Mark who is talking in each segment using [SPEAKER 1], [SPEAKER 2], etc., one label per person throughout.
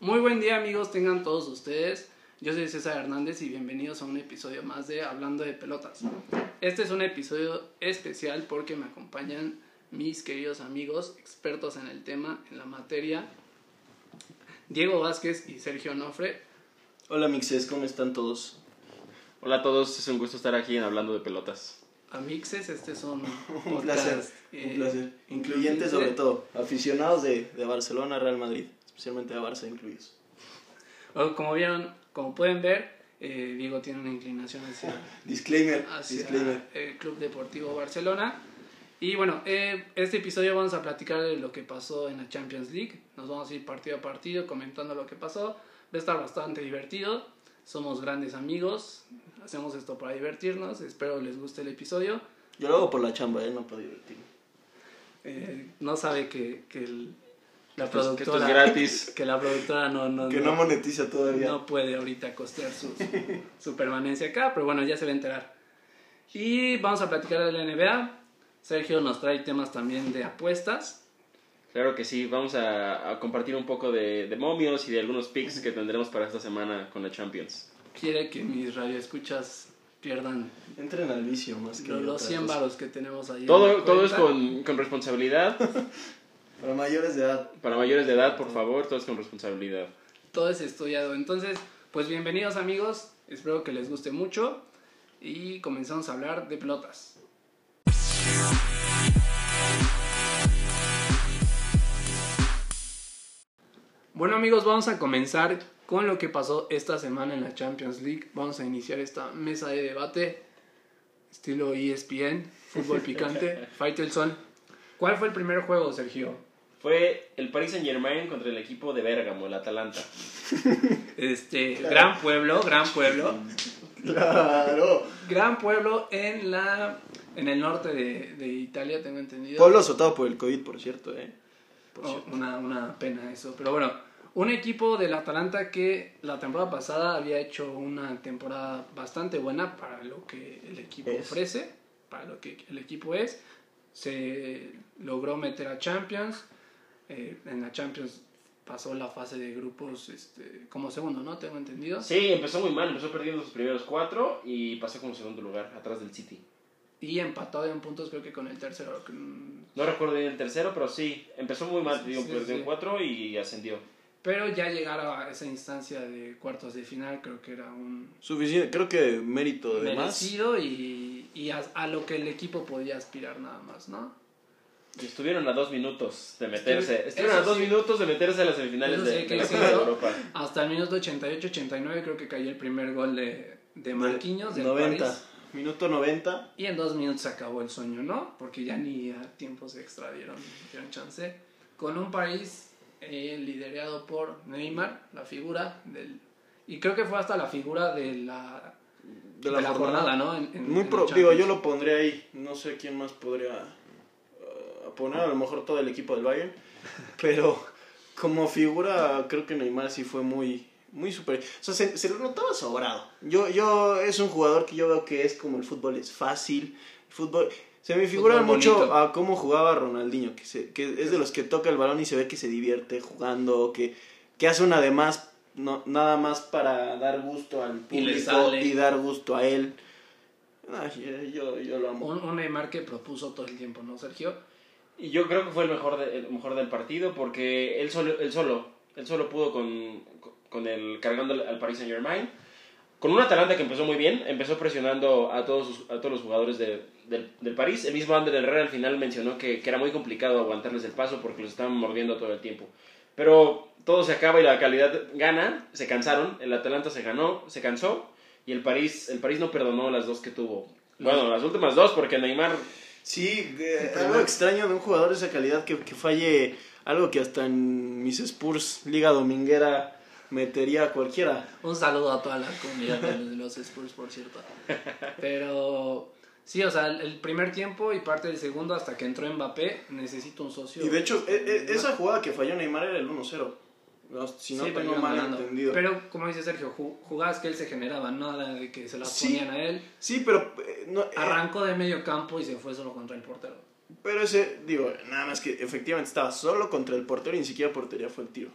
[SPEAKER 1] Muy buen día amigos, tengan todos ustedes. Yo soy César Hernández y bienvenidos a un episodio más de Hablando de Pelotas. Este es un episodio especial porque me acompañan mis queridos amigos, expertos en el tema, en la materia, Diego Vázquez y Sergio Nofre.
[SPEAKER 2] Hola Mixes, ¿cómo están todos?
[SPEAKER 3] Hola a todos, es un gusto estar aquí en Hablando de Pelotas.
[SPEAKER 1] Amixes, este es un,
[SPEAKER 2] Un
[SPEAKER 1] podcast,
[SPEAKER 2] placer,
[SPEAKER 1] eh,
[SPEAKER 2] un placer. Incluyente sobre todo, aficionados de, de Barcelona, Real Madrid, especialmente de Barça incluidos.
[SPEAKER 1] o Oh, Como vieron, como pueden ver, eh, Diego tiene una inclinación hacia
[SPEAKER 2] Disclaimer,
[SPEAKER 3] Ah,
[SPEAKER 1] hacia
[SPEAKER 2] disclaimer.
[SPEAKER 1] el Club Deportivo Barcelona. Y bueno, eh, este episodio vamos a platicar de lo que pasó en la Champions League. Nos vamos a ir partido a partido comentando lo que pasó. Va a estar bastante divertido. Somos grandes amigos. Hacemos esto para divertirnos. Espero les guste el episodio.
[SPEAKER 2] Yo lo hago por la chamba, ¿eh? No para divertirme.
[SPEAKER 1] Eh, no sabe que, que el- la
[SPEAKER 3] Pues, que esto es
[SPEAKER 1] productora,
[SPEAKER 3] gratis.
[SPEAKER 1] que la productora no, no,
[SPEAKER 2] Que
[SPEAKER 1] no-
[SPEAKER 2] no monetiza todavía.
[SPEAKER 1] no puede ahorita costear su, su permanencia acá, pero bueno, ya se va a enterar. Y vamos a platicar de la NBA. Sergio nos trae temas también de apuestas.
[SPEAKER 3] Claro que sí, vamos a, a compartir un poco de, de momios y de algunos picks que tendremos para esta semana con la Champions.
[SPEAKER 1] Quiere que mis radioescuchas pierdan
[SPEAKER 2] Entren al vicio más que
[SPEAKER 1] lo- los
[SPEAKER 2] otra
[SPEAKER 1] 100
[SPEAKER 2] cosa.
[SPEAKER 1] varos que tenemos ahí. en
[SPEAKER 3] Todo,
[SPEAKER 1] la
[SPEAKER 3] todo es
[SPEAKER 1] cuenta.
[SPEAKER 3] con, con responsabilidad.
[SPEAKER 2] Para mayores de edad.
[SPEAKER 3] Para mayores de edad, por favor, todo es con responsabilidad.
[SPEAKER 1] Todo es estudiado. Entonces, pues bienvenidos amigos. Espero que les guste mucho. Y comenzamos a hablar de pelotas. Bueno amigos, vamos a comenzar con lo que pasó esta semana en la Champions League. Vamos a iniciar esta mesa de debate, estilo E ESPN, fútbol picante, Fight el Sol. ¿Cuál fue el primer juego, Sergio?
[SPEAKER 3] Fue el Paris Saint Germain contra el equipo de Bérgamo, el Atalanta.
[SPEAKER 1] Este, gran pueblo, gran pueblo.
[SPEAKER 2] Claro.
[SPEAKER 1] Gran pueblo en la en el norte de, de Italia, tengo entendido.
[SPEAKER 2] Pueblo azotado por el COVID, por cierto, ¿eh? Por
[SPEAKER 1] Oh,
[SPEAKER 2] cierto.
[SPEAKER 1] una, una pena eso. Pero bueno, un equipo del Atalanta que la temporada pasada había hecho una temporada bastante buena para lo que el equipo
[SPEAKER 2] Es.
[SPEAKER 1] ofrece, para lo que el equipo es. Se logró meter a Champions. eh, en la Champions pasó la fase de grupos este, como segundo, ¿no? Tengo entendido.
[SPEAKER 3] Sí, empezó muy mal, empezó perdiendo sus primeros cuatro y pasó como segundo lugar, atrás del City.
[SPEAKER 1] Y empatado en puntos creo que con el tercero. mm,
[SPEAKER 3] No recuerdo bien el tercero, pero sí, empezó muy mal,
[SPEAKER 1] Sí,
[SPEAKER 3] digo,
[SPEAKER 1] sí,
[SPEAKER 3] perdió
[SPEAKER 1] sí.
[SPEAKER 3] cuatro y ascendió.
[SPEAKER 1] Pero ya llegar a esa instancia de cuartos de final creo que era un
[SPEAKER 2] Suficiente, creo que mérito de más.
[SPEAKER 1] merecido y, y a, a lo que el equipo podía aspirar nada más, ¿no?
[SPEAKER 3] Y estuvieron a dos minutos de meterse.
[SPEAKER 1] Estu-
[SPEAKER 3] Estuvieron a
[SPEAKER 1] eso
[SPEAKER 3] dos
[SPEAKER 1] sí.
[SPEAKER 3] minutos de meterse a las semifinales
[SPEAKER 1] Eso sí,
[SPEAKER 3] de,
[SPEAKER 1] que
[SPEAKER 3] de la
[SPEAKER 1] sí,
[SPEAKER 3] Copa de
[SPEAKER 1] ¿no?
[SPEAKER 3] Europa.
[SPEAKER 1] Hasta el minuto 88-89 creo que cayó el primer gol de, de Marquinhos del
[SPEAKER 2] 90.
[SPEAKER 1] París.
[SPEAKER 2] Minuto 90.
[SPEAKER 1] Y en dos minutos se acabó el sueño, ¿no? Porque ya ni a tiempos extra dieron, dieron chance. Con un París eh, liderado por Neymar, la figura del... Y creo que fue hasta la figura de la,
[SPEAKER 2] De la, jornada.
[SPEAKER 1] ¿no? En- en-
[SPEAKER 2] Muy
[SPEAKER 1] en
[SPEAKER 2] pro-
[SPEAKER 1] la
[SPEAKER 2] digo,
[SPEAKER 1] Champions.
[SPEAKER 2] yo lo pondría ahí. No sé quién más podría eh, poner, a lo mejor todo el equipo del Bayern. Pero como figura, creo que Neymar sí fue muy, muy super. O sea, se, se lo notaba sobrado. Yo, yo, es un jugador que yo veo que es como el fútbol es fácil. El fútbol. Se me figura
[SPEAKER 1] Fútbol
[SPEAKER 2] mucho
[SPEAKER 1] bonito.
[SPEAKER 2] a cómo jugaba Ronaldinho, que, se- que es de los que toca el balón y se ve que se divierte jugando, que, que hace una de más, no, nada más para dar gusto al
[SPEAKER 1] Y le
[SPEAKER 2] público
[SPEAKER 1] sale.
[SPEAKER 2] y dar gusto a él. Ay, eh, yo, yo, yo lo amo.
[SPEAKER 1] un, un Neymar que propuso todo el tiempo, ¿no, Sergio?
[SPEAKER 3] Y yo creo que fue el mejor, de- el mejor del partido porque él solo, él solo, él solo pudo con, con el cargando al- al Paris Saint Germain. Con un Atalanta que empezó muy bien, empezó presionando a todos, sus- a todos los jugadores de- del, del París. El mismo Ander Herrera al final mencionó que, que era muy complicado aguantarles el paso porque los estaban mordiendo todo el tiempo. Pero todo se acaba y la calidad gana, se cansaron, el Atalanta se ganó, se cansó y el París, el París no perdonó las dos que tuvo. Bueno, las últimas dos porque Neymar
[SPEAKER 2] Sí, eh, algo extraño de un jugador de esa calidad que, que falle algo que hasta en mis Spurs, Liga Dominguera, metería a cualquiera.
[SPEAKER 1] Un saludo a toda la comunidad de los- de los Spurs, por cierto. Pero sí, o sea, el- el primer tiempo y parte del segundo hasta que entró Mbappé, necesito un socio.
[SPEAKER 2] Y de hecho, e- e-
[SPEAKER 1] Sí,
[SPEAKER 2] esa jugada que falló Neymar era el 1-0. No, Si no
[SPEAKER 1] pero
[SPEAKER 2] tengo
[SPEAKER 1] iban
[SPEAKER 2] mal
[SPEAKER 1] ganando.
[SPEAKER 2] entendido.
[SPEAKER 1] Pero como dice Sergio, ju- jugadas que él se generaba, nada de que se las
[SPEAKER 2] Sí.
[SPEAKER 1] ponían a él.
[SPEAKER 2] Sí, pero eh, no, eh,
[SPEAKER 1] Arrancó de medio campo y se fue solo contra el portero.
[SPEAKER 2] pero ese, digo, nada más que efectivamente estaba solo contra el portero y ni siquiera portería fue el tiro.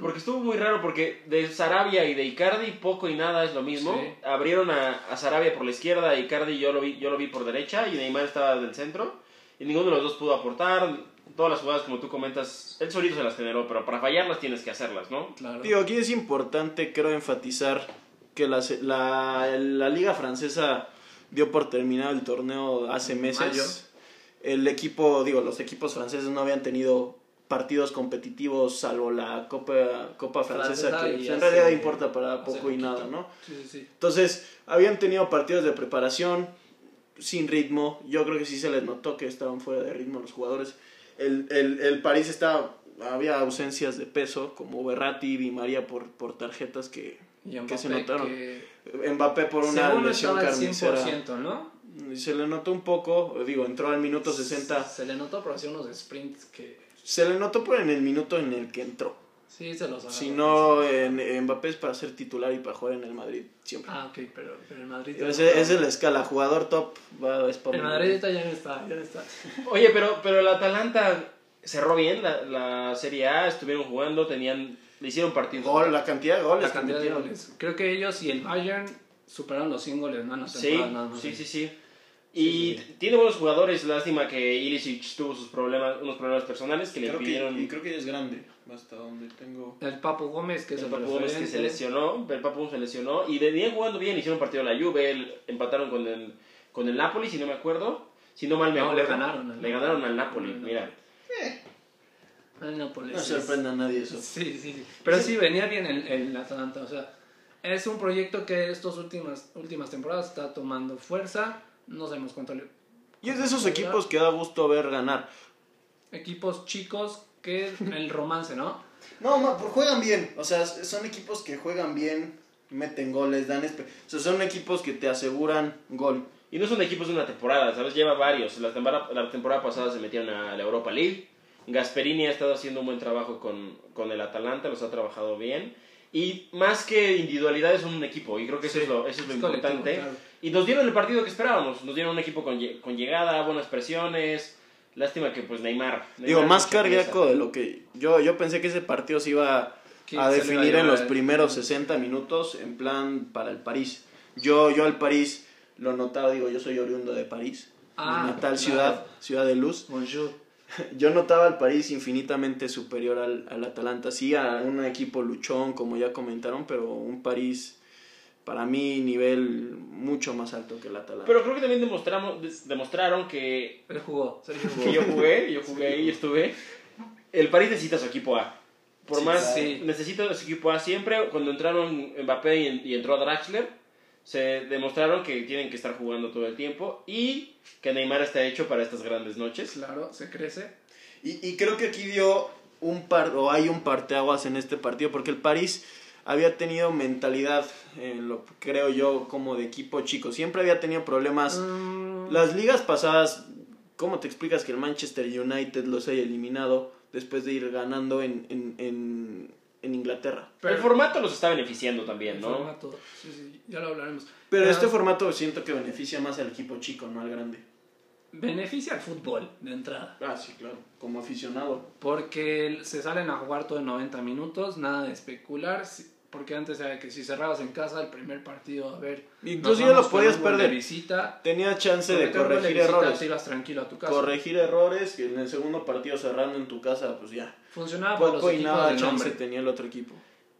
[SPEAKER 3] Porque estuvo muy raro, porque de Sarabia y de Icardi poco y nada es lo mismo.
[SPEAKER 1] Sí.
[SPEAKER 3] Abrieron a, a Sarabia por la izquierda, a Icardi yo lo, vi, yo lo vi por derecha y Neymar estaba del centro. Y ninguno de los dos pudo aportar. Todas las jugadas, como tú comentas, él solito se las generó, pero para fallarlas tienes que hacerlas, ¿no?
[SPEAKER 1] Claro.
[SPEAKER 2] Digo, aquí es importante, creo, enfatizar que la, se- la, la Liga Francesa dio por terminado el torneo hace meses.
[SPEAKER 1] Mayo.
[SPEAKER 2] El equipo, digo, los equipos franceses no habían tenido partidos competitivos salvo la Copa, Copa Francesa,
[SPEAKER 1] Francesa
[SPEAKER 2] que
[SPEAKER 1] y
[SPEAKER 2] en
[SPEAKER 1] hace-
[SPEAKER 2] realidad importa para
[SPEAKER 1] hace
[SPEAKER 2] poco y nada,
[SPEAKER 1] poquito.
[SPEAKER 2] ¿no?
[SPEAKER 1] Sí, sí, sí.
[SPEAKER 2] Entonces, habían tenido partidos de preparación sin ritmo. Yo creo que sí se les notó que estaban fuera de ritmo los jugadores. El, el, el París estaba, había ausencias de peso, como Berratti y Di María por, por tarjetas que
[SPEAKER 1] Y Mbappé,
[SPEAKER 2] que se notaron.
[SPEAKER 1] que-
[SPEAKER 2] Mbappé por una
[SPEAKER 4] Según
[SPEAKER 2] lesión
[SPEAKER 4] estaba al
[SPEAKER 2] carnicera.
[SPEAKER 4] 100%, ¿no?
[SPEAKER 2] Se le notó un poco, digo, entró al minuto 60.
[SPEAKER 1] Se le notó, pero hacía unos sprints que
[SPEAKER 2] Se le notó por en el minuto en el que entró.
[SPEAKER 1] Ah, sí se los agarró.
[SPEAKER 2] Si no, en- en Mbappé es para ser titular y para jugar en el Madrid siempre.
[SPEAKER 1] Ah, ok, pero, pero el Madrid. ya no
[SPEAKER 2] Ese- Esa es la escala, jugador top va es para
[SPEAKER 1] El Madrid ahorita ya no está, ya no está.
[SPEAKER 3] Oye, pero, pero el Atalanta cerró bien la, la Serie A, estuvieron jugando, tenían, le hicieron partidos.
[SPEAKER 2] Gol, la cantidad de goles.
[SPEAKER 1] La
[SPEAKER 2] que
[SPEAKER 1] cantidad de
[SPEAKER 2] metieron.
[SPEAKER 1] goles. Creo que ellos y el Bayern superaron los 100 goles, ¿no? En las
[SPEAKER 3] Sí,
[SPEAKER 1] temporadas nada más.
[SPEAKER 3] sí, sí, sí. Y tiene buenos jugadores, lástima que Ilicic tuvo sus problemas, unos problemas personales que le
[SPEAKER 2] Creo que-
[SPEAKER 3] pidieron
[SPEAKER 2] y creo que es grande, hasta donde tengo.
[SPEAKER 1] El Papu Gómez, que es
[SPEAKER 3] el
[SPEAKER 1] el
[SPEAKER 3] Papu Gómez que se
[SPEAKER 1] referente.
[SPEAKER 3] lesionó, el Papu Gómez se lesionó y venían jugando bien, hicieron partido a la Juve, el- empataron con el, con el Napoli, si no me acuerdo, si no mal me
[SPEAKER 1] No,
[SPEAKER 3] acuerdo.
[SPEAKER 1] le ganaron al-
[SPEAKER 3] Le ganaron al Napoli,
[SPEAKER 1] al
[SPEAKER 3] mira.
[SPEAKER 1] Al Nápoles.
[SPEAKER 2] No sorprenda a nadie eso.
[SPEAKER 1] pues, Sí, sí, sí. Pero sí venía bien el, el Atalanta. O sea, es un proyecto que estas últimas, últimas temporadas está tomando fuerza. No sabemos cuánto le.
[SPEAKER 2] Y es de esos equipos que da gusto ver ganar.
[SPEAKER 1] Equipos chicos que el romance, ¿no?
[SPEAKER 2] No, ma, pero juegan bien. O sea, son equipos que juegan bien, meten goles, dan. espe- O sea, son equipos que te aseguran gol.
[SPEAKER 3] Y no son equipos de una temporada, ¿sabes? Lleva varios. La temporada, la temporada pasada se metieron a la Europa League. Gasperini ha estado haciendo un buen trabajo con, con el Atalanta, los ha trabajado bien. Y más que individualidades son un equipo, y creo que eso
[SPEAKER 1] Sí,
[SPEAKER 3] es lo, eso es lo
[SPEAKER 1] es colectivo,
[SPEAKER 3] importante.
[SPEAKER 1] claro.
[SPEAKER 3] Y nos dieron el partido que esperábamos, nos dieron un equipo con, lle- con llegada, buenas presiones. Lástima que pues Neymar.
[SPEAKER 2] Digo,
[SPEAKER 3] Neymar
[SPEAKER 2] más
[SPEAKER 3] mucha
[SPEAKER 2] cardíaco
[SPEAKER 3] pieza.
[SPEAKER 2] de lo que. Yo, yo pensé que ese partido se iba
[SPEAKER 1] Que se le iba
[SPEAKER 2] a
[SPEAKER 1] a
[SPEAKER 2] definir en los
[SPEAKER 1] llevar.
[SPEAKER 2] primeros 60 minutos en plan para el París. Yo, yo al París lo notaba, digo, yo soy oriundo de París.
[SPEAKER 1] Ah,
[SPEAKER 2] mi natal
[SPEAKER 1] claro.
[SPEAKER 2] ciudad, ciudad de luz.
[SPEAKER 1] Bonjour.
[SPEAKER 2] Yo notaba al París infinitamente superior al, al Atalanta. Sí, a un equipo luchón, como ya comentaron, pero un París, para mí, nivel mucho más alto que el Atalanta.
[SPEAKER 3] Pero creo que también demostramos, des- demostraron que
[SPEAKER 1] Él jugó. Sergio jugó.
[SPEAKER 3] que yo jugué, yo jugué ahí, estuve. El París necesita su equipo A. Por
[SPEAKER 2] Sí,
[SPEAKER 3] más,
[SPEAKER 2] claro.
[SPEAKER 3] sí, necesita su equipo A siempre. Cuando entraron Mbappé y, y entró Draxler, se demostraron que tienen que estar jugando todo el tiempo y que Neymar está hecho para estas grandes noches.
[SPEAKER 1] Claro, se crece.
[SPEAKER 2] Y, y creo que aquí dio un par, o hay un parteaguas en este partido, porque el París había tenido mentalidad, eh, lo creo yo, como de equipo chico. Siempre había tenido problemas.
[SPEAKER 1] Mm,
[SPEAKER 2] Las ligas pasadas, ¿cómo te explicas que el Manchester United los haya eliminado después de ir ganando en, en, en, en Inglaterra?
[SPEAKER 1] pero-
[SPEAKER 3] el formato los está beneficiando también,
[SPEAKER 1] el
[SPEAKER 3] ¿no?
[SPEAKER 1] formato. Sí, sí, ya lo hablaremos.
[SPEAKER 2] Pero
[SPEAKER 1] Ya-
[SPEAKER 2] este formato siento que beneficia más al equipo chico, no al grande.
[SPEAKER 1] Beneficia al fútbol de entrada.
[SPEAKER 2] Ah, sí, claro. Como aficionado.
[SPEAKER 1] Porque se salen a jugar todo en 90 minutos, nada de especular, si- porque antes era que si cerrabas en casa el primer partido, a ver...
[SPEAKER 2] Inclusive
[SPEAKER 1] nos vamos
[SPEAKER 2] lo podías
[SPEAKER 1] con un gol de
[SPEAKER 2] perder.
[SPEAKER 1] visita,
[SPEAKER 2] Tenía chance
[SPEAKER 1] Sobre
[SPEAKER 2] de
[SPEAKER 1] todo el gol
[SPEAKER 2] corregir
[SPEAKER 1] visita,
[SPEAKER 2] errores.
[SPEAKER 1] Te ibas tranquilo a tu casa.
[SPEAKER 2] Corregir errores que en el segundo partido cerrando en tu casa, pues ya.
[SPEAKER 1] Funcionaba para
[SPEAKER 2] Poco
[SPEAKER 1] los
[SPEAKER 2] y
[SPEAKER 1] equipos
[SPEAKER 2] nada
[SPEAKER 1] del
[SPEAKER 2] chance
[SPEAKER 1] nombre.
[SPEAKER 2] tenía el otro equipo.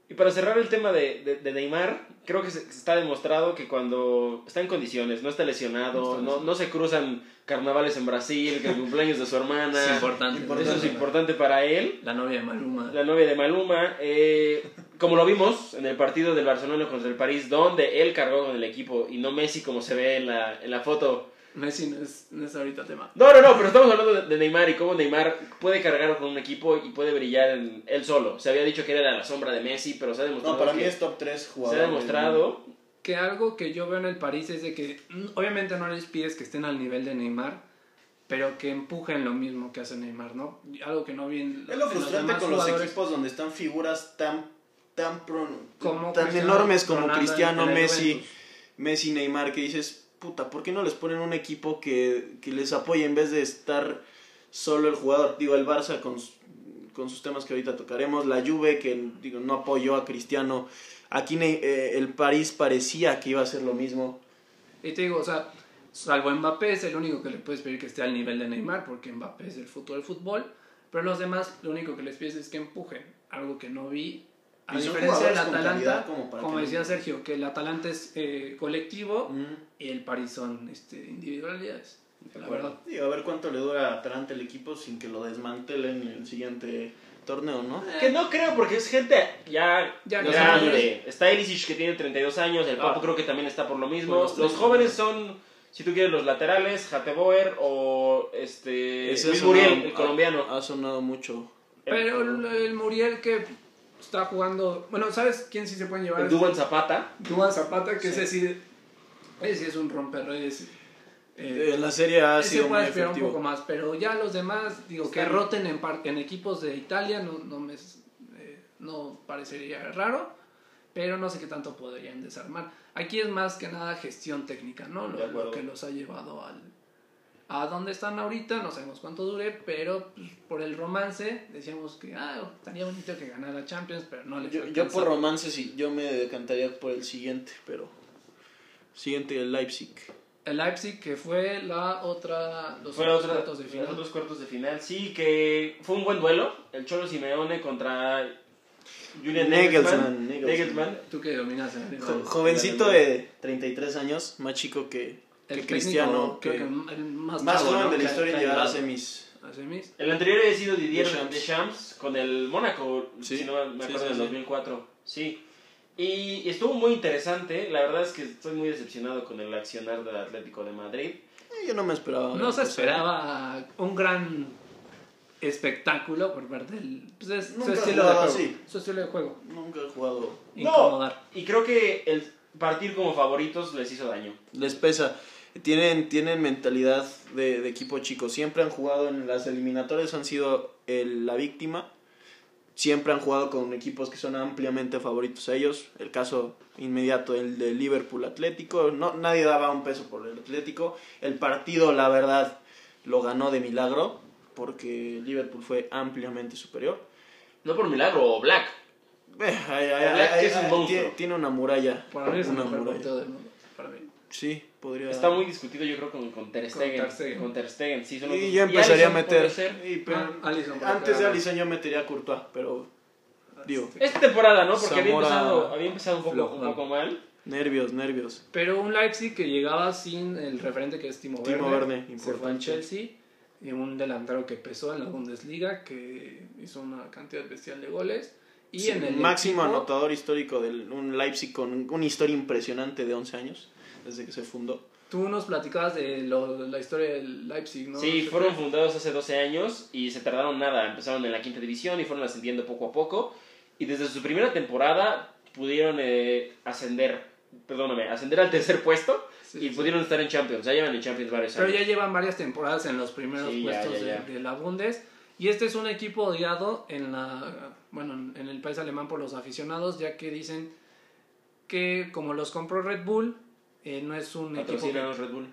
[SPEAKER 3] Y para cerrar el tema de, de- de Neymar, creo que se, se está demostrado que cuando está en condiciones, no está lesionado, no,
[SPEAKER 1] No está lesionado.
[SPEAKER 3] no se cruzan carnavales en Brasil, que el cumpleaños de su hermana.
[SPEAKER 1] Es importante.
[SPEAKER 3] Eso es importante para él.
[SPEAKER 1] La novia de Maluma.
[SPEAKER 3] La novia de Maluma, eh, como lo vimos en el partido del Barcelona contra el París, donde él cargó con el equipo y no Messi como se ve en la, en la foto.
[SPEAKER 1] Messi no es, no es ahorita tema.
[SPEAKER 3] No, no, no, pero estamos hablando de, de Neymar y cómo Neymar puede cargar con un equipo y puede brillar en- él solo. Se había dicho que era la sombra de Messi, pero se ha demostrado, que-
[SPEAKER 2] top 3
[SPEAKER 3] se ha
[SPEAKER 2] eh,
[SPEAKER 3] demostrado
[SPEAKER 1] Que algo que yo veo en el París es de que mm, obviamente no les pides que estén al nivel de Neymar, pero que empujen lo mismo que hace Neymar, ¿no? Algo que no vi en,
[SPEAKER 2] Es lo
[SPEAKER 1] en
[SPEAKER 2] frustrante
[SPEAKER 1] demás
[SPEAKER 2] con los
[SPEAKER 1] jugadores.
[SPEAKER 2] equipos donde están figuras tan tan pro-
[SPEAKER 1] Como
[SPEAKER 2] tan
[SPEAKER 1] Cristiano
[SPEAKER 2] enormes como
[SPEAKER 1] Ronaldo en-
[SPEAKER 2] Cristiano,
[SPEAKER 1] en el
[SPEAKER 2] Messi,
[SPEAKER 1] Juventus.
[SPEAKER 2] Messi, Neymar que dices, puta, ¿por qué no les ponen un equipo que, que les apoye en vez de estar solo el jugador? Digo, el Barça con, con sus temas que ahorita tocaremos. La Juve, que digo, no apoyó a Cristiano. Aquí eh, el París parecía que iba a ser lo mismo.
[SPEAKER 1] Y te digo, o sea, salvo Mbappé es el único que le puedes pedir que esté al nivel de Neymar, porque Mbappé es el futuro del fútbol. Pero los demás, lo único que les pides es que empujen, algo que no vi. A
[SPEAKER 2] Y son
[SPEAKER 1] diferencia del
[SPEAKER 2] jugadores con
[SPEAKER 1] Atalanta,
[SPEAKER 2] calidad como para
[SPEAKER 1] como
[SPEAKER 2] que no-
[SPEAKER 1] decía Sergio, que el Atalanta es eh, colectivo y el París son este, individualidades.
[SPEAKER 2] De
[SPEAKER 1] Mm, La
[SPEAKER 2] acuerdo.
[SPEAKER 1] verdad.
[SPEAKER 2] Digo, a ver cuánto le dura a Atalanta el equipo sin que lo desmantelen en el siguiente torneo, ¿no?
[SPEAKER 3] Que no creo, porque es gente ya,
[SPEAKER 1] Ya
[SPEAKER 3] grande. Está Elisic que tiene 32 años, el Papo
[SPEAKER 1] Ah.
[SPEAKER 3] creo que también está por lo mismo.
[SPEAKER 1] Por los
[SPEAKER 3] los,
[SPEAKER 1] tres.
[SPEAKER 3] jóvenes son, si tú quieres, los laterales, Jateboer o
[SPEAKER 1] Eh,
[SPEAKER 3] este,
[SPEAKER 2] Ese
[SPEAKER 3] Luis
[SPEAKER 2] ha sonado-
[SPEAKER 3] Muriel, el
[SPEAKER 2] ha-
[SPEAKER 3] colombiano.
[SPEAKER 2] Ha sonado mucho.
[SPEAKER 3] ah.
[SPEAKER 1] Pero el, el Muriel que está jugando. Bueno, ¿sabes quién sí se pueden llevar?
[SPEAKER 3] el Duban Zapata.
[SPEAKER 1] Duván Zapata, que
[SPEAKER 2] Sí.
[SPEAKER 1] ese sí. Ese sí es un romperreyes. Eh,
[SPEAKER 2] En la serie ha
[SPEAKER 1] ese
[SPEAKER 2] sido muy
[SPEAKER 1] puede esperar un poco
[SPEAKER 2] efectivo.
[SPEAKER 1] más, pero ya los demás, digo, que
[SPEAKER 3] Están-
[SPEAKER 1] roten en, par- en equipos de Italia no, no me es- eh, no parecería raro, pero no sé qué tanto podrían desarmar. Aquí es más que nada gestión técnica, ¿no?
[SPEAKER 3] De
[SPEAKER 1] Lo,
[SPEAKER 3] acuerdo.
[SPEAKER 1] lo que los ha llevado al a dónde están ahorita, no sabemos cuánto dure, pero pues, por el romance decíamos que ah, estaría bonito que ganara Champions, pero no le
[SPEAKER 2] Yo,
[SPEAKER 1] fue
[SPEAKER 2] yo por
[SPEAKER 1] alcanzar.
[SPEAKER 2] romance sí, yo me decantaría por el siguiente, pero... Siguiente, el Leipzig.
[SPEAKER 1] el Leipzig que fue la otra los
[SPEAKER 3] Fueron otros
[SPEAKER 1] cuartos de final.
[SPEAKER 3] los otros cuartos de final. Sí, que fue un buen duelo. El Cholo Simeone contra Julian Nagelsmann.
[SPEAKER 2] Nagelsmann, Nagelsmann.
[SPEAKER 3] Nagelsmann.
[SPEAKER 1] Tú que dominas el
[SPEAKER 2] Jo- jovencito de 33 años, más chico que, que
[SPEAKER 1] El
[SPEAKER 2] Cristiano,
[SPEAKER 1] técnico, creo
[SPEAKER 2] que-
[SPEAKER 1] que el más,
[SPEAKER 2] más
[SPEAKER 1] chavo,
[SPEAKER 2] joven
[SPEAKER 1] ¿no?
[SPEAKER 2] de la
[SPEAKER 1] Que-
[SPEAKER 2] historia en
[SPEAKER 1] que-
[SPEAKER 2] llegar a
[SPEAKER 1] que-
[SPEAKER 2] semis.
[SPEAKER 1] a semis.
[SPEAKER 3] El anterior había sido Didier
[SPEAKER 2] Deschamps.
[SPEAKER 3] Deschamps, con el Mónaco,
[SPEAKER 2] Sí,
[SPEAKER 3] si no
[SPEAKER 2] sí,
[SPEAKER 3] me acuerdo,
[SPEAKER 2] sí,
[SPEAKER 3] en el
[SPEAKER 2] sí.
[SPEAKER 3] 2004. Sí. Y, y estuvo muy interesante. La verdad es que estoy muy decepcionado con el accionar del Atlético de Madrid.
[SPEAKER 2] Eh, Yo no pues, me
[SPEAKER 1] No
[SPEAKER 2] esperaba.
[SPEAKER 1] se
[SPEAKER 2] gran cosa.
[SPEAKER 1] esperaba un gran espectáculo por parte del pues es- su,
[SPEAKER 2] Nunca
[SPEAKER 1] estilo de
[SPEAKER 2] jugaba
[SPEAKER 1] juego,
[SPEAKER 2] así.
[SPEAKER 1] su estilo de juego.
[SPEAKER 2] Nunca he jugado.
[SPEAKER 1] Incomodar.
[SPEAKER 3] No. Y creo que el partir como favoritos les hizo daño.
[SPEAKER 2] Les pesa. Tienen, tienen mentalidad de, de equipo chico. Siempre han jugado en las eliminatorias, han sido el- la víctima. Siempre han jugado con equipos que son ampliamente favoritos a ellos. El caso inmediato, el de Liverpool Atlético. No, nadie daba un peso por el Atlético. El partido, la verdad, lo ganó de milagro. Porque Liverpool fue ampliamente superior.
[SPEAKER 3] No por milagro, o Black.
[SPEAKER 2] Eh, ay, ay,
[SPEAKER 3] Oblak,
[SPEAKER 2] ay,
[SPEAKER 3] que es un
[SPEAKER 2] ay,
[SPEAKER 3] monstruo.
[SPEAKER 2] tiene, tiene una muralla.
[SPEAKER 1] Para mí es el
[SPEAKER 2] una
[SPEAKER 1] mejor
[SPEAKER 2] muralla.
[SPEAKER 1] partido del mundo. Para mí.
[SPEAKER 2] Sí, podría.
[SPEAKER 3] Está muy discutido, yo creo, con, con Ter Stegen.
[SPEAKER 1] Con
[SPEAKER 3] Con
[SPEAKER 1] Ter Stegen.
[SPEAKER 3] Ter Stegen, sí, son los
[SPEAKER 2] Y
[SPEAKER 3] dos.
[SPEAKER 2] yo empezaría a
[SPEAKER 3] Alisson
[SPEAKER 2] meter.
[SPEAKER 3] puede ser.
[SPEAKER 2] y, pero-
[SPEAKER 1] Ah, Alisson, por
[SPEAKER 2] antes de
[SPEAKER 1] acá.
[SPEAKER 2] Alisson yo metería a Courtois, pero digo,
[SPEAKER 3] Esta temporada, ¿no? Porque había
[SPEAKER 2] Zamora-
[SPEAKER 3] empezado, había empezado un, poco, un
[SPEAKER 1] Flojo.
[SPEAKER 3] poco mal.
[SPEAKER 2] nervios, nervios.
[SPEAKER 1] Pero un Leipzig que llegaba sin el referente que es Timo Werner.
[SPEAKER 2] Timo Werner,
[SPEAKER 1] se fue al
[SPEAKER 2] importante.
[SPEAKER 1] Chelsea. Y un delantero que pesó en la Bundesliga, que hizo una cantidad bestial de goles. Y
[SPEAKER 2] Sí,
[SPEAKER 1] en el
[SPEAKER 2] máximo
[SPEAKER 1] equipo-
[SPEAKER 2] anotador histórico de un Leipzig con una historia impresionante de 11 años, desde que se fundó.
[SPEAKER 1] Tú nos platicabas de lo- la historia del Leipzig, ¿no?
[SPEAKER 3] sí, fueron fundados hace 12 años y se tardaron nada. Empezaron en la quinta división y fueron ascendiendo poco a poco. Y desde su primera temporada pudieron eh, ascender, perdóname, ascender al tercer puesto
[SPEAKER 1] Sí,
[SPEAKER 3] y
[SPEAKER 1] sí.
[SPEAKER 3] pudieron estar en Champions. Ya llevan en Champions varios
[SPEAKER 1] Pero
[SPEAKER 3] años.
[SPEAKER 1] ya llevan varias temporadas en los primeros
[SPEAKER 3] Sí, ya,
[SPEAKER 1] puestos
[SPEAKER 3] ya, ya.
[SPEAKER 1] De, de la Bundes. Y este es un equipo odiado en, la, bueno, en el país alemán por los aficionados, ya que dicen que como los compró Red Bull, eh, no es un equipo que,
[SPEAKER 3] Patrocínanos, Red Bull.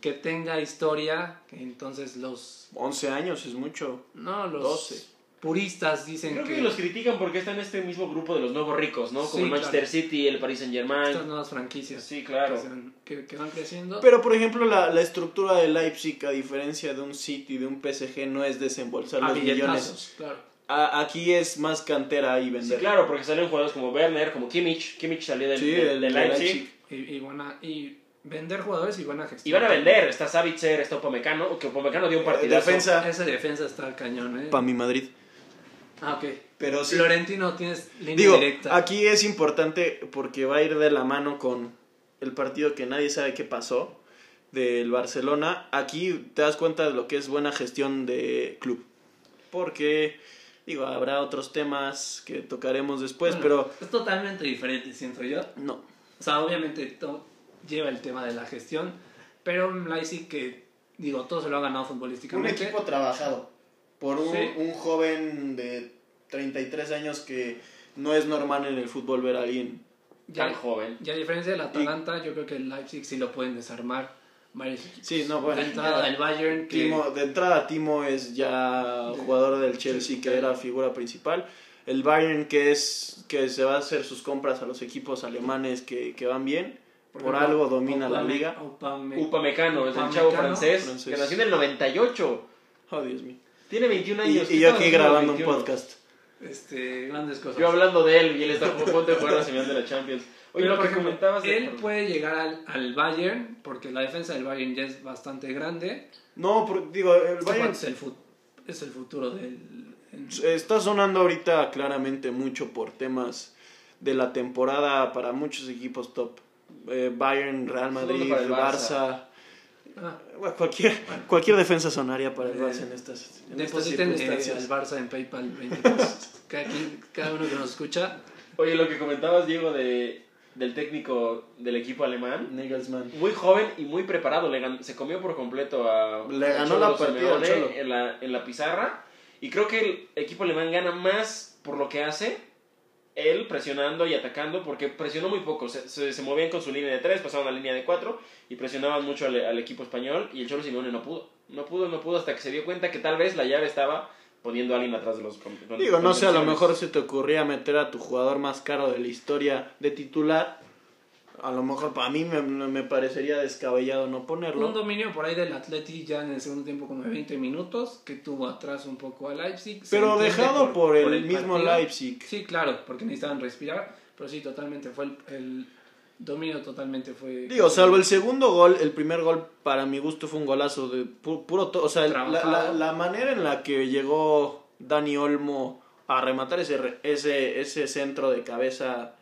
[SPEAKER 1] que tenga historia, que entonces los,
[SPEAKER 2] 11 años es mucho.
[SPEAKER 1] no, los
[SPEAKER 2] 12.
[SPEAKER 1] puristas dicen
[SPEAKER 3] Creo
[SPEAKER 1] que,
[SPEAKER 3] que los critican porque están en este mismo grupo de los nuevos ricos, ¿no? Como
[SPEAKER 1] Sí,
[SPEAKER 3] el Manchester
[SPEAKER 1] claro.
[SPEAKER 3] City, el Paris Saint Germain.
[SPEAKER 1] estas nuevas franquicias
[SPEAKER 3] Sí,
[SPEAKER 1] que
[SPEAKER 3] claro.
[SPEAKER 1] se van- que, que van creciendo.
[SPEAKER 2] Pero por ejemplo, la, la estructura de Leipzig, a diferencia de un City, de un PSG, no es desembolsar
[SPEAKER 1] a
[SPEAKER 2] los millones.
[SPEAKER 1] billetazos, claro.
[SPEAKER 2] A- aquí es más cantera y
[SPEAKER 3] Sí,
[SPEAKER 2] vender.
[SPEAKER 3] claro, porque salieron jugadores como Werner, como Kimmich. Kimmich salió del,
[SPEAKER 2] Sí,
[SPEAKER 3] del-
[SPEAKER 2] el-
[SPEAKER 3] del
[SPEAKER 2] el
[SPEAKER 3] Leipzig.
[SPEAKER 1] Y, y van a- y vender jugadores y van a
[SPEAKER 3] Y
[SPEAKER 1] gestionar.
[SPEAKER 3] van a vender. Está Savitzer, está Upamecano. Que Upamecano dio un
[SPEAKER 2] Eh,
[SPEAKER 3] partidazo.
[SPEAKER 2] defensa,
[SPEAKER 1] Ese defensa está cañón, ¿eh?
[SPEAKER 2] para mi Madrid.
[SPEAKER 1] Ah, ok.
[SPEAKER 2] Pero sí,
[SPEAKER 1] Florentino tienes línea
[SPEAKER 2] Digo,
[SPEAKER 1] directa.
[SPEAKER 2] aquí es importante porque va a ir de la mano con el partido que nadie sabe qué pasó del Barcelona. Aquí te das cuenta de lo que es buena gestión de club. Porque, digo, habrá otros temas que tocaremos después,
[SPEAKER 1] Bueno, Es totalmente diferente, siento yo.
[SPEAKER 2] pero no.
[SPEAKER 1] O sea, obviamente to- lleva el tema de la gestión, pero un Leipzig que, digo, todo se lo ha ganado futbolísticamente.
[SPEAKER 2] trabajado por
[SPEAKER 1] un- Sí.
[SPEAKER 2] joven de 33 años que no es normal en el fútbol ver a alguien.
[SPEAKER 3] Tan
[SPEAKER 1] ya,
[SPEAKER 3] joven.
[SPEAKER 1] ya a diferencia del Atalanta, yo creo que el Leipzig sí lo pueden desarmar. varios equipos.
[SPEAKER 2] Sí, no, bueno.
[SPEAKER 1] De entrada, el Bayern, que
[SPEAKER 2] Timo, de entrada, Timo es ya jugador del Chelsea, que era figura principal. El Bayern, que es que se va a hacer sus compras a los equipos alemanes que, que van bien. Por,
[SPEAKER 1] ejemplo,
[SPEAKER 2] algo domina la
[SPEAKER 1] Upame-
[SPEAKER 2] liga.
[SPEAKER 1] Upame-
[SPEAKER 3] Upamecano, es el chavo
[SPEAKER 1] Upamecano,
[SPEAKER 3] francés,
[SPEAKER 2] francés.
[SPEAKER 3] que nació en el 98.
[SPEAKER 2] Oh, Dios mío.
[SPEAKER 3] Tiene 21
[SPEAKER 2] Y,
[SPEAKER 3] años.
[SPEAKER 2] y
[SPEAKER 3] ¿qué
[SPEAKER 2] yo
[SPEAKER 3] estaba
[SPEAKER 2] aquí
[SPEAKER 3] haciendo a los
[SPEAKER 2] grabando un
[SPEAKER 3] 21?
[SPEAKER 2] podcast.
[SPEAKER 1] Este, grandes cosas.
[SPEAKER 3] Yo hablando de él y él está jugando de jugar la señal de la Champions. Oye,
[SPEAKER 1] Pero,
[SPEAKER 3] lo
[SPEAKER 1] por
[SPEAKER 3] que
[SPEAKER 1] ejemplo,
[SPEAKER 3] comentabas de-
[SPEAKER 1] él puede llegar al, al Bayern, porque la defensa del Bayern ya es bastante grande.
[SPEAKER 2] No, por- digo, el
[SPEAKER 1] Este
[SPEAKER 2] Bayern
[SPEAKER 1] cuate es el, fut- es el futuro del... el-
[SPEAKER 2] está sonando ahorita claramente mucho por temas de la temporada para muchos equipos top. Eh, Bayern, Real
[SPEAKER 3] Sonando
[SPEAKER 2] Madrid,
[SPEAKER 3] para el
[SPEAKER 2] Barça.
[SPEAKER 1] ah,
[SPEAKER 2] Bueno, cualquier, cualquier defensa sonaría para el Barça en estas, en estas
[SPEAKER 1] depositen eh, al
[SPEAKER 2] circunstancias.
[SPEAKER 1] Barça en PayPal 20 pesos. cada, quien- cada uno que nos escucha.
[SPEAKER 3] Oye, lo que comentabas, Diego, de, del técnico del equipo alemán.
[SPEAKER 2] Nagelsmann.
[SPEAKER 3] Muy joven y muy preparado. Le gan- se comió por completo a.
[SPEAKER 2] Le
[SPEAKER 3] a
[SPEAKER 2] ganó
[SPEAKER 3] Cholo
[SPEAKER 2] la partida
[SPEAKER 3] Simeone
[SPEAKER 2] al Cholo.
[SPEAKER 3] En la, en la pizarra. Y creo que el equipo alemán gana más por lo que hace. Él presionando y atacando, porque presionó muy poco. Se, se- se movían con su línea de 3, pasaban a la línea de 4 y presionaban mucho al, al equipo español. Y el Cholo Simeone no pudo. No pudo, no pudo, hasta que se dio cuenta que tal vez la llave estaba poniendo a alguien atrás de los. com- con-
[SPEAKER 2] Digo, no sé, a lo
[SPEAKER 3] contenciones.
[SPEAKER 2] mejor se te ocurría meter a tu jugador más caro de la historia de titular. A lo mejor para mí me, me parecería descabellado no
[SPEAKER 1] Un
[SPEAKER 2] ponerlo.
[SPEAKER 1] dominio por ahí del Atleti ya en el segundo tiempo como de 20 minutos, que tuvo atrás un poco a Leipzig. Se
[SPEAKER 2] Pero
[SPEAKER 1] entiende
[SPEAKER 2] dejado por el mismo
[SPEAKER 1] partido.
[SPEAKER 2] Leipzig.
[SPEAKER 1] Sí, claro, porque necesitaban respirar, pero sí, totalmente fue el, el dominio, totalmente fue...
[SPEAKER 2] Digo, salvo el segundo gol, el primer gol para mi gusto fue un golazo de pu- puro... to- o sea, el- la, la- la manera en la que llegó Dani Olmo a rematar ese, re- ese, ese centro de cabeza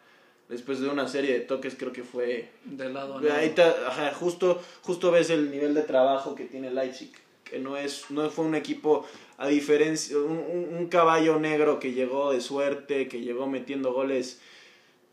[SPEAKER 2] después de una serie de toques creo que fue...
[SPEAKER 1] Del lado a lado.
[SPEAKER 2] Ahí te- ajá, justo, justo ves el nivel de trabajo que tiene Leipzig, que no, es, no fue un equipo, a diferencia, un, un- un caballo negro que llegó de suerte, que llegó metiendo goles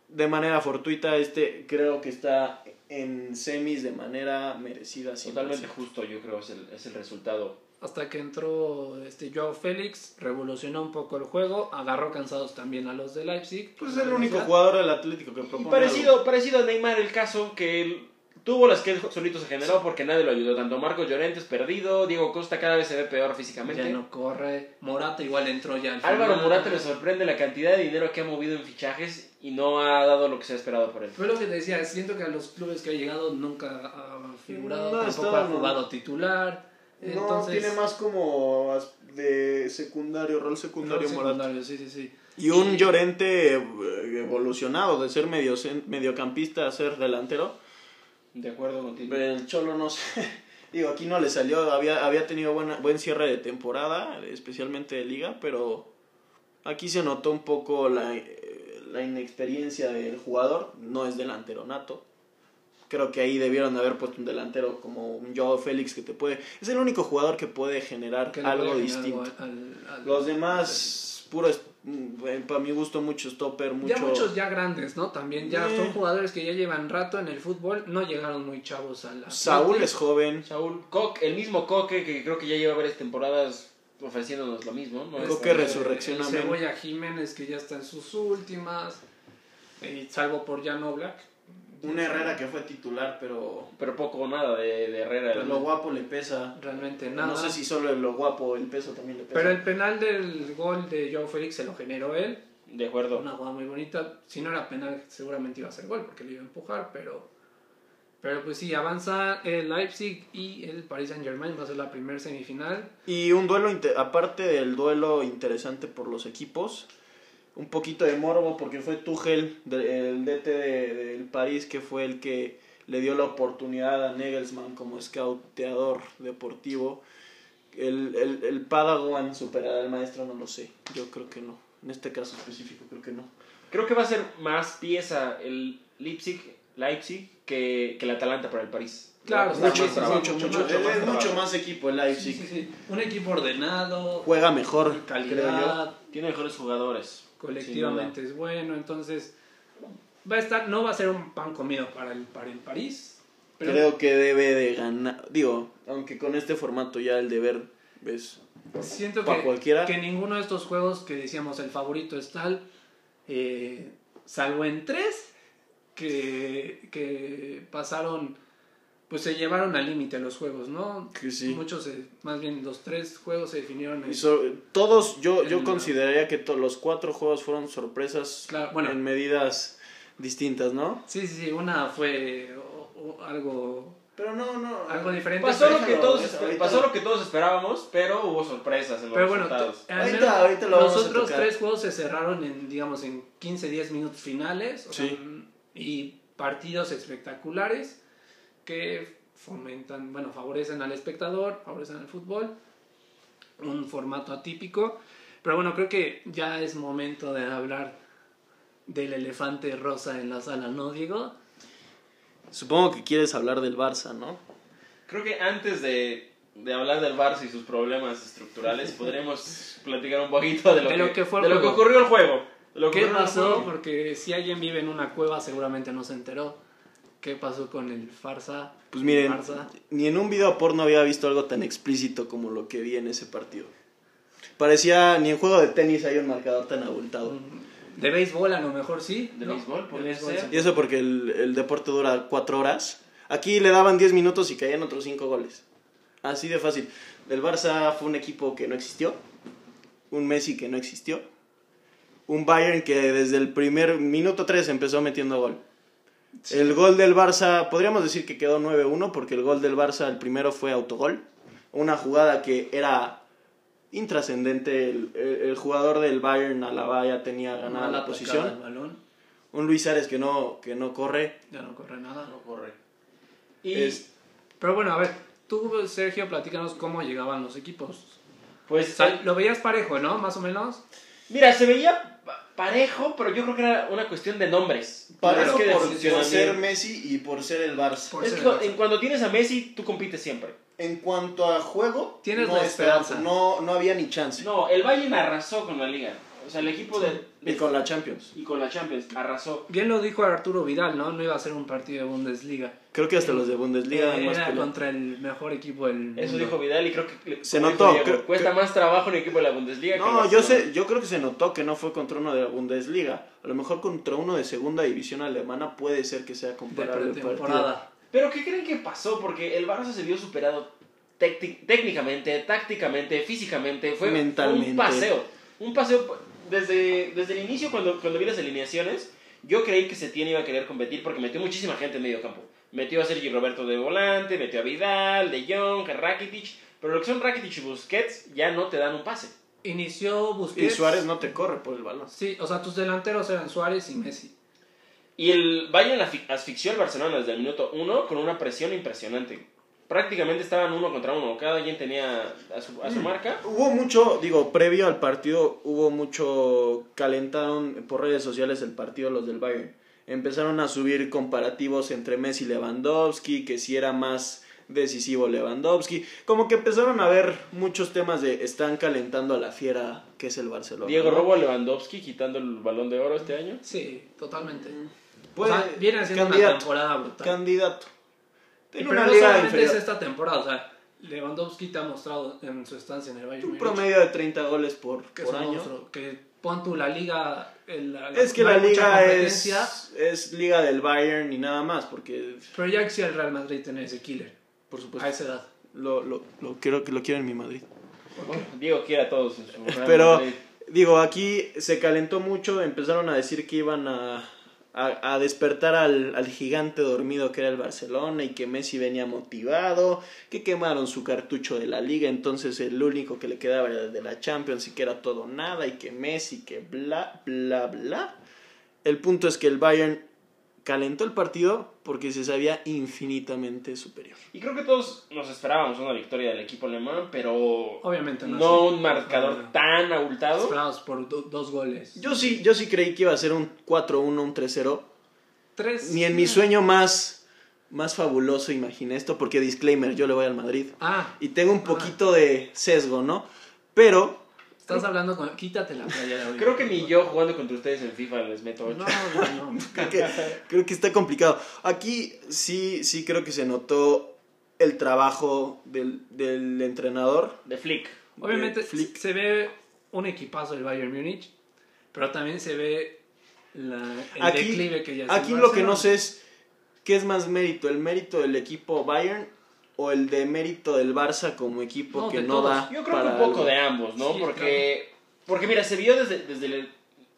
[SPEAKER 2] de manera fortuita, este creo que está en semis de manera merecida. 100%.
[SPEAKER 3] Totalmente justo, yo creo, es el, es el resultado.
[SPEAKER 1] Hasta que entró este Joao Félix, revolucionó un poco el juego, agarró cansados también a los de Leipzig.
[SPEAKER 2] Pues es el único jugador del Atlético que
[SPEAKER 3] Y
[SPEAKER 2] propone
[SPEAKER 3] parecido,
[SPEAKER 2] algo.
[SPEAKER 3] parecido a Neymar el caso, que él tuvo las que él solito se generó porque nadie lo ayudó. Tanto Marco Llorente es perdido, Diego Costa cada vez se ve peor físicamente.
[SPEAKER 1] Ya no corre. Morata igual entró ya al
[SPEAKER 3] Álvaro
[SPEAKER 1] final.
[SPEAKER 3] Morata le sorprende la cantidad de dinero que ha movido en fichajes y no ha dado lo que se ha esperado por él.
[SPEAKER 1] Fue lo que te decía, siento que a los clubes que ha llegado nunca ha figurado,
[SPEAKER 2] No,
[SPEAKER 1] tampoco
[SPEAKER 2] estaba-
[SPEAKER 1] ha jugado titular.
[SPEAKER 2] No,
[SPEAKER 1] Entonces,
[SPEAKER 2] tiene más como as- de secundario, rol secundario,
[SPEAKER 1] rol
[SPEAKER 2] Morata.
[SPEAKER 1] secundario, Sí, sí, sí.
[SPEAKER 2] Y un Llorente eh, evolucionado de ser medio, mediocampista a ser delantero.
[SPEAKER 3] De acuerdo contigo.
[SPEAKER 2] El Cholo no sé. Digo, aquí no le salió. Había, había tenido buena, buen cierre de temporada, especialmente de liga, pero aquí se notó un poco la, eh, la inexperiencia del jugador. No es delantero nato. Creo que ahí debieron de haber puesto un delantero como un Joao Félix que te puede. Es el único jugador que puede generar
[SPEAKER 1] Que le
[SPEAKER 2] algo
[SPEAKER 1] puede generar
[SPEAKER 2] distinto.
[SPEAKER 1] al- al- al-
[SPEAKER 2] Los demás, puros. Para mi gusto, mucho stopper, mucho.
[SPEAKER 1] Ya muchos ya grandes, ¿no? También ya
[SPEAKER 2] Eh.
[SPEAKER 1] son jugadores que ya llevan rato en el fútbol, no llegaron muy chavos a la...
[SPEAKER 2] Saúl es joven.
[SPEAKER 3] Saúl Coque, el mismo Coque que creo que ya lleva varias temporadas ofreciéndonos lo mismo. ¿no?
[SPEAKER 2] Coque
[SPEAKER 1] Este,
[SPEAKER 2] resurrección,
[SPEAKER 1] el
[SPEAKER 2] amén.
[SPEAKER 1] Cebolla Jiménez que ya está en sus últimas, y salvo por Jan Oblak.
[SPEAKER 2] Un Herrera que fue titular, pero.
[SPEAKER 3] Pero poco o nada de, de Herrera.
[SPEAKER 2] Pero lo guapo le pesa.
[SPEAKER 1] Realmente nada.
[SPEAKER 2] No sé si solo lo guapo, el peso también le pesa.
[SPEAKER 1] Pero el penal del gol de Joao Félix se lo generó él.
[SPEAKER 3] De acuerdo.
[SPEAKER 1] Una jugada muy bonita. Si no era penal, seguramente iba a ser gol porque le iba a empujar, pero. Pero pues sí, avanza el Leipzig y el Paris Saint Germain. Va a ser la primera semifinal.
[SPEAKER 2] Y un duelo, inte- aparte del duelo interesante por los equipos, un poquito de morbo porque fue Tuchel, de- el DT de- del París, que fue el que le dio la oportunidad a Nagelsmann como scouteador deportivo. El, el, el Padawan superará al maestro, no lo sé. Yo creo que no. En este caso específico, creo que no.
[SPEAKER 3] Creo que va a ser más pieza el Leipzig, Leipzig que, que el Atalanta para el París.
[SPEAKER 1] Claro,
[SPEAKER 3] Está
[SPEAKER 1] mucho,
[SPEAKER 3] más trabajo.
[SPEAKER 1] mucho, mucho,
[SPEAKER 2] Es
[SPEAKER 1] más
[SPEAKER 2] mucho más equipo el Leipzig.
[SPEAKER 1] Un equipo ordenado,
[SPEAKER 2] Juega mejor, creo yo.
[SPEAKER 1] calidad,
[SPEAKER 3] Tiene mejores jugadores.
[SPEAKER 1] colectivamente es bueno. Entonces, va a estar, no va a ser un pan comido para el, para el París. Pero
[SPEAKER 2] Creo que debe de ganar. Digo, aunque con este formato ya el deber ves.
[SPEAKER 1] Siento
[SPEAKER 2] Pa'
[SPEAKER 1] que,
[SPEAKER 2] cualquiera.
[SPEAKER 1] que ninguno de estos juegos que decíamos el favorito es tal, eh, salvo en tres que, que pasaron pues se llevaron al límite los juegos, ¿no?
[SPEAKER 2] Que sí.
[SPEAKER 1] Muchos, se- más bien los tres juegos se definieron en...
[SPEAKER 2] Y so- todos, yo, yo
[SPEAKER 1] En-
[SPEAKER 2] consideraría que to- los cuatro juegos fueron sorpresas
[SPEAKER 1] Claro, bueno.
[SPEAKER 2] en medidas distintas, ¿no?
[SPEAKER 1] Sí, sí, sí, una fue o- o algo,
[SPEAKER 2] Pero no, no.
[SPEAKER 1] algo diferente.
[SPEAKER 3] Pasó
[SPEAKER 1] pero-
[SPEAKER 3] lo, que todos,
[SPEAKER 2] Ahorita lo-
[SPEAKER 3] pasó lo que todos esperábamos, pero hubo sorpresas en los
[SPEAKER 1] Pero bueno,
[SPEAKER 3] resultados.
[SPEAKER 1] t- al
[SPEAKER 2] Ahorita-
[SPEAKER 1] menos
[SPEAKER 2] ahorita lo
[SPEAKER 1] los
[SPEAKER 2] vamos a
[SPEAKER 1] otros
[SPEAKER 2] tocar.
[SPEAKER 1] tres juegos se cerraron en, digamos, en 15, 10 minutos finales. o sea,
[SPEAKER 2] Sí.
[SPEAKER 1] y partidos espectaculares que fomentan, bueno, favorecen al espectador, favorecen al fútbol. Un formato atípico. Pero bueno, creo que ya es momento de hablar del elefante rosa en la sala, ¿no, Diego?
[SPEAKER 2] Supongo que quieres hablar del Barça, ¿no?
[SPEAKER 3] Creo que antes de, de hablar del Barça y sus problemas estructurales, podremos platicar un poquito de lo,
[SPEAKER 1] De lo que fue el
[SPEAKER 3] de lo que
[SPEAKER 1] juego.
[SPEAKER 3] ocurrió el juego. De lo que
[SPEAKER 1] ¿Qué
[SPEAKER 3] ocurrió en el
[SPEAKER 1] pasó?
[SPEAKER 3] juego.
[SPEAKER 1] Porque si alguien vive en una cueva seguramente no se enteró. ¿Qué pasó con el farsa?
[SPEAKER 2] Pues miren,
[SPEAKER 1] Barça?
[SPEAKER 2] ni en un video porno había visto algo tan explícito como lo que vi en ese partido. Parecía, ni en juego de tenis hay un marcador tan abultado.
[SPEAKER 1] De béisbol a lo mejor sí.
[SPEAKER 3] De
[SPEAKER 1] ¿no?
[SPEAKER 3] béisbol,
[SPEAKER 1] De
[SPEAKER 3] podría
[SPEAKER 1] béisbol,
[SPEAKER 3] ser.
[SPEAKER 1] sí.
[SPEAKER 2] Y eso porque el, el deporte dura cuatro horas. Aquí le daban 10 minutos y caían otros cinco goles. Así de fácil. El Barça fue un equipo que no existió. Un Messi que no existió. Un Bayern que desde el primer minuto 3 empezó metiendo gol. El gol del Barça, podríamos decir que quedó 9-1 porque el gol del Barça, el primero fue autogol. Una jugada que era intrascendente. El, el- el jugador del Bayern, Alaba, ya tenía ganada
[SPEAKER 1] Mal
[SPEAKER 2] la
[SPEAKER 1] atacada
[SPEAKER 2] posición.
[SPEAKER 1] el balón.
[SPEAKER 2] Un Luis Ares que no, que no corre.
[SPEAKER 1] Ya no corre nada.
[SPEAKER 3] No corre. Y
[SPEAKER 2] Es-
[SPEAKER 1] Pero bueno, a ver, tú, Sergio, platícanos cómo llegaban los equipos. O
[SPEAKER 3] pues
[SPEAKER 1] sea, lo veías parejo, ¿no? Más o menos.
[SPEAKER 3] Mira, se veía pa- parejo, pero yo creo que era una cuestión de nombres.
[SPEAKER 2] Parejo
[SPEAKER 3] Más que de
[SPEAKER 2] por, por
[SPEAKER 3] funcionamiento.
[SPEAKER 2] ser Messi y por ser el Barça.
[SPEAKER 1] Por
[SPEAKER 3] Es
[SPEAKER 1] ser
[SPEAKER 3] que
[SPEAKER 1] el
[SPEAKER 3] cuando-
[SPEAKER 1] Barça.
[SPEAKER 3] en cuando tienes a Messi, tú compites siempre.
[SPEAKER 2] En cuanto a juego,
[SPEAKER 1] Tienes
[SPEAKER 2] no
[SPEAKER 1] la
[SPEAKER 2] estaba-
[SPEAKER 1] esperanza.
[SPEAKER 2] No, no había ni chance.
[SPEAKER 3] No, el Bayern arrasó con la liga. O sea, el equipo de,
[SPEAKER 2] Y con la Champions.
[SPEAKER 3] y con la Champions arrasó.
[SPEAKER 1] Bien lo dijo Arturo Vidal, ¿no? No iba a ser un partido de Bundesliga.
[SPEAKER 2] Creo que hasta los de Bundesliga.
[SPEAKER 1] Eh,
[SPEAKER 2] más
[SPEAKER 1] Era
[SPEAKER 2] pelota.
[SPEAKER 1] contra el mejor equipo del
[SPEAKER 3] Eso
[SPEAKER 1] mundo.
[SPEAKER 3] dijo Vidal y creo que
[SPEAKER 2] Se
[SPEAKER 3] como
[SPEAKER 2] notó,
[SPEAKER 3] dijo Diego,
[SPEAKER 2] creo-
[SPEAKER 3] cuesta más trabajo en el equipo de la Bundesliga. que
[SPEAKER 2] No,
[SPEAKER 3] el
[SPEAKER 2] yo,
[SPEAKER 3] Barcelona.
[SPEAKER 2] sé, yo creo que se notó que no fue contra uno de la Bundesliga. A lo mejor contra uno de segunda división alemana puede ser que sea
[SPEAKER 1] de
[SPEAKER 2] comparable. el partido.
[SPEAKER 1] pretemporada.
[SPEAKER 3] Pero ¿qué creen que pasó? Porque el Barça se vio superado tecti- técnicamente, tácticamente, físicamente, fue
[SPEAKER 2] Mentalmente.
[SPEAKER 3] un paseo. Un paseo p- desde, desde el inicio cuando, cuando vi las alineaciones, yo creí que Setién iba a querer competir porque metió muchísima gente en medio campo. Metió a Sergi Roberto de volante, metió a Vidal, De Jong, a Rakitic, pero lo que son Rakitic y Busquets ya no te dan un pase.
[SPEAKER 1] Inició
[SPEAKER 2] Y
[SPEAKER 1] Busquets.
[SPEAKER 2] Suárez no te corre por el balón.
[SPEAKER 1] Sí, o sea, tus delanteros eran Suárez y Messi.
[SPEAKER 3] Y el Bayern afi- asfixió al Barcelona desde el minuto 1 con una presión impresionante. Prácticamente estaban uno contra uno, cada quien tenía a su, a su marca.
[SPEAKER 2] Hubo mucho, digo, previo al partido, hubo mucho. Calentaron por redes sociales el partido los del Bayern. Empezaron a subir comparativos entre Messi y Lewandowski, que si era más decisivo Lewandowski. Como que empezaron a ver muchos temas de están calentando a la fiera que es el Barcelona.
[SPEAKER 3] Diego
[SPEAKER 2] ¿no?
[SPEAKER 3] robo a Lewandowski quitando el balón de oro este año.
[SPEAKER 1] Sí, totalmente.
[SPEAKER 2] Puede-
[SPEAKER 1] o sea, viene haciendo una
[SPEAKER 2] candidato,
[SPEAKER 1] temporada brutal.
[SPEAKER 2] Candidato.
[SPEAKER 1] Y
[SPEAKER 2] Tiene
[SPEAKER 1] pero
[SPEAKER 2] una
[SPEAKER 1] no
[SPEAKER 2] liga
[SPEAKER 1] solamente
[SPEAKER 2] inferior.
[SPEAKER 1] es esta temporada, o sea, Lewandowski te ha mostrado en su estancia en el Bayern
[SPEAKER 2] Un
[SPEAKER 1] Múnich
[SPEAKER 2] promedio de 30 goles por,
[SPEAKER 1] este, que
[SPEAKER 2] por
[SPEAKER 1] es un
[SPEAKER 2] año.
[SPEAKER 1] monstruo, que pon tú la liga, el- la-
[SPEAKER 2] Es que
[SPEAKER 1] no
[SPEAKER 2] la
[SPEAKER 1] hay mucha
[SPEAKER 2] liga
[SPEAKER 1] competencia,
[SPEAKER 2] es, es liga del Bayern y nada más, porque
[SPEAKER 1] Pero ya quisiera el Real Madrid tener ese killer
[SPEAKER 2] por
[SPEAKER 1] a
[SPEAKER 2] supuesto
[SPEAKER 1] esa edad.
[SPEAKER 2] lo, lo, lo quiero que lo quiero en mi Madrid.
[SPEAKER 3] Bueno, Diego quiere a todos. en su Real
[SPEAKER 2] Pero
[SPEAKER 3] Madrid.
[SPEAKER 2] digo, aquí se calentó mucho, empezaron a decir que iban a, a, a despertar al, al gigante dormido que era el Barcelona y que Messi venía motivado, que quemaron su cartucho de la liga, entonces el único que le quedaba era el de la Champions y que era todo nada y que Messi, que bla, bla, bla. El punto es que el Bayern calentó el partido porque se sabía infinitamente superior.
[SPEAKER 3] Y creo que todos nos esperábamos una victoria del equipo alemán, pero
[SPEAKER 1] Obviamente no.
[SPEAKER 3] no
[SPEAKER 1] sí.
[SPEAKER 3] un marcador
[SPEAKER 1] No, no.
[SPEAKER 3] tan abultado.
[SPEAKER 1] Esperamos por do- dos goles.
[SPEAKER 2] Yo sí, yo sí creí que iba a ser un 4-1, un 3-0.
[SPEAKER 1] Tres.
[SPEAKER 2] Ni en mi sueño más, más fabuloso imaginé esto, porque disclaimer, yo le voy al Madrid.
[SPEAKER 1] Ah,
[SPEAKER 2] Y tengo un poquito de sesgo, ¿no? Pero
[SPEAKER 1] estás hablando con. Quítate la playera ahorita.
[SPEAKER 3] Creo que ni yo jugando contra ustedes en FIFA les meto
[SPEAKER 1] No,
[SPEAKER 3] ocho.
[SPEAKER 1] no, no.
[SPEAKER 2] creo que, creo que está complicado. Aquí sí, sí creo que se notó el trabajo del, del entrenador.
[SPEAKER 3] De Flick.
[SPEAKER 1] Obviamente
[SPEAKER 2] de Flick.
[SPEAKER 1] se ve un equipazo del Bayern Múnich, pero también se ve la- el
[SPEAKER 2] Aquí,
[SPEAKER 1] declive que ya es el
[SPEAKER 2] aquí lo que
[SPEAKER 1] Barcelona.
[SPEAKER 2] no sé es ¿Qué es más mérito? ¿El mérito del equipo Bayern o el de mérito del Barça como equipo
[SPEAKER 1] No,
[SPEAKER 2] que
[SPEAKER 1] de
[SPEAKER 2] no
[SPEAKER 1] todos.
[SPEAKER 2] da?
[SPEAKER 3] Yo creo que
[SPEAKER 2] para
[SPEAKER 3] un poco
[SPEAKER 2] algo?
[SPEAKER 3] de ambos, ¿no?
[SPEAKER 1] Sí,
[SPEAKER 3] porque, porque mira, se vio desde, desde, el,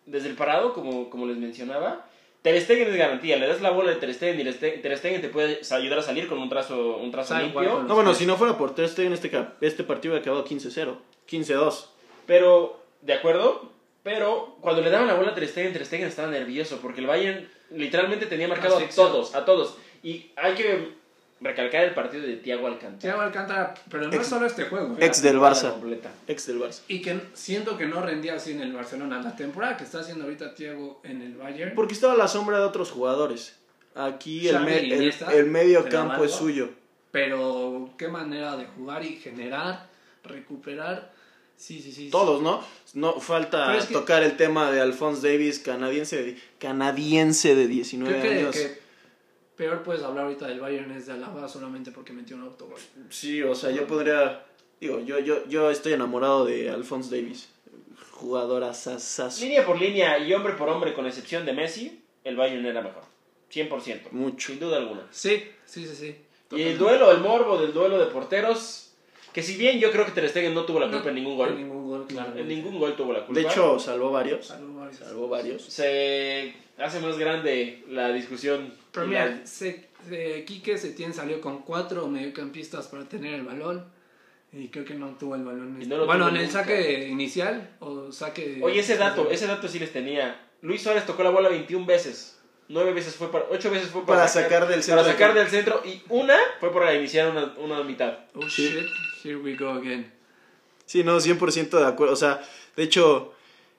[SPEAKER 3] desde el parado, como, como les mencionaba. Ter Stegen es garantía, le das la bola de Ter Stegen y Ter Stegen- Ter Stegen te puede ayudar a salir con un trazo, un trazo
[SPEAKER 1] Sale,
[SPEAKER 3] limpio.
[SPEAKER 1] guárdalo.
[SPEAKER 2] No, bueno, si no fuera por Ter Stegen, este, ca- este partido hubiera quedado 15-0, 15-2.
[SPEAKER 3] Pero, ¿de acuerdo? Pero cuando le daban la bola a Ter Stegen, Ter Stegen estaba nervioso porque el Bayern literalmente tenía marcado a
[SPEAKER 1] Asfixiado.
[SPEAKER 3] todos, a todos. Y hay que recalcar el partido de Thiago Alcántara.
[SPEAKER 1] Thiago Alcántara, pero no es solo este juego.
[SPEAKER 2] Ex- del Barça.
[SPEAKER 3] Completa.
[SPEAKER 2] Ex del Barça.
[SPEAKER 1] Y que siento que no rendía así en el Barcelona. La temporada que está haciendo ahorita Thiago en el Bayern.
[SPEAKER 2] Porque estaba a la sombra de otros jugadores. Aquí el,
[SPEAKER 1] Xavi
[SPEAKER 2] me-
[SPEAKER 1] y
[SPEAKER 2] el-
[SPEAKER 1] Iniesta,
[SPEAKER 2] el medio
[SPEAKER 1] te la
[SPEAKER 2] campo es
[SPEAKER 1] valgo.
[SPEAKER 2] suyo.
[SPEAKER 1] Pero qué manera de jugar y generar, recuperar. Sí, sí, sí. sí.
[SPEAKER 2] Todos, ¿no? No falta
[SPEAKER 1] Pero es que-
[SPEAKER 2] tocar el tema de Alphonse Davis, canadiense de, canadiense de 19
[SPEAKER 1] Creo que,
[SPEAKER 2] años.
[SPEAKER 1] que peor puedes hablar ahorita del Bayern es de Alaba solamente porque metió un autogol.
[SPEAKER 2] Sí, o sea, yo podría. Digo, yo, yo, yo estoy enamorado de Alphonse Davis. Jugadora sasas.
[SPEAKER 3] Línea por línea y hombre por hombre, con excepción de Messi, el Bayern era mejor. 100%.
[SPEAKER 2] Mucho.
[SPEAKER 3] Sin duda alguna.
[SPEAKER 1] Sí, sí, sí, sí.
[SPEAKER 3] Y el duelo, el morbo del duelo de porteros, que si bien yo creo que Ter Stegen no tuvo la culpa en ningún
[SPEAKER 1] En
[SPEAKER 3] gol,
[SPEAKER 1] ningún gol, claro.
[SPEAKER 3] en ningún gol tuvo la culpa.
[SPEAKER 2] De hecho, salvó varios.
[SPEAKER 1] Salvo varios.
[SPEAKER 2] Salvó varios.
[SPEAKER 3] se hace más grande la discusión.
[SPEAKER 1] Pero
[SPEAKER 3] y
[SPEAKER 1] mira,
[SPEAKER 3] la-
[SPEAKER 1] se, se- Quique Setién salió con cuatro mediocampistas para tener el balón. Y creo que no tuvo el balón.
[SPEAKER 3] Y no lo
[SPEAKER 1] bueno,
[SPEAKER 3] tuvo
[SPEAKER 1] en el
[SPEAKER 3] nunca.
[SPEAKER 1] saque inicial o saque.
[SPEAKER 3] Oye, ese dato, ese dato sí les tenía. Luis Suárez tocó la bola 21 veces. 9 veces fue para. 8 veces fue para,
[SPEAKER 2] Para sacar del centro.
[SPEAKER 3] Para sacar del centro. Y una fue para iniciar una, una mitad.
[SPEAKER 1] Oh
[SPEAKER 2] Sí.
[SPEAKER 1] shit, here we go again.
[SPEAKER 2] Sí, no, 100% de acuerdo. O sea, de hecho,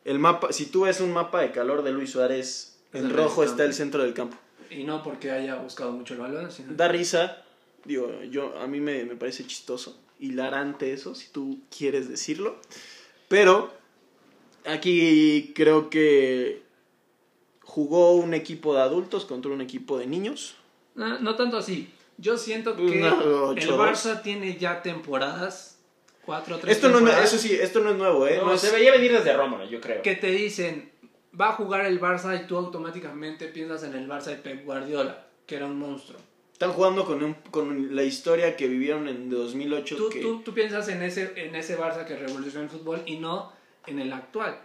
[SPEAKER 2] el mapa. Si tú ves un mapa de calor de Luis Suárez,
[SPEAKER 1] Es
[SPEAKER 2] en
[SPEAKER 1] el
[SPEAKER 2] rojo
[SPEAKER 1] medio
[SPEAKER 2] está el
[SPEAKER 1] campo.
[SPEAKER 2] centro del campo.
[SPEAKER 1] Y no porque haya buscado mucho el balón, sino.
[SPEAKER 2] da risa. Digo, yo, a mí me, me parece chistoso, hilarante eso, si tú quieres decirlo. Pero aquí creo que jugó un equipo de adultos contra un equipo de niños.
[SPEAKER 1] No, no tanto así. Yo siento que
[SPEAKER 2] No,
[SPEAKER 1] el
[SPEAKER 2] 8-2.
[SPEAKER 1] Barça tiene ya temporadas, cuatro, tres
[SPEAKER 2] Esto no, es nue-
[SPEAKER 1] temporadas,
[SPEAKER 2] eso sí, esto no es nuevo, ¿eh?
[SPEAKER 3] No,
[SPEAKER 2] No es-
[SPEAKER 3] se veía venir desde Roma, yo creo.
[SPEAKER 1] que te dicen, va a jugar el Barça y tú automáticamente piensas en el Barça de Pep Guardiola, que era un monstruo.
[SPEAKER 2] Están jugando con, un- con la historia que vivieron en 2008.
[SPEAKER 1] Tú,
[SPEAKER 2] que-
[SPEAKER 1] tú, tú piensas en ese, en ese Barça que revolucionó el fútbol y no en el actual.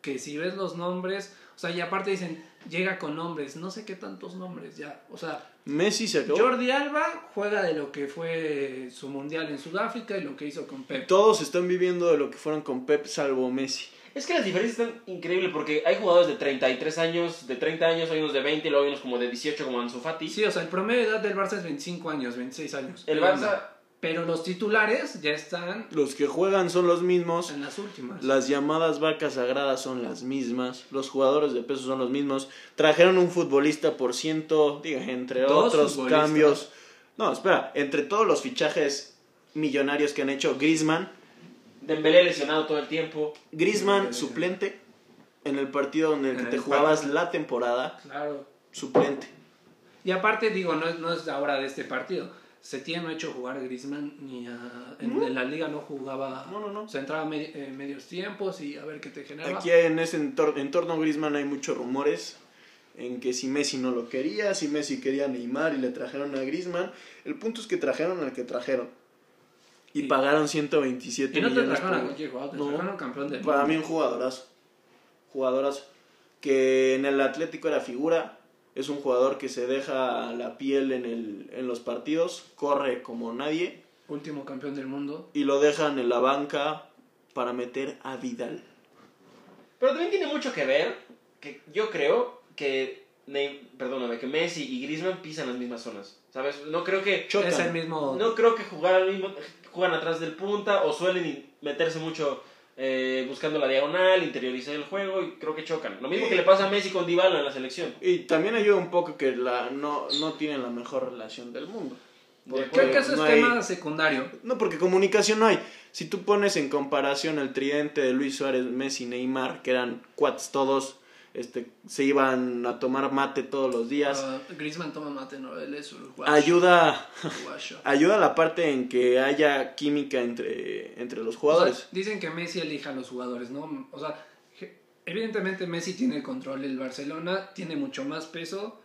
[SPEAKER 1] Que si ves los nombres, o sea, y aparte dicen, llega con nombres, no sé qué tantos nombres ya. O sea,
[SPEAKER 2] Messi se acabó.
[SPEAKER 1] Jordi Alba juega de lo que fue su mundial en Sudáfrica y lo que hizo con Pep.
[SPEAKER 2] Todos están viviendo de lo que fueron con Pep, salvo Messi.
[SPEAKER 3] Es que las diferencias están increíbles porque hay jugadores de 33 años, de 30 años, hay unos de 20, y luego hay unos como de 18 como Ansu Fati.
[SPEAKER 1] Sí, o sea, el promedio de edad del Barça es 25 años, 26 años.
[SPEAKER 3] el Barça,
[SPEAKER 1] Pero los titulares ya están
[SPEAKER 2] Los que juegan son los mismos.
[SPEAKER 1] en las últimas.
[SPEAKER 2] Las llamadas vacas sagradas son las mismas, los jugadores de peso son los mismos. Trajeron un futbolista por ciento, diga, entre
[SPEAKER 1] Dos
[SPEAKER 2] otros
[SPEAKER 1] futbolistas.
[SPEAKER 2] cambios. No, espera, entre todos los fichajes millonarios que han hecho, Griezmann,
[SPEAKER 3] Dembélé lesionado todo el tiempo.
[SPEAKER 2] Griezmann
[SPEAKER 1] Millonarios.
[SPEAKER 2] suplente en el partido en el que
[SPEAKER 1] En
[SPEAKER 2] te
[SPEAKER 1] el
[SPEAKER 2] jugabas la temporada,
[SPEAKER 1] Claro.
[SPEAKER 2] suplente.
[SPEAKER 1] Y aparte, digo, no es, no es ahora de este partido. Setién no ha hecho jugar a Griezmann ni a... En, en la liga no jugaba...
[SPEAKER 2] No, no, no.
[SPEAKER 1] O sea, entraba medi- eh, medios tiempos y a ver qué te generaba.
[SPEAKER 2] Aquí en ese entor- entorno Griezmann hay muchos rumores en que si Messi no lo quería, si Messi quería a Neymar y le trajeron a Griezmann, el punto es que trajeron al que trajeron. Y,
[SPEAKER 1] Y-
[SPEAKER 2] pagaron 127
[SPEAKER 1] y no te
[SPEAKER 2] millones
[SPEAKER 1] trajeron a
[SPEAKER 2] por-
[SPEAKER 1] cualquier jugador, te
[SPEAKER 2] No.
[SPEAKER 1] trajeron a un campeón del
[SPEAKER 2] Para
[SPEAKER 1] mundo.
[SPEAKER 2] mí un jugadorazo. Jugadorazo. Que en el Atlético era figura. Es un jugador que se deja la piel en, el, en los partidos. Corre como nadie.
[SPEAKER 1] Último campeón del mundo.
[SPEAKER 2] Y lo dejan en la banca para meter a Vidal.
[SPEAKER 3] Pero también tiene mucho que ver que yo creo que Ney- perdóname, que Messi y Griezmann pisan las mismas zonas. ¿Sabes? No creo que
[SPEAKER 2] Chocan.
[SPEAKER 1] Es el mismo...
[SPEAKER 3] no creo que jugar al mismo juegan atrás del punta o suelen in- meterse mucho eh, buscando la diagonal, interiorizar el juego y creo que chocan. Lo mismo que le pasa a Messi con Dybala en la selección.
[SPEAKER 2] Y también ayuda un poco que la, no, no tienen la mejor relación del mundo.
[SPEAKER 3] De acuerdo.
[SPEAKER 1] Creo que eso
[SPEAKER 2] no
[SPEAKER 1] es
[SPEAKER 2] hay-
[SPEAKER 1] tema secundario.
[SPEAKER 2] No, porque comunicación no hay. Si tú pones en comparación el tridente de Luis Suárez, Messi, Neymar, que eran cuates todos, este, se iban a tomar mate todos los días,
[SPEAKER 1] Ah, Griezmann toma mate, no, él es uruguayo.
[SPEAKER 2] ayuda,
[SPEAKER 1] uruguayo.
[SPEAKER 2] ayuda la parte en que haya química entre, entre los
[SPEAKER 1] O
[SPEAKER 2] jugadores.
[SPEAKER 1] sea, dicen que Messi elija a los jugadores, ¿no? O sea, je- evidentemente Messi tiene el control del Barcelona, tiene mucho más peso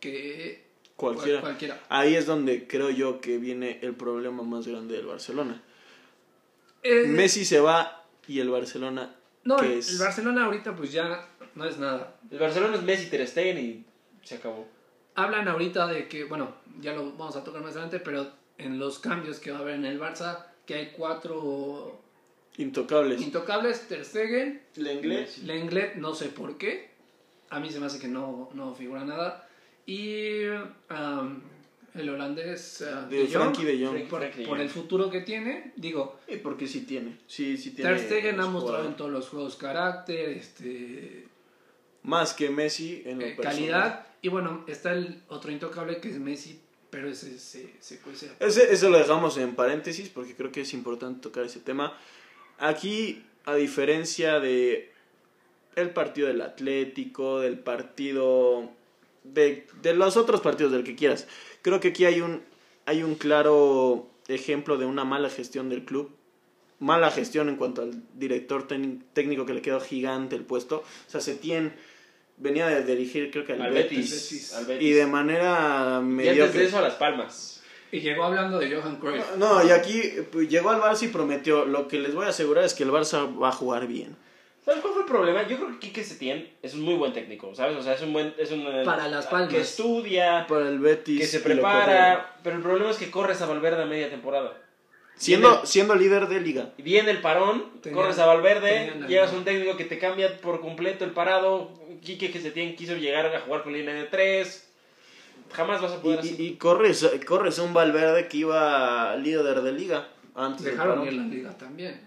[SPEAKER 1] que
[SPEAKER 2] cualquiera.
[SPEAKER 1] Cualquiera.
[SPEAKER 2] Ahí es donde creo yo que viene el problema más grande del Barcelona.
[SPEAKER 1] Eh,
[SPEAKER 2] Messi se va y el Barcelona
[SPEAKER 1] no,
[SPEAKER 2] que
[SPEAKER 1] el-
[SPEAKER 2] es-
[SPEAKER 1] el Barcelona ahorita pues ya no es nada.
[SPEAKER 3] El Barcelona es Messi, Ter Stegen y se acabó.
[SPEAKER 1] Hablan ahorita de que, bueno, ya lo vamos a tocar más adelante, pero en los cambios que va a haber en el Barça, que hay cuatro
[SPEAKER 2] intocables.
[SPEAKER 1] intocables, Ter Stegen,
[SPEAKER 3] Lenglet.
[SPEAKER 1] Lenglet, no sé por qué, a mí se me hace que no, no figura nada, y um, el holandés uh,
[SPEAKER 2] De
[SPEAKER 1] De Jong,
[SPEAKER 2] Frankie de Jong.
[SPEAKER 3] Frankie-
[SPEAKER 1] por,
[SPEAKER 3] De Jong.
[SPEAKER 1] por el futuro que tiene, digo,
[SPEAKER 2] Eh, porque sí tiene. Sí, sí tiene.
[SPEAKER 1] Ter Stegen ha
[SPEAKER 2] los
[SPEAKER 1] mostrado en
[SPEAKER 2] jugadores.
[SPEAKER 1] todos los juegos carácter, este,
[SPEAKER 2] Más que Messi en lo
[SPEAKER 1] eh,
[SPEAKER 2] personal.
[SPEAKER 1] calidad, y bueno, está el otro intocable que es Messi, pero ese se, se cuece a
[SPEAKER 2] Ese, eso lo dejamos en paréntesis porque creo que es importante tocar ese tema. Aquí, a diferencia de el partido del Atlético, del partido de, de los otros partidos del que quieras, creo que aquí hay un hay un claro ejemplo de una mala gestión del club. Mala gestión en cuanto al director tec- técnico que le quedó gigante el puesto. O sea, Setién venía de dirigir creo que al,
[SPEAKER 3] Al
[SPEAKER 2] Betis,
[SPEAKER 3] Betis.
[SPEAKER 2] y de manera
[SPEAKER 3] Y antes
[SPEAKER 2] mediocre.
[SPEAKER 3] de eso a Las Palmas.
[SPEAKER 1] Y llegó hablando de Johan Cruyff.
[SPEAKER 2] No, y aquí pues, llegó al Barça y prometió. Lo que les voy a asegurar es que el Barça va a jugar bien.
[SPEAKER 3] ¿Sabes cuál fue el problema? Yo creo que Quique Setién es un muy buen técnico, ¿sabes? O sea, es un buen... Es un, eh,
[SPEAKER 1] Para Las Palmas.
[SPEAKER 3] Que estudia,
[SPEAKER 2] Para el Betis.
[SPEAKER 3] que se
[SPEAKER 2] y lo corrieron.
[SPEAKER 3] prepara, pero el problema es que corres a Valverde a media temporada.
[SPEAKER 2] Siendo, siendo líder de liga.
[SPEAKER 3] Y Viene el parón,
[SPEAKER 1] Tenían-
[SPEAKER 3] corres a Valverde,
[SPEAKER 1] tenían la
[SPEAKER 3] llegas a
[SPEAKER 1] idea.
[SPEAKER 3] un técnico que te cambia por completo el parado, Quique que se tiene, quiso llegar a jugar con línea de 3, jamás vas a
[SPEAKER 2] Y,
[SPEAKER 3] poder así.
[SPEAKER 2] y- y corres, corres un Valverde que iba líder de liga. Antes del
[SPEAKER 1] Dejaron
[SPEAKER 2] parón.
[SPEAKER 1] ir la liga también.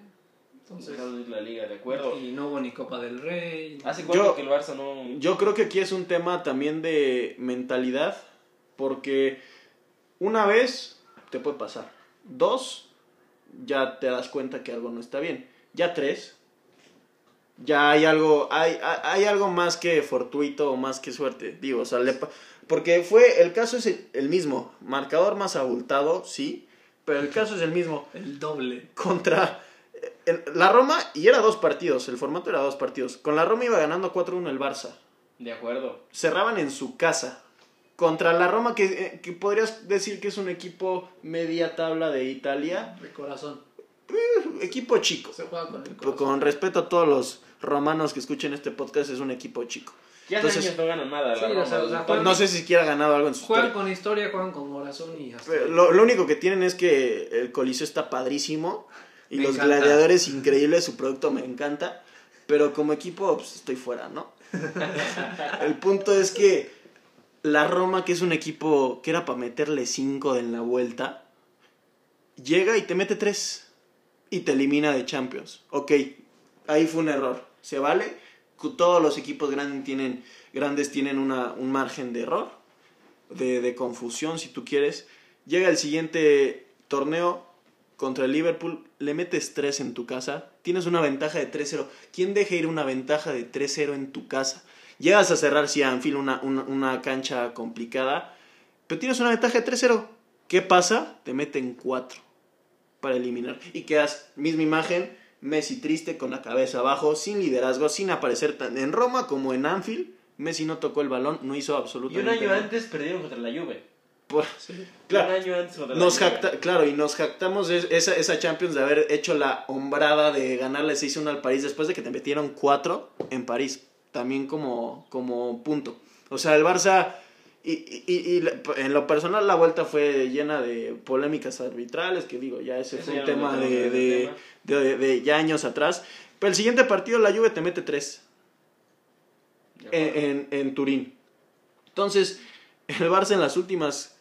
[SPEAKER 1] Entonces,
[SPEAKER 3] Dejaron ir la liga, de acuerdo.
[SPEAKER 1] y no hubo ni Copa del Rey.
[SPEAKER 3] ¿Hace cuánto
[SPEAKER 2] Yo-
[SPEAKER 3] que el Barça no...?
[SPEAKER 2] Yo creo que aquí es un tema también de mentalidad. Porque una vez te puede pasar. Dos, ya te das cuenta que algo no está bien. Ya tres, ya hay algo, hay, hay- hay algo más que fortuito o más que suerte. Digo, o sea, le pa- porque fue, el caso es el, el mismo. Marcador más abultado, sí, pero el caso es el mismo.
[SPEAKER 1] El doble.
[SPEAKER 2] Contra eh, el- la Roma, y era dos partidos, el formato era dos partidos. Con la Roma iba ganando 4-1 el Barça.
[SPEAKER 3] De acuerdo.
[SPEAKER 2] Cerraban en su casa. Contra la Roma, que, eh, que podrías decir que es un equipo media tabla de Italia,
[SPEAKER 1] De corazón.
[SPEAKER 2] equipo chico.
[SPEAKER 1] Se juega con el
[SPEAKER 2] Con-
[SPEAKER 1] corazón.
[SPEAKER 2] Con respeto a todos los romanos que escuchen este podcast, es un equipo chico.
[SPEAKER 3] Ya hace
[SPEAKER 2] Entonces-
[SPEAKER 3] años no ganan nada.
[SPEAKER 1] Sí,
[SPEAKER 3] la Roma,
[SPEAKER 1] o sea, o sea,
[SPEAKER 3] entonces-
[SPEAKER 2] No sé si siquiera ha ganado algo en su
[SPEAKER 1] Juegan
[SPEAKER 2] historia.
[SPEAKER 1] con historia, juegan con corazón y hasta.
[SPEAKER 2] Pero Lo, lo único que tienen es que el coliseo está padrísimo y
[SPEAKER 1] Me
[SPEAKER 2] los
[SPEAKER 1] encanta.
[SPEAKER 2] gladiadores increíbles, su producto me encanta, pero como equipo pues, estoy fuera, ¿no? el punto es que la Roma, que es un equipo que era para meterle 5 en la vuelta, llega y te mete 3 y te elimina de Champions. Ok, ahí fue un error, se vale, Cu- todos los equipos grandes tienen, grandes tienen una, un margen de error, de, de confusión si tú quieres. Llega el siguiente torneo contra el Liverpool, le metes 3 en tu casa, tienes una ventaja de 3-0. ¿Quién deja ir una ventaja de 3-0 en tu casa? Llegas a cerrar, si a Anfield una, una, una cancha complicada, pero tienes una ventaja de 3-0. ¿Qué pasa? Te meten 4 para eliminar. Y quedas, misma imagen, Messi triste, con la cabeza abajo, sin liderazgo, sin aparecer tan en Roma como en Anfield. Messi no tocó el balón, no hizo
[SPEAKER 3] Y un
[SPEAKER 2] absolutamente
[SPEAKER 3] año
[SPEAKER 2] nada.
[SPEAKER 3] antes perdieron contra la Juve.
[SPEAKER 2] Por-
[SPEAKER 1] Sí.
[SPEAKER 2] Claro.
[SPEAKER 3] Un año antes contra la
[SPEAKER 2] Nos
[SPEAKER 3] Juve.
[SPEAKER 2] jacta- claro, y nos jactamos de esa, esa Champions de haber hecho la hombrada de ganarle 6-1 al París después de que te metieron 4 en París, también como, como punto. O sea, el Barça, y, y- y- y la- en lo personal la vuelta fue llena de polémicas arbitrales, que digo, ya ese
[SPEAKER 3] Eso
[SPEAKER 2] fue
[SPEAKER 3] ya
[SPEAKER 2] un
[SPEAKER 3] lo
[SPEAKER 2] tema
[SPEAKER 3] metemos en
[SPEAKER 2] de,
[SPEAKER 3] ese
[SPEAKER 2] de,
[SPEAKER 3] tema.
[SPEAKER 2] de- de ya años atrás. Pero el siguiente partido la Juve te mete 3
[SPEAKER 3] De
[SPEAKER 1] eh,
[SPEAKER 3] acuerdo.
[SPEAKER 2] en, en, en Turín. Entonces, el Barça en las últimas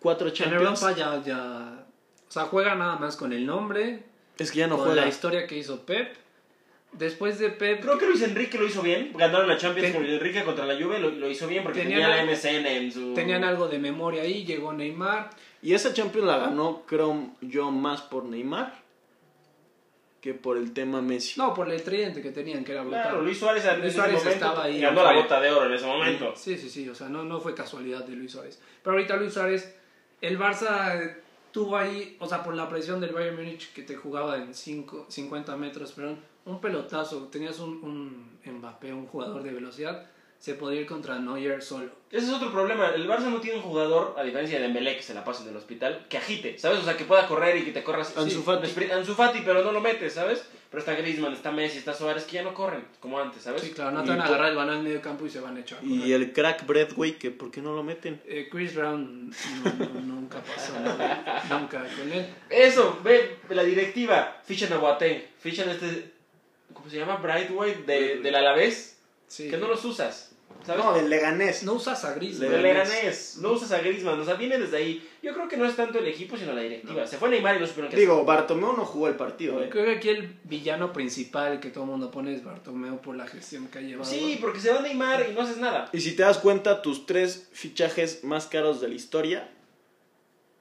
[SPEAKER 2] 4
[SPEAKER 1] En
[SPEAKER 2] Champions...
[SPEAKER 1] Europa ya, ya. O sea, juega nada más con el nombre,
[SPEAKER 2] Es que ya no
[SPEAKER 1] con
[SPEAKER 2] juega.
[SPEAKER 1] la historia que hizo Pep. Después de Pep.
[SPEAKER 3] Creo que Luis Enrique lo hizo bien. Ganaron la Champions
[SPEAKER 1] Ten-
[SPEAKER 3] con Luis Enrique contra la Juve. Lo, lo hizo bien porque
[SPEAKER 1] Tenían
[SPEAKER 3] tenía la
[SPEAKER 1] al-
[SPEAKER 3] MSN en su.
[SPEAKER 1] Tenían algo de memoria ahí, llegó Neymar.
[SPEAKER 2] Y esa Champions la ganó, creo yo, más por Neymar que por el tema Messi.
[SPEAKER 1] No, por el tridente que tenían, que era brutal.
[SPEAKER 3] Claro, Luis Suárez en
[SPEAKER 1] Luis
[SPEAKER 3] ese
[SPEAKER 1] Suárez
[SPEAKER 3] momento
[SPEAKER 1] estaba ahí.
[SPEAKER 3] ganó la bota de oro en ese momento.
[SPEAKER 1] Sí, sí, sí, o sea, no, no fue casualidad de Luis Suárez. Pero ahorita Luis Suárez, el Barça eh, tuvo ahí, o sea, por la presión del Bayern Múnich que te jugaba en cinco, 50 metros, perdón, un pelotazo, tenías un, un Mbappé, un jugador de velocidad, se podría ir contra Neuer solo.
[SPEAKER 3] Ese es otro problema. El Barça no tiene un jugador, a diferencia de Dembélé, que se la pasa en el hospital, que agite, ¿sabes? O sea, que pueda correr y que te corras.
[SPEAKER 2] Ansu Fati.
[SPEAKER 3] Anzufati pero no lo metes, ¿sabes? Pero está Griezmann, está Messi, está Suárez, que ya no corren como antes, ¿sabes?
[SPEAKER 1] Sí, claro, no te
[SPEAKER 2] Y
[SPEAKER 1] van a
[SPEAKER 2] to-
[SPEAKER 1] agarrar el balón en medio campo y se van a echar. a correr.
[SPEAKER 2] Y el crack Breadway, que ¿por qué no lo meten?
[SPEAKER 1] Eh, Chris Brown no, no, nunca pasó, güey. nunca con él.
[SPEAKER 3] Eso, ve la directiva. Fichan a Boateng, fichan a este. ¿Cómo se llama? Brightway de, del Alavés,
[SPEAKER 1] Sí.
[SPEAKER 3] que no los usas, ¿sabes?
[SPEAKER 2] No, del Leganés.
[SPEAKER 1] No usas a Gris,
[SPEAKER 3] Del Leganés, no usas a Griezmann, o sea, viene desde ahí. Yo creo que no es tanto el equipo, sino la directiva. Se fue Neymar y no supieron qué hacer.
[SPEAKER 2] Digo, Bartomeu no jugó el partido, ¿eh?
[SPEAKER 1] Creo que aquí el villano principal que todo el mundo pone es Bartomeu por la gestión que ha llevado.
[SPEAKER 3] Sí, porque se va Neymar y no haces nada.
[SPEAKER 2] Y si te das cuenta, tus tres fichajes más caros de la historia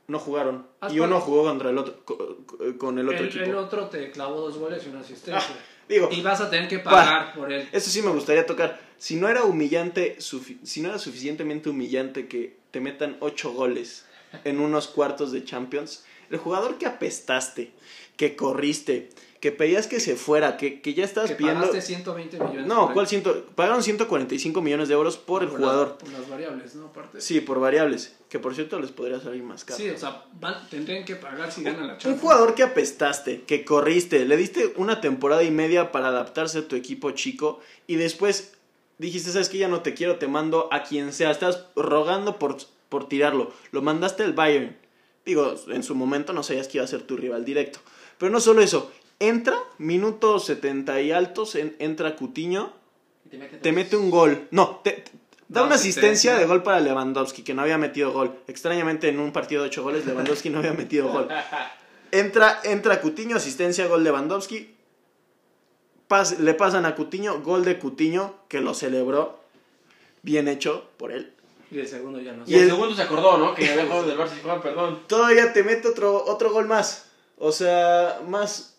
[SPEAKER 2] no jugaron.
[SPEAKER 1] Ah,
[SPEAKER 2] Y uno
[SPEAKER 1] claro.
[SPEAKER 2] jugó contra el otro, co- co- con el otro
[SPEAKER 1] el,
[SPEAKER 2] equipo. Ah,
[SPEAKER 1] el otro te clavó dos goles y una asistencia.
[SPEAKER 2] Digo,
[SPEAKER 1] Y vas a tener que pagar por él.
[SPEAKER 2] eso sí me gustaría tocar. Si no era humillante, sufi- si no era suficientemente humillante que te metan ocho goles en unos cuartos de Champions, el jugador que apestaste, que corriste, que pedías que se fuera, que, que ya estabas
[SPEAKER 1] Que
[SPEAKER 2] pidiendo...
[SPEAKER 1] pagaste 120 millones.
[SPEAKER 2] No,
[SPEAKER 1] por
[SPEAKER 2] ¿cuál
[SPEAKER 1] él.
[SPEAKER 2] ciento? Pagaron 145 millones de euros por el
[SPEAKER 1] las-
[SPEAKER 2] jugador.
[SPEAKER 1] por las variables, ¿no? Aparte.
[SPEAKER 2] Sí, por variables. Que por cierto les podría salir más caro.
[SPEAKER 1] Sí, o sea, van- tendrían que pagar si ganan la
[SPEAKER 2] Un
[SPEAKER 1] Champions.
[SPEAKER 2] jugador que apestaste, que corriste, le diste una temporada y media para adaptarse a tu equipo chico y después dijiste, sabes que ya no te quiero, te mando a quien sea, estás rogando por, por tirarlo, lo mandaste al Bayern. Digo, en su momento no sabías que iba a ser tu rival directo. Pero no solo eso, entra, minuto 70 y altos, en- entra Cutiño,
[SPEAKER 3] Y te mete
[SPEAKER 2] te
[SPEAKER 3] dos.
[SPEAKER 2] mete un gol. No, te, te- da
[SPEAKER 1] Da
[SPEAKER 2] una
[SPEAKER 1] asistencia.
[SPEAKER 2] asistencia de gol para Lewandowski, que no había metido gol. Extrañamente, en un partido de 8 goles, Lewandowski no había metido gol. Entra, entra Cutiño, asistencia, gol Lewandowski. Pas- le pasan a Cutiño, gol de Cutiño, que lo celebró. Bien hecho por él.
[SPEAKER 1] Y el segundo ya no.
[SPEAKER 3] Y,
[SPEAKER 2] Y
[SPEAKER 3] el,
[SPEAKER 2] el-
[SPEAKER 3] segundo se acordó, ¿no? Que había jugado del Barça y dijo, "Ah, perdón.
[SPEAKER 2] Todavía te mete otro, otro gol más. O sea, más.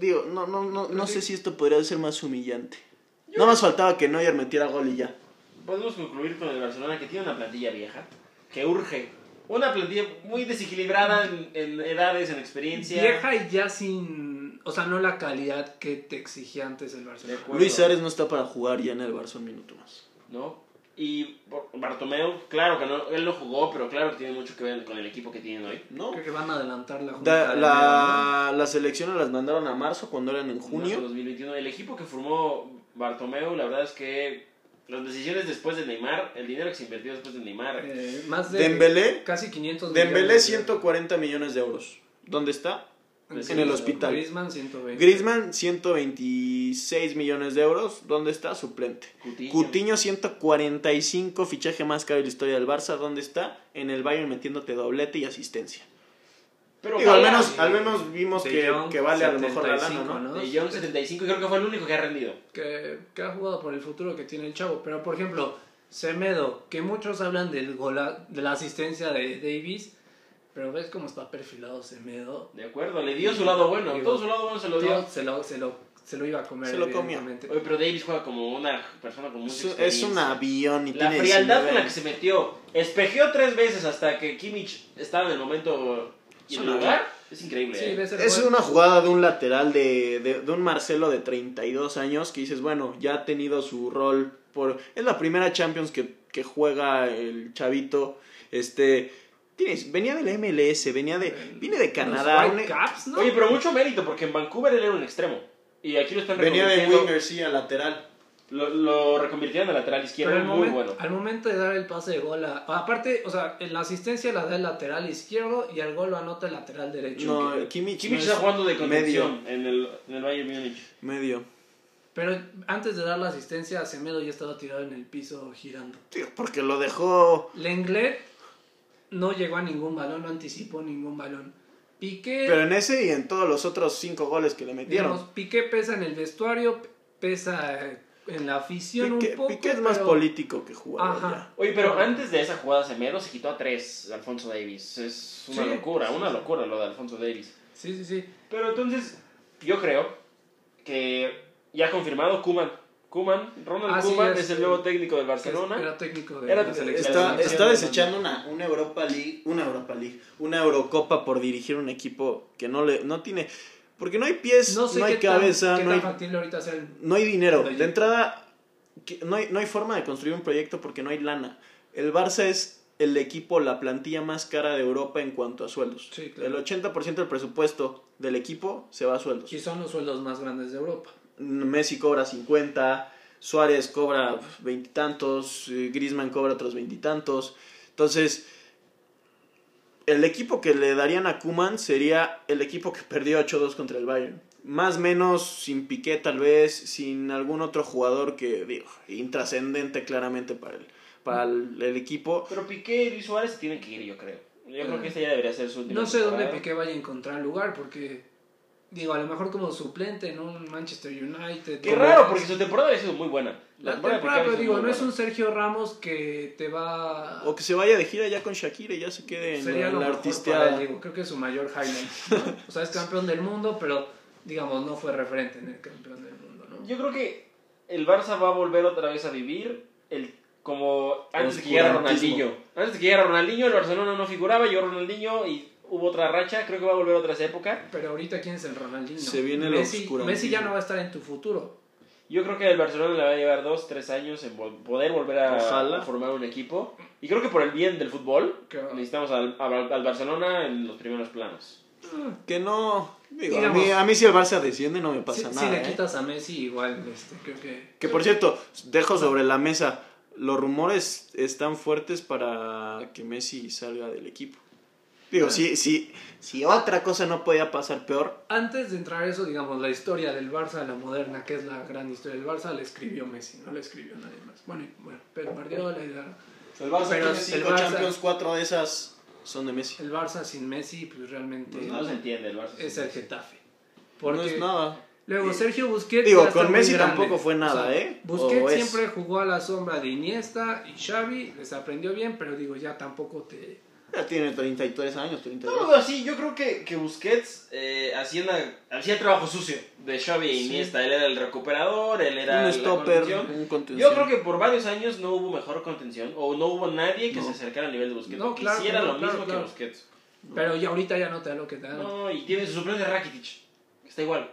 [SPEAKER 2] Digo, no, no, no, no sé si esto podría ser más humillante. No más faltaba que Neuer metiera gol y ya.
[SPEAKER 3] Podemos concluir con el Barcelona que tiene una plantilla vieja, que urge. Una plantilla muy desequilibrada en, en edades, en experiencia.
[SPEAKER 1] Vieja y ya sin. O sea, no la calidad que te exigía antes el
[SPEAKER 3] De
[SPEAKER 1] Barcelona.
[SPEAKER 3] acuerdo,
[SPEAKER 2] Luis Suárez no está para jugar ya en el Barça un minuto más.
[SPEAKER 3] ¿No? Y Bar- Bartomeu, claro que no, él no jugó, pero claro que tiene mucho que ver con el equipo que tienen hoy.
[SPEAKER 2] No.
[SPEAKER 1] Creo que van a adelantar la
[SPEAKER 2] Da-
[SPEAKER 1] junta. de enero,
[SPEAKER 2] la, las selecciones las mandaron a marzo cuando eran en
[SPEAKER 3] Marzo
[SPEAKER 2] junio.
[SPEAKER 3] 2021. El equipo que formó Bartomeu, la verdad es que las decisiones después de Neymar, el dinero que se invirtió después de
[SPEAKER 1] ¿no?
[SPEAKER 3] Neymar.
[SPEAKER 1] Eh, más de.
[SPEAKER 2] Dembélé,
[SPEAKER 1] Casi 500
[SPEAKER 2] Dembélé
[SPEAKER 1] millones de-
[SPEAKER 2] 140 millones de euros. ¿Dónde está? en el hospital.
[SPEAKER 1] Griezmann 120.
[SPEAKER 2] Griezmann 126 millones de euros. ¿Dónde está? Suplente.
[SPEAKER 3] Coutinho.
[SPEAKER 2] Cutiño 145, fichaje más caro de la historia del Barça. ¿Dónde está? En el Bayern metiéndote doblete y asistencia.
[SPEAKER 3] Pero
[SPEAKER 2] Digo, al
[SPEAKER 3] ojalá,
[SPEAKER 2] menos,
[SPEAKER 3] eh,
[SPEAKER 2] al menos vimos
[SPEAKER 1] De
[SPEAKER 2] que,
[SPEAKER 1] Jong,
[SPEAKER 2] que vale a lo mejor la lana,
[SPEAKER 1] 75,
[SPEAKER 2] ¿no?
[SPEAKER 1] ¿no?
[SPEAKER 3] De Jong 75 creo que fue el único que ha rendido.
[SPEAKER 1] que, que ha jugado por el futuro que tiene el chavo. Pero, por ejemplo, Semedo, que muchos hablan del gola- de la asistencia de Davis, pero ves cómo está perfilado Semedo.
[SPEAKER 3] De acuerdo, le dio su lado bueno. Todo su lado bueno se lo dio.
[SPEAKER 1] Todo se lo, se lo, se lo iba a comer.
[SPEAKER 2] Se lo comió.
[SPEAKER 1] evidentemente.
[SPEAKER 3] Oye, pero Davis juega como una persona con
[SPEAKER 2] Es,
[SPEAKER 3] mucha
[SPEAKER 2] un- es
[SPEAKER 3] experiencia.
[SPEAKER 2] un avión y
[SPEAKER 3] La
[SPEAKER 2] tiene
[SPEAKER 3] frialdad
[SPEAKER 2] 19
[SPEAKER 3] con la que
[SPEAKER 2] años.
[SPEAKER 3] se metió. Espejeó tres veces hasta que Kimmich estaba en el momento y
[SPEAKER 2] Es
[SPEAKER 3] en
[SPEAKER 2] una-
[SPEAKER 3] el lugar. Es increíble.
[SPEAKER 1] Sí,
[SPEAKER 3] ¿eh?
[SPEAKER 1] ves el
[SPEAKER 2] Es
[SPEAKER 1] juego.
[SPEAKER 2] una jugada de un lateral de, de, de un Marcelo de 32 años que dices, bueno, ya ha tenido su rol por... Es la primera Champions que, que juega el chavito, este... Tienes, venía de la MLS, venía de... Viene de Canadá.
[SPEAKER 1] Los
[SPEAKER 2] un-
[SPEAKER 1] White Caps, ¿no?
[SPEAKER 3] Oye, pero mucho mérito porque en Vancouver él era un extremo. Y aquí lo están
[SPEAKER 2] e-, venía de
[SPEAKER 3] reconvirtiendo.
[SPEAKER 2] winger, sí, a lateral.
[SPEAKER 3] Lo, lo reconvirtieron a lateral
[SPEAKER 1] Pero
[SPEAKER 3] izquierdo.
[SPEAKER 1] al,
[SPEAKER 3] muy
[SPEAKER 1] momen-
[SPEAKER 3] bueno.
[SPEAKER 1] al momento de dar el pase de gol, a- aparte, o sea, en la asistencia la da el lateral izquierdo y al gol lo anota el lateral derecho.
[SPEAKER 2] No, Kimmich, no
[SPEAKER 3] Kimmich está
[SPEAKER 2] es
[SPEAKER 3] jugando de
[SPEAKER 2] medio,
[SPEAKER 3] contención en el, en el Bayern Múnich.
[SPEAKER 2] medio.
[SPEAKER 1] Pero antes de dar la asistencia, Semedo ya estaba tirado en el piso girando.
[SPEAKER 2] Tío, porque lo dejó...
[SPEAKER 1] Lenglet no llegó a ningún balón, no anticipó ningún balón. Piqué,
[SPEAKER 2] Pero en ese y en todos los otros cinco goles que le metieron.
[SPEAKER 1] digamos, Piqué pesa en el vestuario, pesa eh, en la afición
[SPEAKER 2] Piqué,
[SPEAKER 1] un poco.
[SPEAKER 2] Piqué es más
[SPEAKER 1] pero-
[SPEAKER 2] político que jugador.
[SPEAKER 1] Ajá.
[SPEAKER 2] ya.
[SPEAKER 3] Oye, pero antes de esa jugada Semedo se quitó a tres de Alfonso Davis. Es una
[SPEAKER 1] Sí.
[SPEAKER 3] locura, una locura lo de Alfonso Davis.
[SPEAKER 1] Sí, sí, sí.
[SPEAKER 3] Pero entonces, yo creo que ya confirmado Kuman. Kuman, Ronald
[SPEAKER 1] Ah, sí,
[SPEAKER 3] Koeman
[SPEAKER 1] ya
[SPEAKER 3] es
[SPEAKER 1] sé.
[SPEAKER 3] el nuevo técnico del Barcelona.
[SPEAKER 1] Era técnico de
[SPEAKER 3] Era-
[SPEAKER 1] la selección.
[SPEAKER 2] Está,
[SPEAKER 3] Está-
[SPEAKER 2] está desechando una, una Europa League, una Europa League, una Eurocopa por dirigir un equipo que no le no tiene porque no hay pies, no,
[SPEAKER 1] no sé
[SPEAKER 2] hay
[SPEAKER 1] qué tan-
[SPEAKER 2] cabeza,
[SPEAKER 1] qué
[SPEAKER 2] no
[SPEAKER 1] tan
[SPEAKER 2] hay
[SPEAKER 1] factible ahorita ser
[SPEAKER 2] no hay dinero.
[SPEAKER 1] Oye.
[SPEAKER 2] De entrada que no, hay, no hay forma de construir un proyecto porque no hay lana. El Barça es el equipo, la plantilla más cara de Europa en cuanto a sueldos.
[SPEAKER 1] Sí, claro.
[SPEAKER 2] El 80% del presupuesto del equipo se va a sueldos.
[SPEAKER 1] Y son los sueldos más grandes de Europa.
[SPEAKER 2] Messi cobra 50, Suárez cobra veintitantos, Grisman cobra otros veintitantos. Entonces, el equipo que le darían a Kuman sería el equipo que perdió 8-2 contra el Bayern. Más menos sin Piqué tal vez, sin algún otro jugador que, digo, intrascendente claramente para el, para el, el equipo.
[SPEAKER 3] Pero Piqué y Luis Suárez se tienen que ir, yo creo. Yo creo que esta ya debería ser su última
[SPEAKER 1] No sé dónde
[SPEAKER 3] temporada.
[SPEAKER 1] Piqué vaya a encontrar lugar porque, digo, a lo mejor como suplente en un Manchester United.
[SPEAKER 3] Qué
[SPEAKER 1] como-
[SPEAKER 3] raro, porque su temporada había sido muy buena.
[SPEAKER 1] La
[SPEAKER 3] de Piqué
[SPEAKER 1] temporada,
[SPEAKER 3] había
[SPEAKER 1] pero
[SPEAKER 3] sido
[SPEAKER 1] digo,
[SPEAKER 3] muy
[SPEAKER 1] no es
[SPEAKER 3] buena.
[SPEAKER 1] un Sergio Ramos que te va...
[SPEAKER 2] O que se vaya de gira ya con Shakira y ya se quede en
[SPEAKER 1] Sería lo
[SPEAKER 2] la, en la
[SPEAKER 1] mejor
[SPEAKER 2] artisteada.
[SPEAKER 1] para él, digo, creo que es su mayor highlight. ¿no? O sea, es campeón del mundo, pero digamos, no fue referente en el campeón del mundo, ¿no?
[SPEAKER 3] Yo creo que el Barça va a volver otra vez a vivir el como antes de que llegara
[SPEAKER 2] Oscurantismo.
[SPEAKER 3] Ronaldinho. Antes de que llegara Ronaldinho, el Barcelona no figuraba, llegó Ronaldinho y hubo otra racha. Creo que va a volver otra esa época.
[SPEAKER 1] Pero ahorita, ¿quién es el Ronaldinho?
[SPEAKER 2] Se viene el
[SPEAKER 1] Messi,
[SPEAKER 2] oscurantismo.
[SPEAKER 1] Messi ya no va a estar en tu futuro.
[SPEAKER 3] Yo creo que el Barcelona le va a llevar dos, tres años en vol- poder volver a,
[SPEAKER 2] Ojalá.
[SPEAKER 3] a formar un equipo. Y creo que por el bien del fútbol,
[SPEAKER 1] Claro.
[SPEAKER 3] necesitamos al, al- al Barcelona en los primeros planos.
[SPEAKER 2] Que no... digo, a,
[SPEAKER 1] Digamos-
[SPEAKER 2] mí, a mí si el Barça desciende no me
[SPEAKER 1] Si,
[SPEAKER 2] pasa
[SPEAKER 1] si
[SPEAKER 2] nada.
[SPEAKER 1] le
[SPEAKER 2] ¿eh?
[SPEAKER 1] quitas a Messi, igual, este, creo que...
[SPEAKER 2] Que por cierto, dejo sobre la mesa, los rumores están fuertes para que Messi salga del equipo. Digo, si, si, si otra cosa no podía pasar peor,
[SPEAKER 1] Antes de entrar a eso, digamos, la historia del Barça, la moderna, que es la gran historia del Barça, la escribió Messi, no la escribió nadie más. Bueno, y- bueno Pep Guardiola y la-
[SPEAKER 2] el
[SPEAKER 1] Barça tiene cinco Champions,
[SPEAKER 2] cuatro de esas son de Messi.
[SPEAKER 1] el Barça sin Messi, pues realmente
[SPEAKER 3] No se entiende el Barça.
[SPEAKER 1] es el Getafe.
[SPEAKER 2] No es nada.
[SPEAKER 1] Luego
[SPEAKER 2] Y-
[SPEAKER 1] Sergio Busquets.
[SPEAKER 2] digo,
[SPEAKER 1] ya está
[SPEAKER 2] con
[SPEAKER 1] muy
[SPEAKER 2] Messi
[SPEAKER 1] grande.
[SPEAKER 2] tampoco fue nada, ¿eh? O
[SPEAKER 1] Busquets
[SPEAKER 2] es.
[SPEAKER 1] siempre jugó a la sombra de Iniesta y Xavi, les aprendió bien, pero digo, ya tampoco te.
[SPEAKER 2] Ya tiene 33 años, 32.
[SPEAKER 3] No lo veo así, yo creo que, que Busquets eh, hacía, una- hacía trabajo sucio de Xavi e
[SPEAKER 2] Sí.
[SPEAKER 3] Iniesta. Él era el recuperador, él era la
[SPEAKER 2] un stopper,
[SPEAKER 3] contención.
[SPEAKER 2] un
[SPEAKER 3] Yo
[SPEAKER 2] contención.
[SPEAKER 3] creo que por varios años no hubo mejor contención o no hubo nadie que
[SPEAKER 2] No.
[SPEAKER 3] se acercara al nivel de Busquets.
[SPEAKER 1] No,
[SPEAKER 3] o que
[SPEAKER 1] claro,
[SPEAKER 3] hiciera
[SPEAKER 1] no,
[SPEAKER 3] lo
[SPEAKER 1] claro,
[SPEAKER 3] mismo
[SPEAKER 1] claro.
[SPEAKER 3] que Busquets.
[SPEAKER 1] Pero ya ahorita ya no te da lo que te dan.
[SPEAKER 3] No, y tiene su suplente Rakitic, que está igual.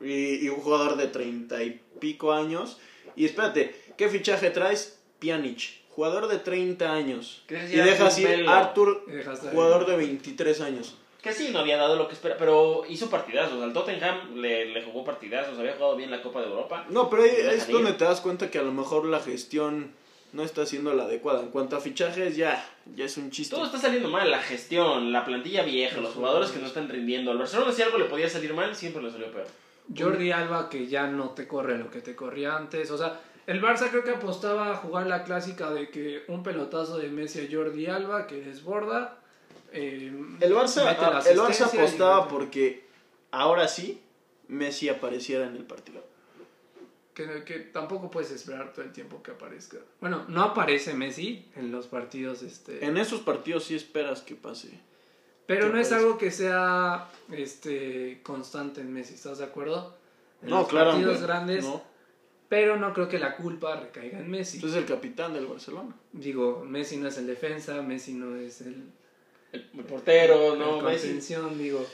[SPEAKER 2] Y, y un jugador de 30 y pico años. Y espérate, ¿qué fichaje traes? Pjanic, jugador de 30 años.
[SPEAKER 3] Que dejas
[SPEAKER 2] Y
[SPEAKER 3] ir a
[SPEAKER 2] dejas
[SPEAKER 3] Artur
[SPEAKER 2] ir
[SPEAKER 3] Melo.
[SPEAKER 2] Arthur
[SPEAKER 1] Y dejaste-
[SPEAKER 2] Jugador de 23 años.
[SPEAKER 3] Que sí, no había dado lo que espera, pero hizo partidazos. Al Tottenham le, le jugó partidazos, había jugado bien la Copa de Europa.
[SPEAKER 2] No, pero ahí
[SPEAKER 3] Dejan
[SPEAKER 2] es donde
[SPEAKER 3] ir.
[SPEAKER 2] te das cuenta que a lo mejor la gestión no está siendo la adecuada. En cuanto a fichajes, ya, ya es un chiste.
[SPEAKER 3] Todo está saliendo mal, la gestión, la plantilla vieja, los jugadores que no están rindiendo. Al Barcelona si algo le podía salir mal, siempre le salió peor.
[SPEAKER 1] Jordi Alba, que ya no te corre lo que te corría antes. O sea, el Barça creo que apostaba a jugar la clásica de que un pelotazo de Messi a Jordi Alba que desborda. eh,
[SPEAKER 2] El Barça, ah,
[SPEAKER 1] mete la
[SPEAKER 2] el Barça
[SPEAKER 1] asistencia y-
[SPEAKER 2] apostaba porque ahora sí Messi apareciera en el partido.
[SPEAKER 1] que, que tampoco puedes esperar todo el tiempo que aparezca. Bueno, no aparece Messi en los partidos, este,
[SPEAKER 2] En esos partidos sí esperas que pase.
[SPEAKER 1] pero
[SPEAKER 2] que
[SPEAKER 1] no es
[SPEAKER 2] aparezca.
[SPEAKER 1] algo que sea este, constante en Messi, ¿estás de acuerdo? En
[SPEAKER 2] no,
[SPEAKER 1] los
[SPEAKER 2] claro.
[SPEAKER 1] partidos
[SPEAKER 2] hombre,
[SPEAKER 1] grandes,
[SPEAKER 2] no. Pues
[SPEAKER 1] pero no creo que la culpa recaiga en Messi.
[SPEAKER 2] Entonces el capitán del Barcelona.
[SPEAKER 1] Digo, Messi no es el defensa, Messi no es el,
[SPEAKER 3] El, el portero, no,
[SPEAKER 1] el
[SPEAKER 3] Messi.
[SPEAKER 1] contención, digo.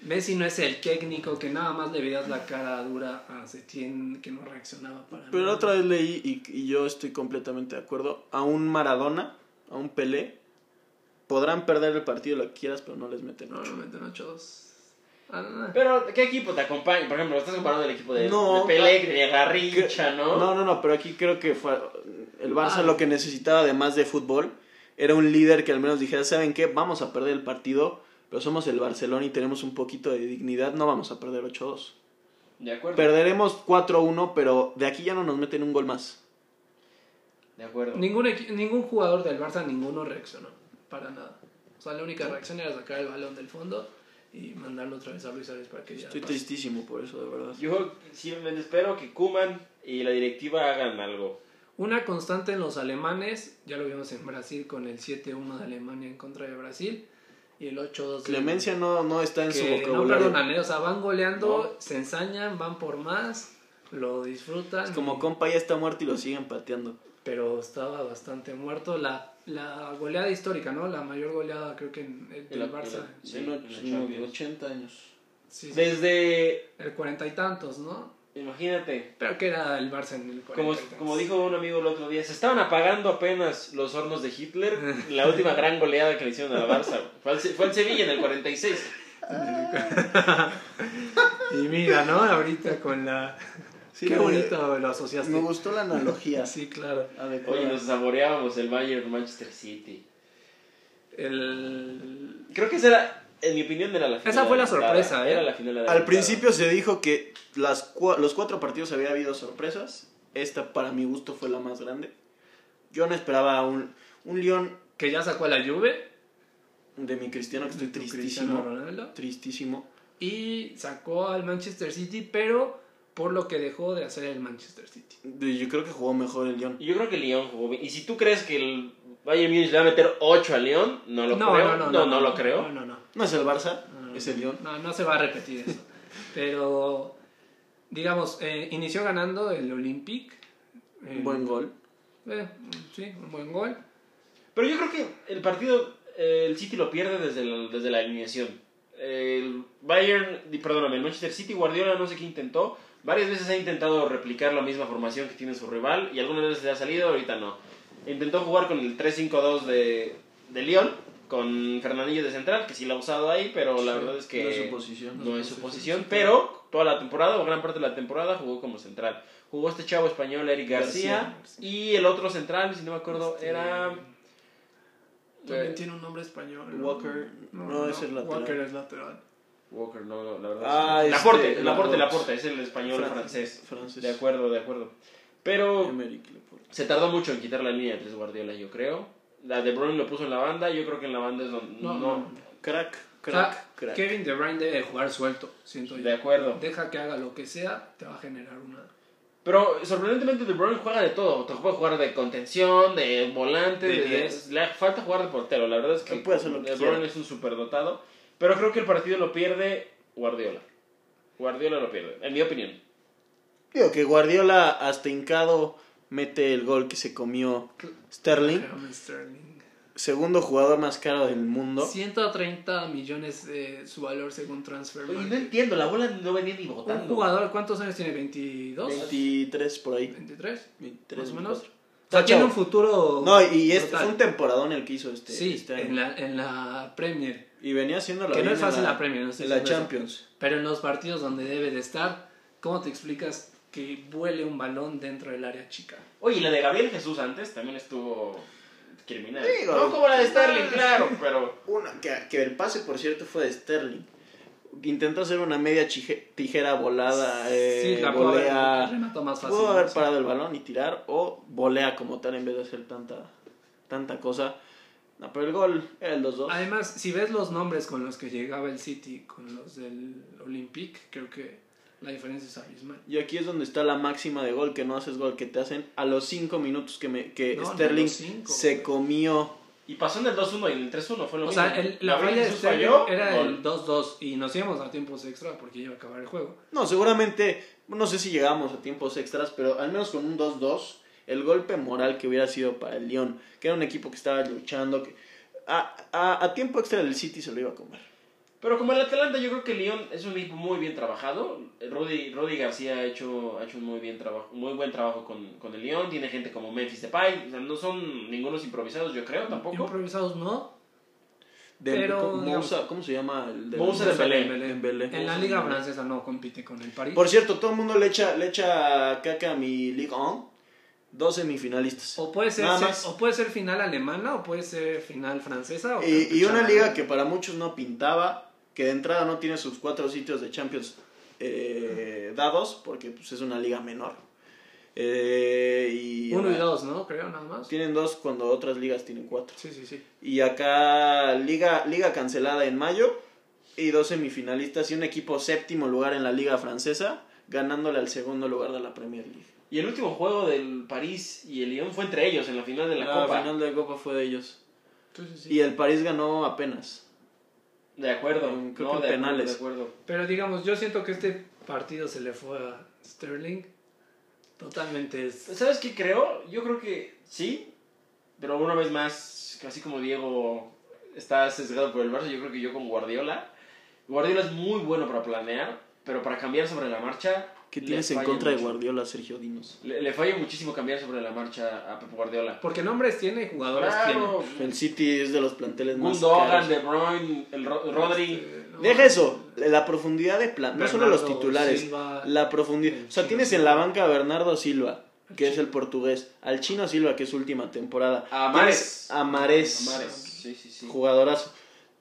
[SPEAKER 1] Messi no es el técnico que nada más le veías la cara dura a Setien que no reaccionaba para
[SPEAKER 2] Pero la
[SPEAKER 1] nada.
[SPEAKER 2] otra vez leí, y, y yo estoy completamente de acuerdo, a un Maradona, a un Pelé, podrán perder el partido lo que quieras, pero no les meten
[SPEAKER 1] No,
[SPEAKER 2] ocho.
[SPEAKER 1] no meten ocho, dos. Ah, no, no.
[SPEAKER 3] Pero, ¿qué equipo te acompaña? Por ejemplo, estás comparando el equipo de,
[SPEAKER 2] No,
[SPEAKER 3] de Pelé, de Garrincha, ¿no?
[SPEAKER 2] No, no, no, pero aquí creo que fue, el Barça
[SPEAKER 1] Ah.
[SPEAKER 2] lo que necesitaba además de fútbol era un líder que al menos dijera, ¿saben qué? Vamos a perder el partido, pero somos el Barcelona y tenemos un poquito de dignidad, no vamos a perder 8-2.
[SPEAKER 3] De acuerdo.
[SPEAKER 2] Perderemos 4-1, pero de aquí ya no nos meten un gol más.
[SPEAKER 3] de acuerdo.
[SPEAKER 1] Ningún, equi- ningún jugador del Barça, ninguno reaccionó. Para nada. O sea, la única reacción era sacar el balón del fondo y mandarlo otra vez a Luis Suárez para que ya.
[SPEAKER 2] Estoy
[SPEAKER 1] pase.
[SPEAKER 2] tristísimo por eso, de verdad.
[SPEAKER 3] Yo simplemente espero que Kuman y la directiva hagan algo.
[SPEAKER 1] Una constante en los alemanes, ya lo vimos en Brasil con el 7-1 de Alemania en contra de Brasil y el 8-2 de
[SPEAKER 2] Clemencia no, no está en su
[SPEAKER 1] que no
[SPEAKER 2] vocabulario.
[SPEAKER 1] perdonan, ¿eh? o sea, van goleando, se ensañan, van por más, lo disfrutan.
[SPEAKER 2] Es como compa ya está muerto y lo siguen pateando.
[SPEAKER 1] Pero estaba bastante muerto. La, la goleada histórica, ¿no? La mayor goleada, creo que en, en-
[SPEAKER 3] En
[SPEAKER 1] del
[SPEAKER 3] la- en
[SPEAKER 1] Barça.
[SPEAKER 3] la- Sí, en la Champions.
[SPEAKER 2] 80 años.
[SPEAKER 1] Sí, sí.
[SPEAKER 3] Desde
[SPEAKER 1] El cuarenta y tantos, ¿no?
[SPEAKER 3] Imagínate.
[SPEAKER 1] Pero que era el Barça en el
[SPEAKER 3] Como,
[SPEAKER 1] 43.
[SPEAKER 3] como dijo un amigo el otro día, se estaban apagando apenas los hornos de Hitler. La última gran goleada que le hicieron a la Barça. Fue al, Se- fue al Sevilla en el 46.
[SPEAKER 4] Y mira, ¿no? Ahorita con la...
[SPEAKER 2] Sí,
[SPEAKER 4] Qué
[SPEAKER 2] me-
[SPEAKER 4] bonito lo asociaste.
[SPEAKER 2] Me gustó la analogía.
[SPEAKER 4] Sí, claro.
[SPEAKER 2] adecuada.
[SPEAKER 3] Oye, nos saboreábamos el Bayern Manchester City.
[SPEAKER 1] El...
[SPEAKER 3] Creo que esa era, en mi opinión, era la final.
[SPEAKER 1] Esa fue la
[SPEAKER 3] adelantada.
[SPEAKER 1] sorpresa, ¿eh?
[SPEAKER 3] Era la final adelantada.
[SPEAKER 2] Al principio se dijo que las cua- los cuatro partidos había habido sorpresas. Esta, para mi gusto, fue la más grande. Yo no esperaba un, un León
[SPEAKER 1] Que ya sacó a la Juve.
[SPEAKER 2] de mi cristiano, que estoy
[SPEAKER 1] tu Cristiano
[SPEAKER 2] tristísimo.
[SPEAKER 1] Ronaldo.
[SPEAKER 2] Tristísimo.
[SPEAKER 1] Y sacó al Manchester City, pero por lo que dejó de hacer el Manchester City.
[SPEAKER 2] De- Yo creo que jugó mejor el León.
[SPEAKER 3] Y Yo creo que León jugó bien. Y si tú crees que el Bayern Múnich le va a meter 8 a León, no lo creo. No, no, lo creo.
[SPEAKER 1] No, no, no.
[SPEAKER 2] No es el Barça,
[SPEAKER 1] No,
[SPEAKER 2] es el León.
[SPEAKER 1] No, no se va a repetir eso. Pero, digamos, eh, inició ganando el Olympic. Eh,
[SPEAKER 2] Un buen gol.
[SPEAKER 1] eh, sí, un buen gol.
[SPEAKER 3] Pero yo creo que el partido, eh, el City lo pierde desde, el- desde la alineación. El Bayern, di- perdóname, el Manchester City, Guardiola no sé qué intentó. Varias veces ha intentado replicar la misma formación que tiene su rival y algunas veces le ha salido, ahorita no. Intentó jugar con el 3-5-2 de, de Lyon, con Fernandillo de central, que sí la ha usado ahí, pero la
[SPEAKER 2] Sí,
[SPEAKER 3] verdad es que
[SPEAKER 2] no es su posición.
[SPEAKER 3] no es su posición, pero toda la temporada o gran parte de la temporada jugó como central. Jugó este chavo español, Eric García, y el otro central, si no me acuerdo,
[SPEAKER 1] Este,
[SPEAKER 3] era...
[SPEAKER 1] También
[SPEAKER 3] eh,
[SPEAKER 1] tiene un nombre español. ¿no?
[SPEAKER 2] Walker. No, es el lateral.
[SPEAKER 1] Walker es lateral.
[SPEAKER 3] Walker, no, no, la verdad.
[SPEAKER 2] Ah,
[SPEAKER 3] es que-
[SPEAKER 2] este,
[SPEAKER 3] Laporte, Laporte,
[SPEAKER 2] Laporte.
[SPEAKER 3] Laporte, es el español
[SPEAKER 2] Fran-
[SPEAKER 3] francés.
[SPEAKER 2] Francés.
[SPEAKER 3] De acuerdo, de acuerdo. Pero
[SPEAKER 2] Emerick Laporte.
[SPEAKER 3] se tardó mucho en quitar la línea de tres Guardiola, yo creo. La de Bruyne lo puso en la banda, yo creo que en la banda es donde...
[SPEAKER 1] No,
[SPEAKER 3] No,
[SPEAKER 1] no.
[SPEAKER 2] Crack,
[SPEAKER 1] O
[SPEAKER 2] crack,
[SPEAKER 1] sea,
[SPEAKER 2] crack.
[SPEAKER 1] Kevin De Bruyne debe de jugar suelto, siento yo.
[SPEAKER 3] de acuerdo.
[SPEAKER 1] Deja que haga lo que sea, te va a generar una.
[SPEAKER 3] Pero sorprendentemente De Bruyne juega de todo. Te puede jugar de contención, de volante,
[SPEAKER 1] De
[SPEAKER 3] de,
[SPEAKER 1] diez.
[SPEAKER 3] le falta jugar de portero. La verdad es que
[SPEAKER 2] Él puede hacer lo que
[SPEAKER 3] De
[SPEAKER 2] quiera.
[SPEAKER 3] Bruyne es un superdotado. Pero creo que el partido lo pierde Guardiola. Guardiola lo pierde, en mi opinión.
[SPEAKER 2] Digo que Guardiola hasta hincado mete el gol que se comió Sterling,
[SPEAKER 1] Raheem Sterling.
[SPEAKER 2] segundo jugador más caro del mundo.
[SPEAKER 1] 130 millones de su valor según Transfer
[SPEAKER 3] Oye,
[SPEAKER 1] Market.
[SPEAKER 3] no entiendo, la bola no venía ni
[SPEAKER 1] Un
[SPEAKER 3] botando.
[SPEAKER 1] jugador, ¿cuántos años tiene? ¿22?
[SPEAKER 2] 23 por ahí.
[SPEAKER 1] 23,
[SPEAKER 2] 23
[SPEAKER 1] más o menos. O
[SPEAKER 2] Está
[SPEAKER 1] sea, tiene un
[SPEAKER 2] chavo.
[SPEAKER 1] futuro.
[SPEAKER 2] No, y este
[SPEAKER 1] brutal.
[SPEAKER 2] fue un temporadón el que hizo este,
[SPEAKER 1] Sí,
[SPEAKER 2] este año.
[SPEAKER 1] en la, en la Premier.
[SPEAKER 2] Y venía haciendo la
[SPEAKER 1] Que no es fácil la Premier, no estoy
[SPEAKER 2] en la
[SPEAKER 1] diciendo eso.
[SPEAKER 2] Champions.
[SPEAKER 1] Pero en los partidos donde debe de estar, ¿cómo te explicas que vuele un balón dentro del área chica?
[SPEAKER 3] Oye, y la de Gabriel Jesús antes también estuvo criminal.
[SPEAKER 2] Digo,
[SPEAKER 3] no como la de Sterling, claro, pero...
[SPEAKER 2] Una, que, que el pase, por cierto, fue de Sterling. Intentó hacer una media chije- tijera volada.
[SPEAKER 1] sí,
[SPEAKER 2] Eh,
[SPEAKER 1] la pudo haber
[SPEAKER 2] volea.
[SPEAKER 1] rematado más fácil.
[SPEAKER 2] Pudo
[SPEAKER 1] ¿no?
[SPEAKER 2] haber parado el balón y tirar. O volea como tal en vez de hacer tanta, tanta cosa. No, pero el gol era el 2-2.
[SPEAKER 1] Además, si ves los nombres con los que llegaba el City, con los del Olympique, creo que la diferencia es abismal.
[SPEAKER 2] Y aquí es donde está la máxima de gol, que no haces gol, que te hacen a los 5 minutos que, me, que
[SPEAKER 1] No, ni a
[SPEAKER 2] Sterling
[SPEAKER 1] los cinco,
[SPEAKER 2] se
[SPEAKER 1] güey.
[SPEAKER 2] comió.
[SPEAKER 3] Y pasó en el 2-1 y en el 3-1, fue lo
[SPEAKER 1] O
[SPEAKER 3] mismo.
[SPEAKER 1] sea, el- la
[SPEAKER 3] Gabriel
[SPEAKER 1] falla de
[SPEAKER 3] Jesús
[SPEAKER 1] Sterling
[SPEAKER 3] falló,
[SPEAKER 1] era
[SPEAKER 3] gol.
[SPEAKER 1] el 2-2 y nos íbamos a tiempos extra porque iba a acabar el juego.
[SPEAKER 2] No, seguramente, no sé si llegamos a tiempos extras, pero al menos con un 2-2, el golpe moral que hubiera sido para el Lyon, que era un equipo que estaba luchando, que a, a- a tiempo extra del City se lo iba a comer.
[SPEAKER 3] Pero como el Atalanta, yo creo que Lyon es un equipo muy bien trabajado. Rudy, Rudy García ha hecho, ha hecho un muy, bien trabajo, muy buen trabajo con, con el Lyon. Tiene gente como Memphis Depay. O sea, no son ningunos improvisados, yo creo, tampoco.
[SPEAKER 1] Improvisados no.
[SPEAKER 2] De-
[SPEAKER 1] Pero,
[SPEAKER 2] ¿cómo-
[SPEAKER 1] digamos-
[SPEAKER 2] Moussa- ¿Cómo se llama? El
[SPEAKER 3] Moussa de Belén.
[SPEAKER 2] Dembélé.
[SPEAKER 1] En la liga francesa no compite con el París.
[SPEAKER 2] Por cierto, todo el mundo le echa, le echa caca a mi Ligue 1. Dos semifinalistas.
[SPEAKER 1] O puede, ser,
[SPEAKER 2] Nada
[SPEAKER 1] se-
[SPEAKER 2] más.
[SPEAKER 1] o puede ser final alemana o puede ser final francesa. o
[SPEAKER 2] Y, y una
[SPEAKER 1] campechana.
[SPEAKER 2] liga que para muchos no pintaba, que de entrada no tiene sus cuatro sitios de Champions eh, dados, porque pues, es una liga menor. Eh, y
[SPEAKER 1] Uno y
[SPEAKER 2] ah,
[SPEAKER 1] dos, ¿no? Creo, nada más.
[SPEAKER 2] Tienen dos cuando otras ligas tienen cuatro.
[SPEAKER 1] Sí, sí, sí.
[SPEAKER 2] Y acá liga, liga cancelada en mayo y dos semifinalistas y un equipo séptimo lugar en la liga francesa, ganándole al segundo lugar de la Premier League.
[SPEAKER 3] Y el último juego del París y el Lyon fue entre ellos en la final de la,
[SPEAKER 2] La,
[SPEAKER 3] Copa.
[SPEAKER 2] final de la Copa fue de ellos.
[SPEAKER 1] Sí, sí, sí.
[SPEAKER 2] Y el París ganó apenas.
[SPEAKER 3] De acuerdo.
[SPEAKER 2] Mm, creo
[SPEAKER 3] no,
[SPEAKER 2] que
[SPEAKER 3] de
[SPEAKER 2] en penales.
[SPEAKER 3] Acuerdo, de acuerdo.
[SPEAKER 1] Pero digamos, yo siento que este partido se le fue a Sterling. Totalmente es.
[SPEAKER 3] ¿Sabes qué creo? Yo creo que sí, pero una vez más, así como Diego está sesgado por el Barça, yo creo que yo con Guardiola. Guardiola es muy bueno para planear, pero para cambiar sobre la marcha.
[SPEAKER 2] ¿Qué
[SPEAKER 3] le
[SPEAKER 2] tienes en
[SPEAKER 3] falla
[SPEAKER 2] contra de
[SPEAKER 3] mucho.
[SPEAKER 2] Guardiola, Sergio Dinos?
[SPEAKER 3] Le, le falla muchísimo cambiar sobre la marcha a Pep Guardiola.
[SPEAKER 1] Porque nombres tiene y jugadores
[SPEAKER 3] Claro,
[SPEAKER 2] El City es de los planteles más
[SPEAKER 3] Gundogan,
[SPEAKER 2] caros.
[SPEAKER 3] De Bruyne, el Ro-
[SPEAKER 1] tiene.
[SPEAKER 3] Rodri.
[SPEAKER 1] Este, no.
[SPEAKER 2] Deja eso, la profundidad de plan, no solo los
[SPEAKER 1] Bernardo
[SPEAKER 2] titulares,
[SPEAKER 1] Silva,
[SPEAKER 2] la profundidad.
[SPEAKER 1] el
[SPEAKER 2] O sea,
[SPEAKER 1] Chino
[SPEAKER 2] tienes en
[SPEAKER 1] Silva.
[SPEAKER 2] la banca a Bernardo Silva, que es el portugués, al Chino Silva, que es su última temporada.
[SPEAKER 3] A
[SPEAKER 2] Tienes
[SPEAKER 3] Mares.
[SPEAKER 2] A Mares,
[SPEAKER 3] Mahrez, Sí, sí, sí.
[SPEAKER 2] jugadorazo.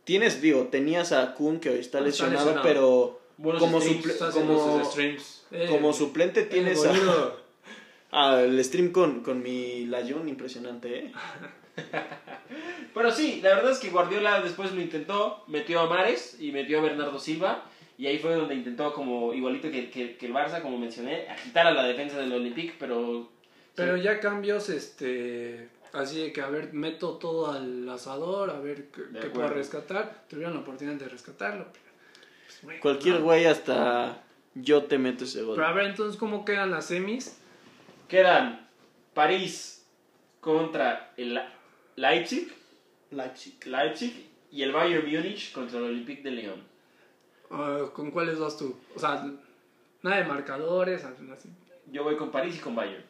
[SPEAKER 2] Tienes, digo, tenías a Kun, que hoy está,
[SPEAKER 1] Está
[SPEAKER 2] lesionado,
[SPEAKER 1] lesionado.
[SPEAKER 2] pero
[SPEAKER 3] Buenos
[SPEAKER 2] como,
[SPEAKER 3] streams,
[SPEAKER 2] suple-
[SPEAKER 1] Está haciendo
[SPEAKER 2] como,
[SPEAKER 1] sus streams. Eh,
[SPEAKER 2] como suplente
[SPEAKER 1] el
[SPEAKER 2] tienes a...
[SPEAKER 1] boludo.
[SPEAKER 2] Ah, el stream con, con mi Layón, impresionante, ¿eh?
[SPEAKER 3] Pero sí, la verdad es que Guardiola después lo intentó, metió a Mares y metió a Bernardo Silva. Y ahí fue donde intentó, como igualito que, que- que el Barça, como mencioné, agitar a la defensa del Olympique, pero.
[SPEAKER 1] Pero
[SPEAKER 3] sí.
[SPEAKER 1] ya cambios, este. Así de que, a ver, meto todo al asador, a ver qué, qué puedo
[SPEAKER 3] acuerdo.
[SPEAKER 1] rescatar. Tuvieron la oportunidad de rescatarlo. pero, pues, güey,
[SPEAKER 2] Cualquier
[SPEAKER 1] no.
[SPEAKER 2] güey hasta yo te meto ese gol.
[SPEAKER 1] Pero a ver, entonces, ¿cómo quedan las semis?
[SPEAKER 3] que eran París contra el Leipzig,
[SPEAKER 2] Leipzig.
[SPEAKER 3] Leipzig y el Bayern Múnich contra el Olympique de Lyon.
[SPEAKER 1] Ah, ¿Con cuáles vas tú? O sea, nada de marcadores, así.
[SPEAKER 3] Yo voy con París y con Bayern.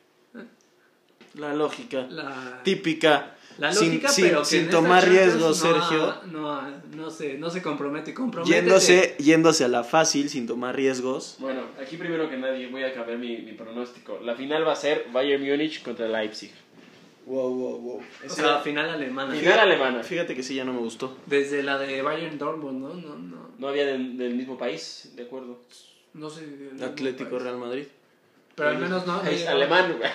[SPEAKER 2] La lógica.
[SPEAKER 1] La,
[SPEAKER 2] Típica.
[SPEAKER 1] la
[SPEAKER 2] sin-
[SPEAKER 1] lógica,
[SPEAKER 2] sin-
[SPEAKER 1] pero que
[SPEAKER 2] sin
[SPEAKER 1] en
[SPEAKER 2] tomar
[SPEAKER 1] esta Champions
[SPEAKER 2] riesgos,
[SPEAKER 1] no-
[SPEAKER 2] Sergio.
[SPEAKER 1] No, no, se, no se compromete, compromete.
[SPEAKER 2] Yéndose, yéndose a la fácil, sin tomar riesgos.
[SPEAKER 3] Bueno, aquí primero que nadie voy a cambiar mi, mi pronóstico. La final va a ser Bayern Múnich contra el Leipzig.
[SPEAKER 2] Wow, wow, wow.
[SPEAKER 1] O sea, final alemana.
[SPEAKER 3] Final alemana.
[SPEAKER 2] Fíjate que sí, ya no me gustó.
[SPEAKER 1] Desde la de Bayern Dortmund, ¿no? No, no,
[SPEAKER 3] No había del, del mismo país, de acuerdo.
[SPEAKER 1] no sé. el-
[SPEAKER 2] Atlético Real Madrid.
[SPEAKER 1] Pero al menos no.
[SPEAKER 3] Es
[SPEAKER 1] eh,
[SPEAKER 3] alemán, güey.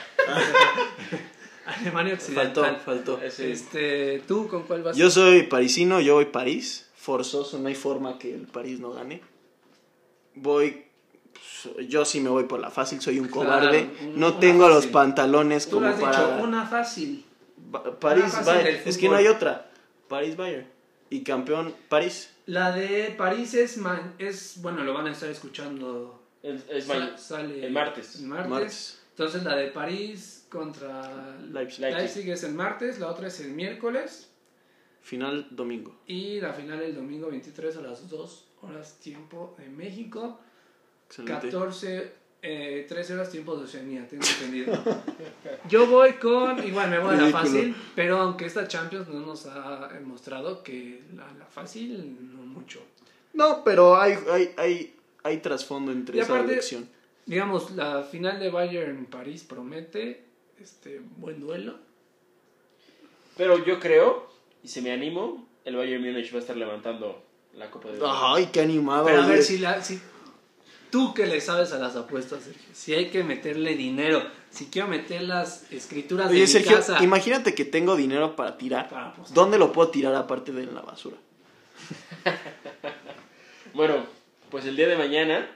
[SPEAKER 1] Alemania
[SPEAKER 2] Faltó,
[SPEAKER 1] Occidental.
[SPEAKER 2] faltó.
[SPEAKER 3] Ese-
[SPEAKER 1] Este, ¿Tú con cuál vas?
[SPEAKER 2] Yo soy parisino, yo voy París. Forzoso, no hay forma que el París no gane. Voy. pues, Yo sí me voy por la fácil, soy un
[SPEAKER 1] Claro,
[SPEAKER 2] cobarde.
[SPEAKER 1] un-
[SPEAKER 2] no
[SPEAKER 1] una
[SPEAKER 2] tengo los
[SPEAKER 1] fácil.
[SPEAKER 2] pantalones
[SPEAKER 1] Tú lo
[SPEAKER 2] como
[SPEAKER 1] has
[SPEAKER 2] para.
[SPEAKER 1] dicho, una fácil.
[SPEAKER 2] Ba- París,
[SPEAKER 1] fácil
[SPEAKER 2] Bayern.
[SPEAKER 1] del
[SPEAKER 2] Es que no
[SPEAKER 1] fútbol.
[SPEAKER 2] hay otra. París, Bayern. Y campeón, París.
[SPEAKER 1] La de París es, man- es bueno, lo van a estar escuchando
[SPEAKER 3] Es, es
[SPEAKER 1] Sa-
[SPEAKER 3] Bayern.
[SPEAKER 1] sale
[SPEAKER 3] el martes.
[SPEAKER 1] el martes.
[SPEAKER 2] Martes.
[SPEAKER 1] Entonces la de París contra
[SPEAKER 2] Leipzig.
[SPEAKER 1] Leipzig es el martes, la otra es el miércoles
[SPEAKER 2] Final, domingo.
[SPEAKER 1] y la final el domingo 23 a las 2 horas tiempo de México,
[SPEAKER 2] Excelente.
[SPEAKER 1] 14 eh, 13 horas tiempo de Oceanía, tengo entendido. Yo voy con, igual me voy a la
[SPEAKER 2] Ridículo.
[SPEAKER 1] fácil, pero aunque esta Champions no nos ha mostrado que la, la fácil no mucho.
[SPEAKER 2] No, pero hay, hay, hay, hay trasfondo entre
[SPEAKER 1] Y
[SPEAKER 2] esa
[SPEAKER 1] aparte-
[SPEAKER 2] elección.
[SPEAKER 1] Digamos, la final de Bayern París promete este buen duelo.
[SPEAKER 3] Pero yo creo, y se me animo, el Bayern Múnich va a estar levantando la Copa de
[SPEAKER 2] Ay, qué animado.
[SPEAKER 1] Pero a
[SPEAKER 2] oye.
[SPEAKER 1] ver si, la, si tú que le sabes a las apuestas, Sergio, si hay que meterle dinero, si quiero meter las escrituras de
[SPEAKER 2] Oye,
[SPEAKER 1] mi
[SPEAKER 2] Sergio,
[SPEAKER 1] casa
[SPEAKER 2] imagínate que tengo dinero para tirar.
[SPEAKER 1] para apostar.
[SPEAKER 2] ¿Dónde lo puedo tirar aparte de en la basura?
[SPEAKER 3] Bueno, pues el día de mañana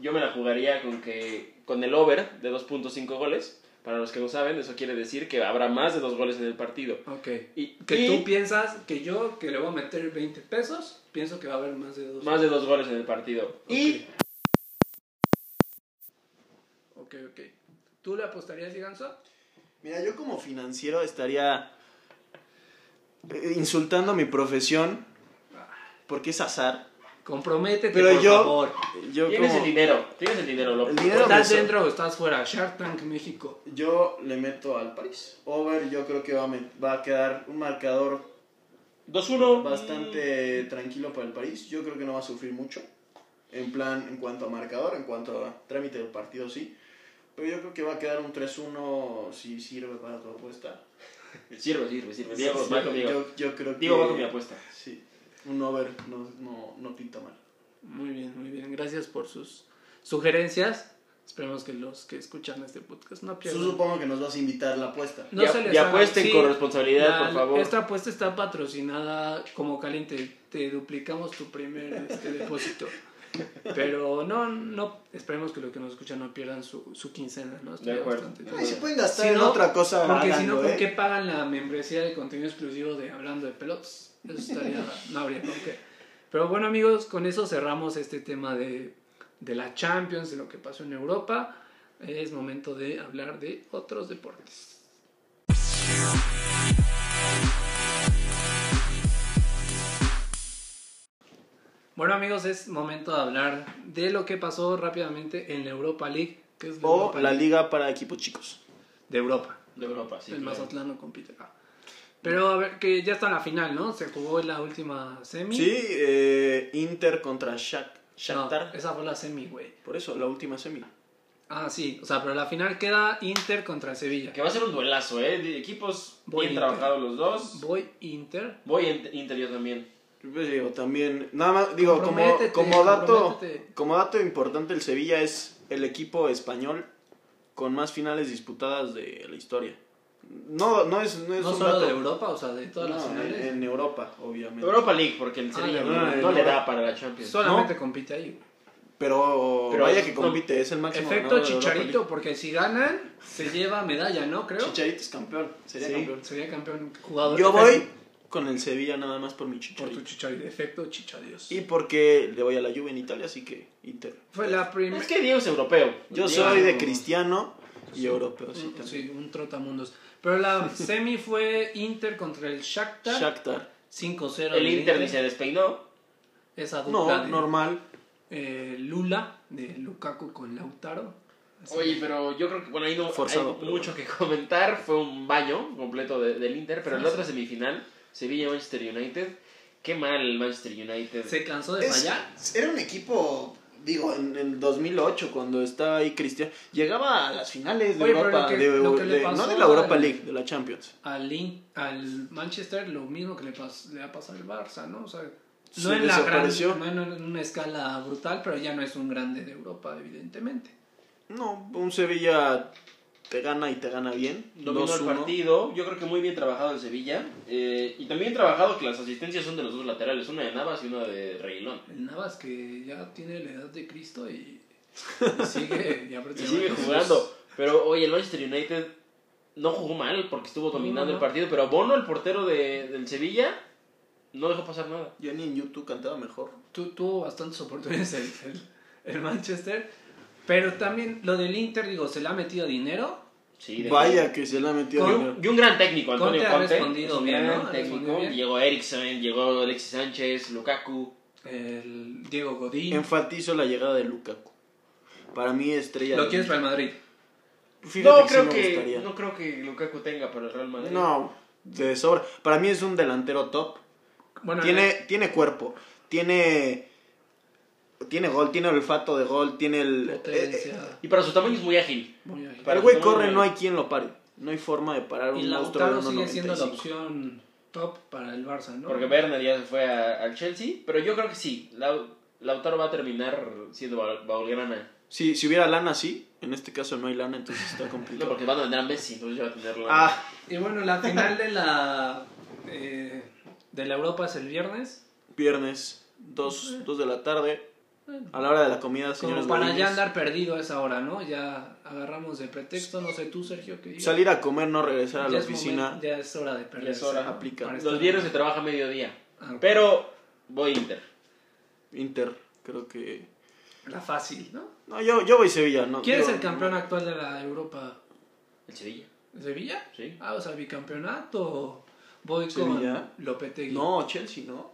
[SPEAKER 3] yo me la jugaría con que con el over de 2.5 goles. Para los que no saben, eso quiere decir que habrá más de dos goles en el partido.
[SPEAKER 1] Ok.
[SPEAKER 3] Y
[SPEAKER 1] Que
[SPEAKER 3] y
[SPEAKER 1] tú piensas que yo, que le voy a meter 20 pesos, pienso que va a haber más de dos.
[SPEAKER 3] más de dos goles en el partido. Y
[SPEAKER 1] Ok, ok. ¿Tú le apostarías, Giganzo?
[SPEAKER 2] Mira, yo como financiero estaría eh, insultando mi profesión porque es azar.
[SPEAKER 1] Comprométete,
[SPEAKER 2] Pero
[SPEAKER 1] por
[SPEAKER 2] yo-
[SPEAKER 1] favor.
[SPEAKER 2] Yo
[SPEAKER 3] tienes el
[SPEAKER 2] como
[SPEAKER 3] dinero, tienes el dinero, loco.
[SPEAKER 2] el dinero
[SPEAKER 1] ¿Estás
[SPEAKER 2] me so-
[SPEAKER 1] dentro o estás fuera? Shark Tank México.
[SPEAKER 2] yo le meto al París. Over, yo creo que va a, me- va a quedar un marcador
[SPEAKER 3] 2-1.
[SPEAKER 2] bastante tranquilo para el París. Yo creo que no va a sufrir mucho. En plan, en cuanto a marcador, en cuanto a trámite del partido, sí. Pero yo creo que va a quedar un 3-1 si sirve para tu apuesta.
[SPEAKER 3] Sirve, sirve, sirve. Diego, va conmigo.
[SPEAKER 2] yo, yo creo que.
[SPEAKER 3] Diego va con mi apuesta.
[SPEAKER 2] Sí. Un over no, no, no pinta mal.
[SPEAKER 1] Muy bien, muy bien. Gracias por sus sugerencias. Esperemos que los que escuchan este podcast no
[SPEAKER 2] Yo
[SPEAKER 1] pierdan.
[SPEAKER 2] supongo que nos vas a invitar la apuesta.
[SPEAKER 1] No
[SPEAKER 3] y,
[SPEAKER 1] se les
[SPEAKER 3] y
[SPEAKER 1] haga-
[SPEAKER 3] apuesten
[SPEAKER 1] sí,
[SPEAKER 3] con responsabilidad,
[SPEAKER 1] la-
[SPEAKER 3] por favor.
[SPEAKER 1] Esta apuesta está patrocinada como caliente. Te duplicamos tu primer este, depósito. Pero no, no, esperemos que los que nos escuchan no pierdan su, su quincena, ¿no? Estaría
[SPEAKER 3] acuerdo.
[SPEAKER 1] bastante
[SPEAKER 3] De
[SPEAKER 2] Ay, si
[SPEAKER 3] acuerdo.
[SPEAKER 1] bien.
[SPEAKER 2] pueden gastar
[SPEAKER 1] Si
[SPEAKER 2] en
[SPEAKER 1] no,
[SPEAKER 2] otra cosa,
[SPEAKER 1] Porque si
[SPEAKER 2] háganlo,
[SPEAKER 1] no, ¿por
[SPEAKER 2] ¿eh?
[SPEAKER 1] qué pagan la membresía de contenido exclusivo de Hablando de Pelotas? Eso estaría, no habría por qué. Pero bueno, amigos, con eso cerramos este tema de, de la Champions, de lo que pasó en Europa. Es momento de hablar de otros deportes. Bueno amigos, es momento de hablar de lo que pasó rápidamente en la Europa League, que es la
[SPEAKER 2] O
[SPEAKER 1] Europa
[SPEAKER 2] la
[SPEAKER 1] League
[SPEAKER 2] liga para equipos chicos.
[SPEAKER 1] de Europa.
[SPEAKER 3] De Europa, sí.
[SPEAKER 1] el
[SPEAKER 3] claro.
[SPEAKER 1] Mazatlán no compite acá. Pero a ver, que ya está en la final, ¿no? Se jugó en la última semi.
[SPEAKER 2] Sí, eh, Inter contra Shak
[SPEAKER 1] No,
[SPEAKER 2] Shakhtar.
[SPEAKER 1] esa fue la semi, güey.
[SPEAKER 2] Por eso, la última semi.
[SPEAKER 1] Ah, sí. O sea, pero la final queda Inter contra Sevilla.
[SPEAKER 3] Que va a ser un duelazo, ¿eh? De equipos
[SPEAKER 1] Voy
[SPEAKER 3] bien
[SPEAKER 1] Inter.
[SPEAKER 3] trabajados los dos.
[SPEAKER 1] Voy Inter.
[SPEAKER 3] Voy en Inter yo también.
[SPEAKER 2] Yo pues digo, también, nada más, digo, como,
[SPEAKER 1] Comprométete,
[SPEAKER 2] como, dato,
[SPEAKER 1] comprométete.
[SPEAKER 2] como dato importante, el Sevilla es el equipo español con más finales disputadas de la historia. No, no es, no es
[SPEAKER 1] No
[SPEAKER 2] un
[SPEAKER 1] solo
[SPEAKER 2] dato.
[SPEAKER 1] de Europa, o sea, de todas las
[SPEAKER 2] No,
[SPEAKER 1] finales.
[SPEAKER 2] en, en Europa, obviamente.
[SPEAKER 3] Europa League, porque el
[SPEAKER 1] Ah,
[SPEAKER 3] Sevilla
[SPEAKER 1] la
[SPEAKER 3] no,
[SPEAKER 2] verdad,
[SPEAKER 3] no
[SPEAKER 2] el
[SPEAKER 3] le
[SPEAKER 2] Europa-
[SPEAKER 3] da para la Champions.
[SPEAKER 1] Solamente compite ahí. güey.
[SPEAKER 2] Pero,
[SPEAKER 3] Pero
[SPEAKER 2] vaya
[SPEAKER 3] es-
[SPEAKER 2] que compite, es el máximo
[SPEAKER 1] Efecto
[SPEAKER 2] ganador de Europa
[SPEAKER 1] Chicharito, porque si ganan, se lleva medalla, ¿no?
[SPEAKER 2] League.
[SPEAKER 1] Creo.
[SPEAKER 2] Chicharito es campeón, sería
[SPEAKER 1] Sí,
[SPEAKER 2] campeón.
[SPEAKER 1] Sería campeón jugador.
[SPEAKER 2] Yo
[SPEAKER 1] efecto.
[SPEAKER 2] voy con el Sevilla nada más por mi
[SPEAKER 1] Por
[SPEAKER 2] Chicharito.
[SPEAKER 1] tu Chicharito. Efecto Chichadios.
[SPEAKER 2] Y porque le voy a la Juve en Italia, así que Inter.
[SPEAKER 1] Fue la primera.
[SPEAKER 3] Es que Diego es europeo.
[SPEAKER 2] Yo
[SPEAKER 3] Diego-
[SPEAKER 2] soy de cristiano y europeo, sí, también.
[SPEAKER 1] Sí, un trotamundos. Pero la semi fue Inter contra el Shakhtar.
[SPEAKER 2] Shakhtar.
[SPEAKER 1] 5-0.
[SPEAKER 3] El
[SPEAKER 1] del
[SPEAKER 3] Inter ni se despeinó.
[SPEAKER 1] Esa dupla
[SPEAKER 2] No,
[SPEAKER 1] de
[SPEAKER 2] normal.
[SPEAKER 1] eh, Lula, de Lukaku con Lautaro. Así.
[SPEAKER 3] Oye, pero yo creo que, bueno, ahí no
[SPEAKER 2] Forzado,
[SPEAKER 3] hay
[SPEAKER 2] pero
[SPEAKER 3] mucho que comentar. Fue un baño completo de- del Inter, pero en la otra semifinal, Sevilla-Manchester United. Qué mal el Manchester United.
[SPEAKER 1] ¿Se cansó de
[SPEAKER 2] Es-
[SPEAKER 1] fallar?
[SPEAKER 2] Era un equipo, digo, en el 2008, cuando estaba ahí Cristiano. Llegaba a las finales de
[SPEAKER 1] Oye, pero
[SPEAKER 2] Europa,
[SPEAKER 1] lo que-
[SPEAKER 2] de-
[SPEAKER 1] lo que le
[SPEAKER 2] de- no
[SPEAKER 1] pasó
[SPEAKER 2] de la Europa
[SPEAKER 1] al-
[SPEAKER 2] League, de la Champions.
[SPEAKER 1] Al, In- al Manchester lo mismo que le, pas- le ha pasado al Barça, ¿no? O sea, no
[SPEAKER 2] Se
[SPEAKER 1] en, la gran,
[SPEAKER 2] desapareció.
[SPEAKER 1] no en un- una escala brutal, pero ya no es un grande de Europa, evidentemente.
[SPEAKER 2] No, un Sevilla te gana y te gana bien.
[SPEAKER 3] Dominó el
[SPEAKER 2] 2-1.
[SPEAKER 3] partido. Yo creo que muy bien trabajado el Sevilla. eh, y también trabajado que las asistencias son de los dos laterales, una de Navas y una de Reguilón.
[SPEAKER 1] El Navas que ya tiene la edad de Cristo y, y sigue, ya
[SPEAKER 3] Y sigue
[SPEAKER 1] prácticamente-
[SPEAKER 3] jugando. Pero oye, el Manchester United no jugó mal porque estuvo dominando
[SPEAKER 1] no.
[SPEAKER 3] el partido. Pero Bono, el portero de, del Sevilla, no dejó pasar nada.
[SPEAKER 2] Ya ni en YouTube cantaba mejor.
[SPEAKER 1] tu- tuvo bastantes oportunidades el, el- el Manchester. Pero también lo del Inter, digo, se le ha metido dinero.
[SPEAKER 3] Sí, de-
[SPEAKER 2] Vaya que se la metió.
[SPEAKER 3] Y
[SPEAKER 1] Con-
[SPEAKER 2] dinero.
[SPEAKER 3] un, y un gran técnico, Antonio
[SPEAKER 1] Conte ha
[SPEAKER 3] Conte.
[SPEAKER 1] respondido
[SPEAKER 3] es un
[SPEAKER 1] bien,
[SPEAKER 3] gran
[SPEAKER 1] ¿no? Ha respondido
[SPEAKER 3] técnico.
[SPEAKER 1] bien.
[SPEAKER 3] Llegó Eriksen, llegó Alexis Sánchez, Lukaku.
[SPEAKER 1] El Diego Godín.
[SPEAKER 2] Enfatizo la llegada de Lukaku. Para mí, estrella.
[SPEAKER 1] ¿Lo
[SPEAKER 2] del-
[SPEAKER 1] quieres para el Madrid?
[SPEAKER 2] Fíjate que
[SPEAKER 3] No
[SPEAKER 2] sí
[SPEAKER 3] creo,
[SPEAKER 2] me
[SPEAKER 3] que,
[SPEAKER 2] gustaría.
[SPEAKER 3] no creo que Lukaku tenga para el Real Madrid.
[SPEAKER 2] no, de sobra. Para mí es un delantero top.
[SPEAKER 1] Bueno, eh.
[SPEAKER 2] Tiene, tiene cuerpo, tiene, tiene gol, tiene olfato de gol, tiene el... eh,
[SPEAKER 1] potencia.
[SPEAKER 3] Y para su tamaño es muy ágil.
[SPEAKER 1] muy ágil.
[SPEAKER 2] eh, el güey corre, no hay quien lo pare. No hay forma de parar
[SPEAKER 1] y
[SPEAKER 2] un monstruo de
[SPEAKER 1] Lautaro sigue siendo la
[SPEAKER 2] 1.95.
[SPEAKER 1] opción top para el Barça, ¿no?
[SPEAKER 3] Porque Werner ya se fue a- al Chelsea. Pero yo creo que sí. Lau- Lautaro va a terminar siendo Baul- Baulgrana.
[SPEAKER 2] Si, si hubiera lana, sí. En este caso no hay lana, entonces está
[SPEAKER 3] No,
[SPEAKER 2] complicado.
[SPEAKER 3] porque van a vender a Messi, entonces ya va a tenerlo.
[SPEAKER 2] ah,
[SPEAKER 1] Y bueno, la final de la eh, de la Europa es el viernes.
[SPEAKER 2] viernes, 2 de la tarde. A la hora de la comida, señores.
[SPEAKER 1] Eh. Como para ya
[SPEAKER 2] godines.
[SPEAKER 1] andar perdido a esa hora, ¿no? Ya agarramos de pretexto, no sé tú, Sergio, que
[SPEAKER 2] Salir a comer, no regresar a la
[SPEAKER 1] ya es
[SPEAKER 2] oficina.
[SPEAKER 1] momento- ya es hora de perder.
[SPEAKER 3] Ya es hora.
[SPEAKER 2] Aplica.
[SPEAKER 1] Para estar-
[SPEAKER 3] Los viernes se trabaja a mediodía.
[SPEAKER 1] Ah, ok.
[SPEAKER 3] Pero voy Inter.
[SPEAKER 2] Inter, creo que...
[SPEAKER 1] La fácil, ¿no?
[SPEAKER 2] No, yo, yo voy Sevilla. No,
[SPEAKER 1] ¿Quién es
[SPEAKER 2] yo-
[SPEAKER 1] el campeón actual de la Europa?
[SPEAKER 3] El Sevilla,
[SPEAKER 1] ¿Sevilla?
[SPEAKER 3] sí.
[SPEAKER 1] Ah, o sea, bicampeonato. Voy
[SPEAKER 2] ¿Sevilla?
[SPEAKER 1] con Lopetegui.
[SPEAKER 2] No, Chelsea, ¿no.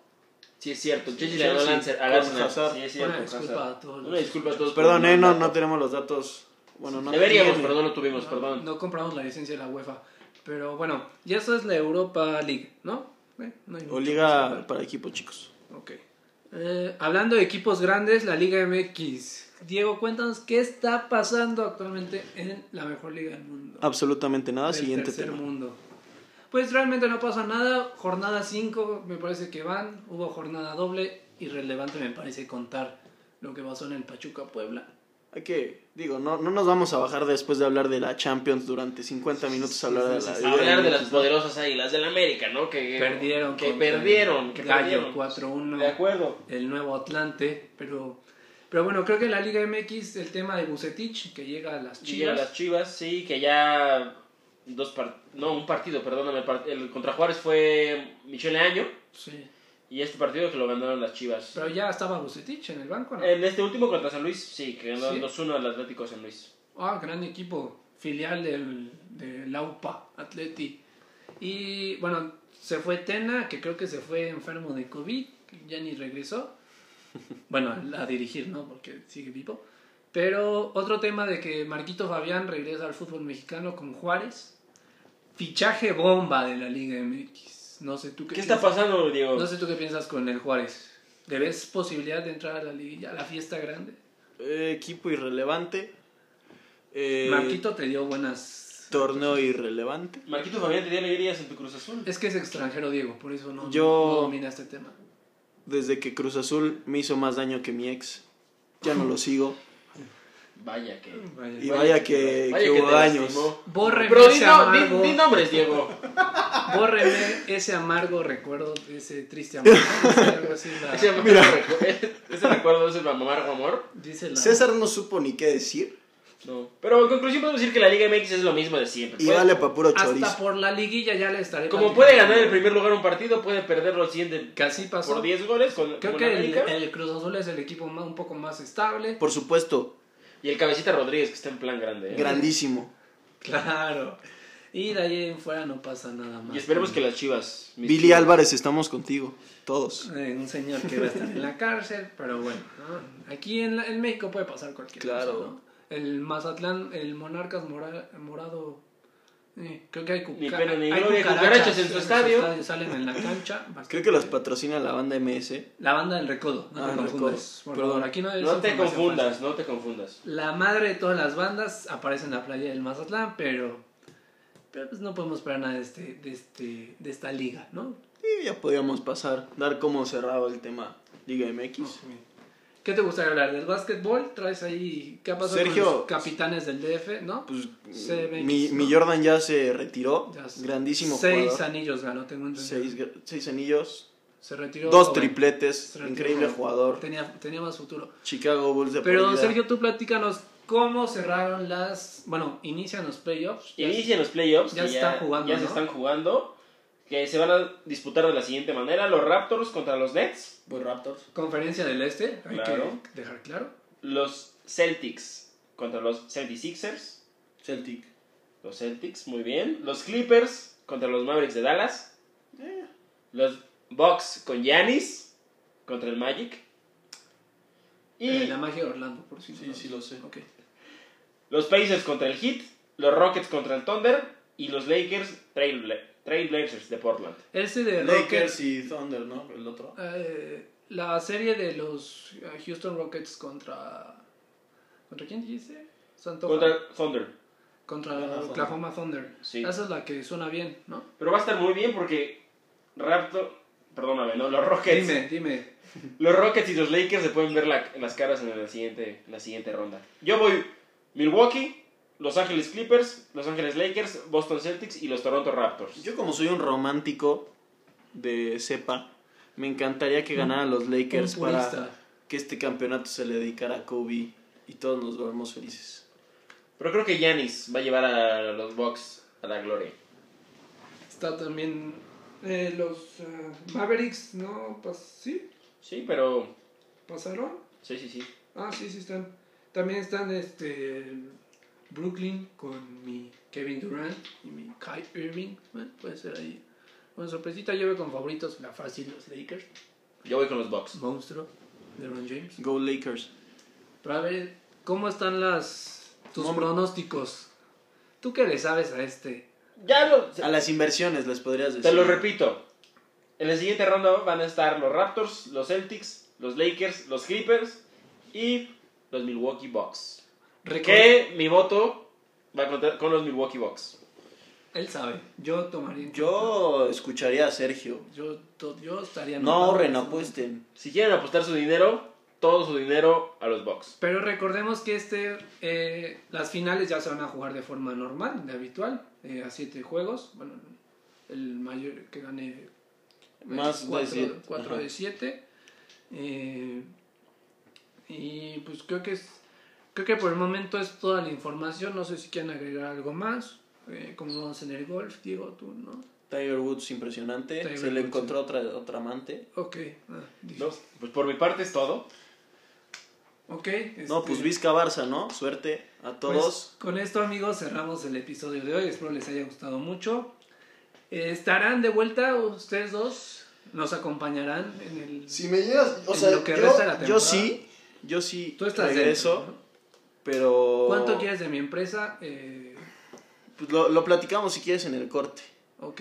[SPEAKER 3] Sí, es cierto. Chelsea
[SPEAKER 2] Sí,
[SPEAKER 3] le ganó al
[SPEAKER 2] Chelsea,
[SPEAKER 3] Lancer- al
[SPEAKER 2] con
[SPEAKER 3] Arsenal.
[SPEAKER 2] Hazard.
[SPEAKER 3] Sí, es cierto.
[SPEAKER 1] Una disculpa
[SPEAKER 3] Hazard.
[SPEAKER 1] a todos.
[SPEAKER 3] Una
[SPEAKER 1] los-
[SPEAKER 3] disculpa a todos.
[SPEAKER 2] Perdón,
[SPEAKER 3] por
[SPEAKER 2] eh,
[SPEAKER 3] el
[SPEAKER 2] no,
[SPEAKER 3] mal
[SPEAKER 2] no
[SPEAKER 3] dato.
[SPEAKER 2] tenemos los datos. Bueno, no
[SPEAKER 3] Deberíamos,
[SPEAKER 2] tiene.
[SPEAKER 3] pero no lo tuvimos,
[SPEAKER 1] No,
[SPEAKER 3] perdón.
[SPEAKER 1] No compramos la licencia de la UEFA. Pero bueno, ya eso es la Europa League, ¿no? Eh, no hay
[SPEAKER 2] O
[SPEAKER 1] mucho más que
[SPEAKER 2] liga
[SPEAKER 1] hablar.
[SPEAKER 2] para equipos chicos.
[SPEAKER 1] Ok. Eh, hablando de equipos grandes, la Liga MX. Diego, cuéntanos qué está pasando actualmente en la mejor liga del mundo.
[SPEAKER 2] Absolutamente nada.
[SPEAKER 1] Del
[SPEAKER 2] Siguiente
[SPEAKER 1] tercer
[SPEAKER 2] tema.
[SPEAKER 1] mundo. Pues realmente no pasa nada. Jornada 5 me parece que van. Hubo jornada doble. Irrelevante me parece contar lo que pasó en el Pachuca Puebla.
[SPEAKER 2] Hay que, digo, no, no nos vamos a bajar después de hablar de la Champions durante 50 minutos a hablar de la
[SPEAKER 3] Hablar de las poderosas águilas del América, ¿no? Que
[SPEAKER 1] Perdieron.
[SPEAKER 3] Que
[SPEAKER 1] contra
[SPEAKER 3] perdieron. Que
[SPEAKER 1] Gallo
[SPEAKER 3] perdieron.
[SPEAKER 1] 4-1.
[SPEAKER 3] De acuerdo.
[SPEAKER 1] el nuevo Atlante, pero, pero bueno, creo que en la Liga MX el tema de Bucetich, que llega a las
[SPEAKER 3] Chivas.
[SPEAKER 1] Chivas,
[SPEAKER 3] Las Chivas, sí, que ya dos par- no, un partido, perdóname, el, par- el contra Juárez fue Michele Año
[SPEAKER 1] sí.
[SPEAKER 3] y este partido que lo ganaron las Chivas.
[SPEAKER 1] pero ya estaba Bucetich en el banco, ¿no?
[SPEAKER 3] En este último contra San Luis, sí, que ganó
[SPEAKER 1] Sí.
[SPEAKER 3] 2-1 al Atlético de San Luis.
[SPEAKER 1] Ah, gran equipo, filial del, del AUPA, Atleti. Y bueno, se fue Tena, que creo que se fue enfermo de COVID, ya ni regresó. Bueno, a dirigir, ¿no? Porque sigue vivo. Pero otro tema de que Marquito Fabián regresa al fútbol mexicano con Juárez. Fichaje bomba de la Liga MX. No sé tú qué,
[SPEAKER 3] ¿Qué está
[SPEAKER 1] piensas-
[SPEAKER 3] pasando, Diego?
[SPEAKER 1] No sé tú qué piensas con el Juárez. ¿Le ves posibilidad de entrar a la liguilla, a la fiesta grande?
[SPEAKER 2] Eh, equipo irrelevante. Eh,
[SPEAKER 1] Marquito te dio buenas.
[SPEAKER 2] Torneo irrelevante.
[SPEAKER 3] Marquito Fabián te dio alegrías en tu Cruz Azul.
[SPEAKER 1] Es que es extranjero, Diego, por eso no,
[SPEAKER 2] Yo-
[SPEAKER 1] no domina este tema.
[SPEAKER 2] Desde que Cruz Azul me hizo más daño que mi ex. Ya no lo sigo.
[SPEAKER 3] Vaya que...
[SPEAKER 2] Y vaya que, que hubo
[SPEAKER 3] te
[SPEAKER 2] daños.
[SPEAKER 3] lastimó.
[SPEAKER 1] Bórreme
[SPEAKER 3] Pero di,
[SPEAKER 1] ese
[SPEAKER 3] no- di-
[SPEAKER 1] amargo.
[SPEAKER 3] di nombres, Diego.
[SPEAKER 1] Bórreme ese amargo recuerdo, ese triste amargo. algo así la-
[SPEAKER 3] Ese
[SPEAKER 2] Mira.
[SPEAKER 3] ¿Ese recuerdo es el mamargo amor?
[SPEAKER 1] dice la-
[SPEAKER 2] César no supo ni qué decir.
[SPEAKER 3] No. Pero en conclusión podemos decir que la Liga MX es lo mismo de siempre.
[SPEAKER 2] Y
[SPEAKER 3] Puede-
[SPEAKER 2] vale pa' puro
[SPEAKER 1] Hasta
[SPEAKER 2] chorizo.
[SPEAKER 1] por la liguilla ya le estaré.
[SPEAKER 3] como
[SPEAKER 1] platicando.
[SPEAKER 3] puede ganar el primer lugar un partido, puede perderlo al siguiente
[SPEAKER 1] Que así pasó.
[SPEAKER 3] por 10 goles con,
[SPEAKER 1] Creo
[SPEAKER 3] con
[SPEAKER 1] que el,
[SPEAKER 3] América.
[SPEAKER 1] el Cruz Azul es el equipo más- un poco más estable.
[SPEAKER 2] Por supuesto,
[SPEAKER 3] Y el cabecita Rodríguez, que está en plan grande. ¿eh?
[SPEAKER 2] grandísimo.
[SPEAKER 1] Claro. Y de ahí en fuera no pasa nada más.
[SPEAKER 3] Y esperemos que las chivas... mis
[SPEAKER 2] Billy
[SPEAKER 3] chivas.
[SPEAKER 2] Álvarez, estamos contigo. Todos.
[SPEAKER 1] Eh, un señor que va a estar en la cárcel, pero bueno, ¿no? aquí en, la- en México puede pasar cualquier
[SPEAKER 2] Claro.
[SPEAKER 1] cosa. ¿no? El Mazatlán, el Monarcas mora- Morado, eh, creo que hay, cuca-
[SPEAKER 3] Ni pena ni
[SPEAKER 1] hay
[SPEAKER 3] gloria, cucarachas en su estadio.
[SPEAKER 1] Salen en la cancha.
[SPEAKER 2] Creo que los patrocina la banda MS.
[SPEAKER 1] La banda del recodo, no
[SPEAKER 2] Ah,
[SPEAKER 1] te
[SPEAKER 2] el
[SPEAKER 1] confundas.
[SPEAKER 2] Recodo.
[SPEAKER 1] Por
[SPEAKER 2] Perdón.
[SPEAKER 1] favor, aquí no es
[SPEAKER 3] No te
[SPEAKER 1] información
[SPEAKER 3] confundas,
[SPEAKER 1] falsa.
[SPEAKER 3] no te confundas.
[SPEAKER 1] La madre de todas las bandas aparece en la playa del Mazatlán, pero, pero pues no podemos esperar nada de, este, de, este, de esta liga, ¿no?
[SPEAKER 2] Y ya podíamos pasar, dar como cerrado el tema Liga MX.
[SPEAKER 1] ¿Qué te gustaría hablar? ¿Del básquetbol? ¿Traes ahí qué ha pasado
[SPEAKER 2] Sergio,
[SPEAKER 1] con los capitanes del DF? ¿No?
[SPEAKER 2] Pues
[SPEAKER 1] CMX,
[SPEAKER 2] mi,
[SPEAKER 1] ¿no?
[SPEAKER 2] mi Jordan ya se retiró.
[SPEAKER 1] Ya sé.
[SPEAKER 2] Grandísimo
[SPEAKER 1] Seis
[SPEAKER 2] jugador.
[SPEAKER 1] anillos ganó, tengo entendido.
[SPEAKER 2] Seis, gra- seis anillos,
[SPEAKER 1] Se retiró.
[SPEAKER 2] dos
[SPEAKER 1] joven.
[SPEAKER 2] tripletes,
[SPEAKER 1] Se retiró
[SPEAKER 2] increíble
[SPEAKER 1] joven.
[SPEAKER 2] jugador.
[SPEAKER 1] Tenía, tenía más futuro.
[SPEAKER 2] Chicago Bulls de por
[SPEAKER 1] Pero
[SPEAKER 2] vida.
[SPEAKER 1] Sergio, tú platícanos cómo cerraron las... Bueno, inician los playoffs. Ya-
[SPEAKER 3] Inician los playoffs.
[SPEAKER 1] ya
[SPEAKER 3] que
[SPEAKER 1] se están jugando,
[SPEAKER 3] Ya se
[SPEAKER 1] ¿no?
[SPEAKER 3] están jugando. Que se van a disputar de la siguiente manera. Los Raptors contra los Nets.
[SPEAKER 1] Pues
[SPEAKER 3] Voy Raptors.
[SPEAKER 1] Conferencia del Este, hay
[SPEAKER 3] Claro.
[SPEAKER 1] que dejar claro.
[SPEAKER 3] Los Celtics contra los 76ers.
[SPEAKER 2] Celtic.
[SPEAKER 3] Los Celtics, muy bien. Los Clippers contra los Mavericks de Dallas.
[SPEAKER 1] Eh.
[SPEAKER 3] Los Bucks con Giannis contra el Magic. Y
[SPEAKER 1] Eh, la magia de Orlando, por si no
[SPEAKER 2] Sí, sí lo sé.
[SPEAKER 1] Ok.
[SPEAKER 3] los Pacers contra el Heat. Los Rockets contra el Thunder. Y los Lakers Trailbla- Trailblazers de Portland.
[SPEAKER 1] Ese de Rockets...
[SPEAKER 2] Lakers y Thunder, ¿no? El otro.
[SPEAKER 1] Eh, la serie de los eh, Houston Rockets contra. ¿Contra quién dijiste? Santo
[SPEAKER 3] Contra Thunder.
[SPEAKER 1] contra
[SPEAKER 2] Oklahoma Thunder.
[SPEAKER 1] Oklahoma Thunder.
[SPEAKER 3] Sí.
[SPEAKER 1] Esa es la que suena bien, ¿no?
[SPEAKER 3] Pero va a estar muy bien porque Raptor, perdóname, ¿no? Los Rockets,
[SPEAKER 1] Dime, dime.
[SPEAKER 3] los Rockets y los Lakers se pueden ver la- las caras en la siguiente, la siguiente ronda. Yo voy Milwaukee, Los Ángeles Clippers, Los Ángeles Lakers, Boston Celtics y los Toronto Raptors.
[SPEAKER 2] Yo como soy un romántico de cepa, me encantaría que ganaran los Lakers
[SPEAKER 1] Un
[SPEAKER 2] para
[SPEAKER 1] purista.
[SPEAKER 2] que este campeonato se le dedicara a Kobe y todos nos volvamos felices.
[SPEAKER 3] Pero creo que Giannis va a llevar a los Bucks a la gloria.
[SPEAKER 1] Está también. eh, los eh, Mavericks, ¿no? Pas- ¿Sí?
[SPEAKER 3] Sí, pero...
[SPEAKER 1] ¿Pasaron?
[SPEAKER 3] Sí, sí, sí.
[SPEAKER 1] Ah, sí, sí están. También están este. Brooklyn con mi Kevin Durant y mi Kyrie Irving. Bueno, puede ser ahí. Bueno, sorpresita, yo veo con favoritos la fácil los Lakers.
[SPEAKER 3] Yo voy con los Bucks.
[SPEAKER 1] monstruo LeBron James.
[SPEAKER 2] Go Lakers.
[SPEAKER 1] Pero a ver, ¿cómo están las tus
[SPEAKER 2] No, hombre.
[SPEAKER 1] pronósticos? ¿Tú qué le sabes a este?
[SPEAKER 3] Ya lo...
[SPEAKER 2] A las inversiones les podrías decir.
[SPEAKER 3] Te lo repito. En la siguiente ronda van a estar los Raptors, los Celtics, los Lakers, los Clippers y los Milwaukee Bucks. Que mi voto va a contar con los Milwaukee Bucks.
[SPEAKER 1] Él sabe. Yo tomaría. en
[SPEAKER 2] Yo escucharía a Sergio.
[SPEAKER 1] cuenta. Yo, to- yo estaría.
[SPEAKER 2] No pues, ahorren, apuesten.
[SPEAKER 3] Si quieren apostar su dinero, todo su dinero a los Bucks.
[SPEAKER 1] Pero recordemos que este, eh, las finales ya se van a jugar de forma normal, de habitual, eh, a siete juegos. Bueno, el mayor que gane
[SPEAKER 2] Más de
[SPEAKER 1] 4,
[SPEAKER 2] siete. Ajá.
[SPEAKER 1] de 7. y pues creo que es, creo que por el momento es toda la información. No sé si quieren agregar algo más. Eh, como vamos en el golf, Diego, tú, ¿no?
[SPEAKER 2] Tiger Woods impresionante.
[SPEAKER 1] Tiger
[SPEAKER 2] Se le
[SPEAKER 1] Woods,
[SPEAKER 2] encontró otra, otra amante.
[SPEAKER 1] Ok. ah,
[SPEAKER 3] ¿no? Pues por mi parte es todo.
[SPEAKER 1] Ok.
[SPEAKER 2] No,
[SPEAKER 1] este,
[SPEAKER 2] pues Vizca Barça, ¿no? Suerte a todos.
[SPEAKER 1] Pues, con esto, amigos, cerramos el episodio de hoy. Espero les haya gustado mucho. Eh, ¿Estarán de vuelta ustedes dos nos acompañarán en el...
[SPEAKER 2] Si me llegas, o
[SPEAKER 1] En
[SPEAKER 2] sea,
[SPEAKER 1] lo que
[SPEAKER 2] yo,
[SPEAKER 1] resta de la
[SPEAKER 2] yo
[SPEAKER 1] temporada.
[SPEAKER 2] sí, yo sí
[SPEAKER 1] Tú estás
[SPEAKER 2] regreso,
[SPEAKER 1] dentro, ¿no?
[SPEAKER 2] pero...
[SPEAKER 1] ¿Cuánto quieres de mi empresa? Eh,
[SPEAKER 2] Pues lo, lo platicamos si quieres en el corte.
[SPEAKER 1] ok,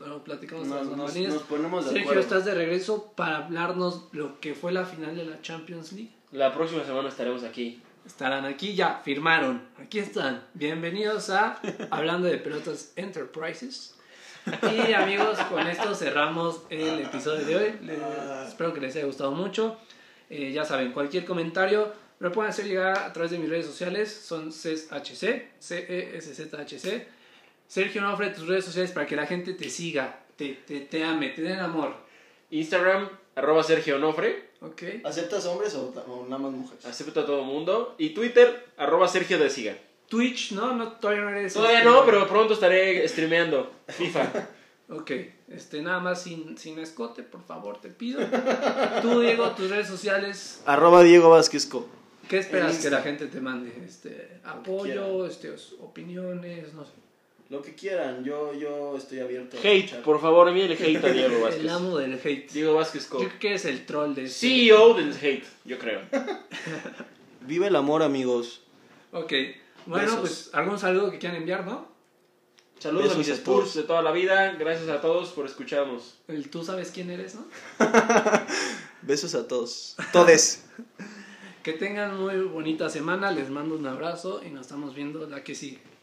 [SPEAKER 1] lo, lo platicamos a
[SPEAKER 2] Nos,
[SPEAKER 1] las
[SPEAKER 2] nos-
[SPEAKER 1] bambalinas.
[SPEAKER 2] nos ponemos de
[SPEAKER 1] Sergio,
[SPEAKER 2] acuerdo.
[SPEAKER 1] estás de regreso para hablarnos lo que fue la final de la Champions League.
[SPEAKER 3] La próxima semana estaremos aquí.
[SPEAKER 1] Estarán aquí, ya firmaron. Aquí están. Bienvenidos a Hablando de Pelotas Enterprises. Y amigos, con esto cerramos el episodio de hoy.
[SPEAKER 3] Ah.
[SPEAKER 1] Les- espero que les haya gustado mucho. Eh, ya saben, cualquier comentario me lo pueden hacer llegar a través de mis redes sociales. Son CESHC, E C-E-S-Z-H-C. Sergio, no ofrece tus redes sociales para que la gente te siga, te, te, te ame, te den amor.
[SPEAKER 3] Instagram, arroba Sergio Onofre.
[SPEAKER 1] ¿Ok?
[SPEAKER 2] ¿Aceptas hombres o, ta- o nada más mujeres?
[SPEAKER 3] Acepto a todo mundo. Y Twitter, arroba Sergio de Siga.
[SPEAKER 1] Twitch, no, no todavía no eres.
[SPEAKER 3] Todavía
[SPEAKER 1] este,
[SPEAKER 3] no, pero pronto estaré streameando FIFA.
[SPEAKER 1] Ok, este, nada más sin, sin escote, por favor, te pido. Tú, Diego, tus redes sociales,
[SPEAKER 2] Arroba Diego Vázquez Co.
[SPEAKER 1] ¿qué esperas
[SPEAKER 2] En
[SPEAKER 1] que la
[SPEAKER 2] Insta.
[SPEAKER 1] gente te mande? Este, apoyo, este, os- opiniones, no sé.
[SPEAKER 2] Lo que quieran, yo, yo estoy abierto. a
[SPEAKER 3] Hate,
[SPEAKER 2] escuchar.
[SPEAKER 3] por favor, envíenle hate a Diego
[SPEAKER 1] El
[SPEAKER 3] Vázquez.
[SPEAKER 1] amo del hate. Yo
[SPEAKER 3] Diego Vázquez Co.
[SPEAKER 1] creo que es el troll de este.
[SPEAKER 3] CEO del hate, yo creo.
[SPEAKER 2] Vive el amor, amigos.
[SPEAKER 1] Ok, bueno,
[SPEAKER 2] Besos.
[SPEAKER 1] pues algún saludo que quieran enviar, ¿no?
[SPEAKER 3] Saludos a
[SPEAKER 2] Besos
[SPEAKER 3] mis
[SPEAKER 2] a todos.
[SPEAKER 3] Spurs de toda la vida. Gracias a todos por escucharnos.
[SPEAKER 1] El tú sabes quién eres, ¿no?
[SPEAKER 2] Besos a todos. Todes.
[SPEAKER 1] Que tengan muy bonita semana, les mando un abrazo y nos estamos viendo la que sigue.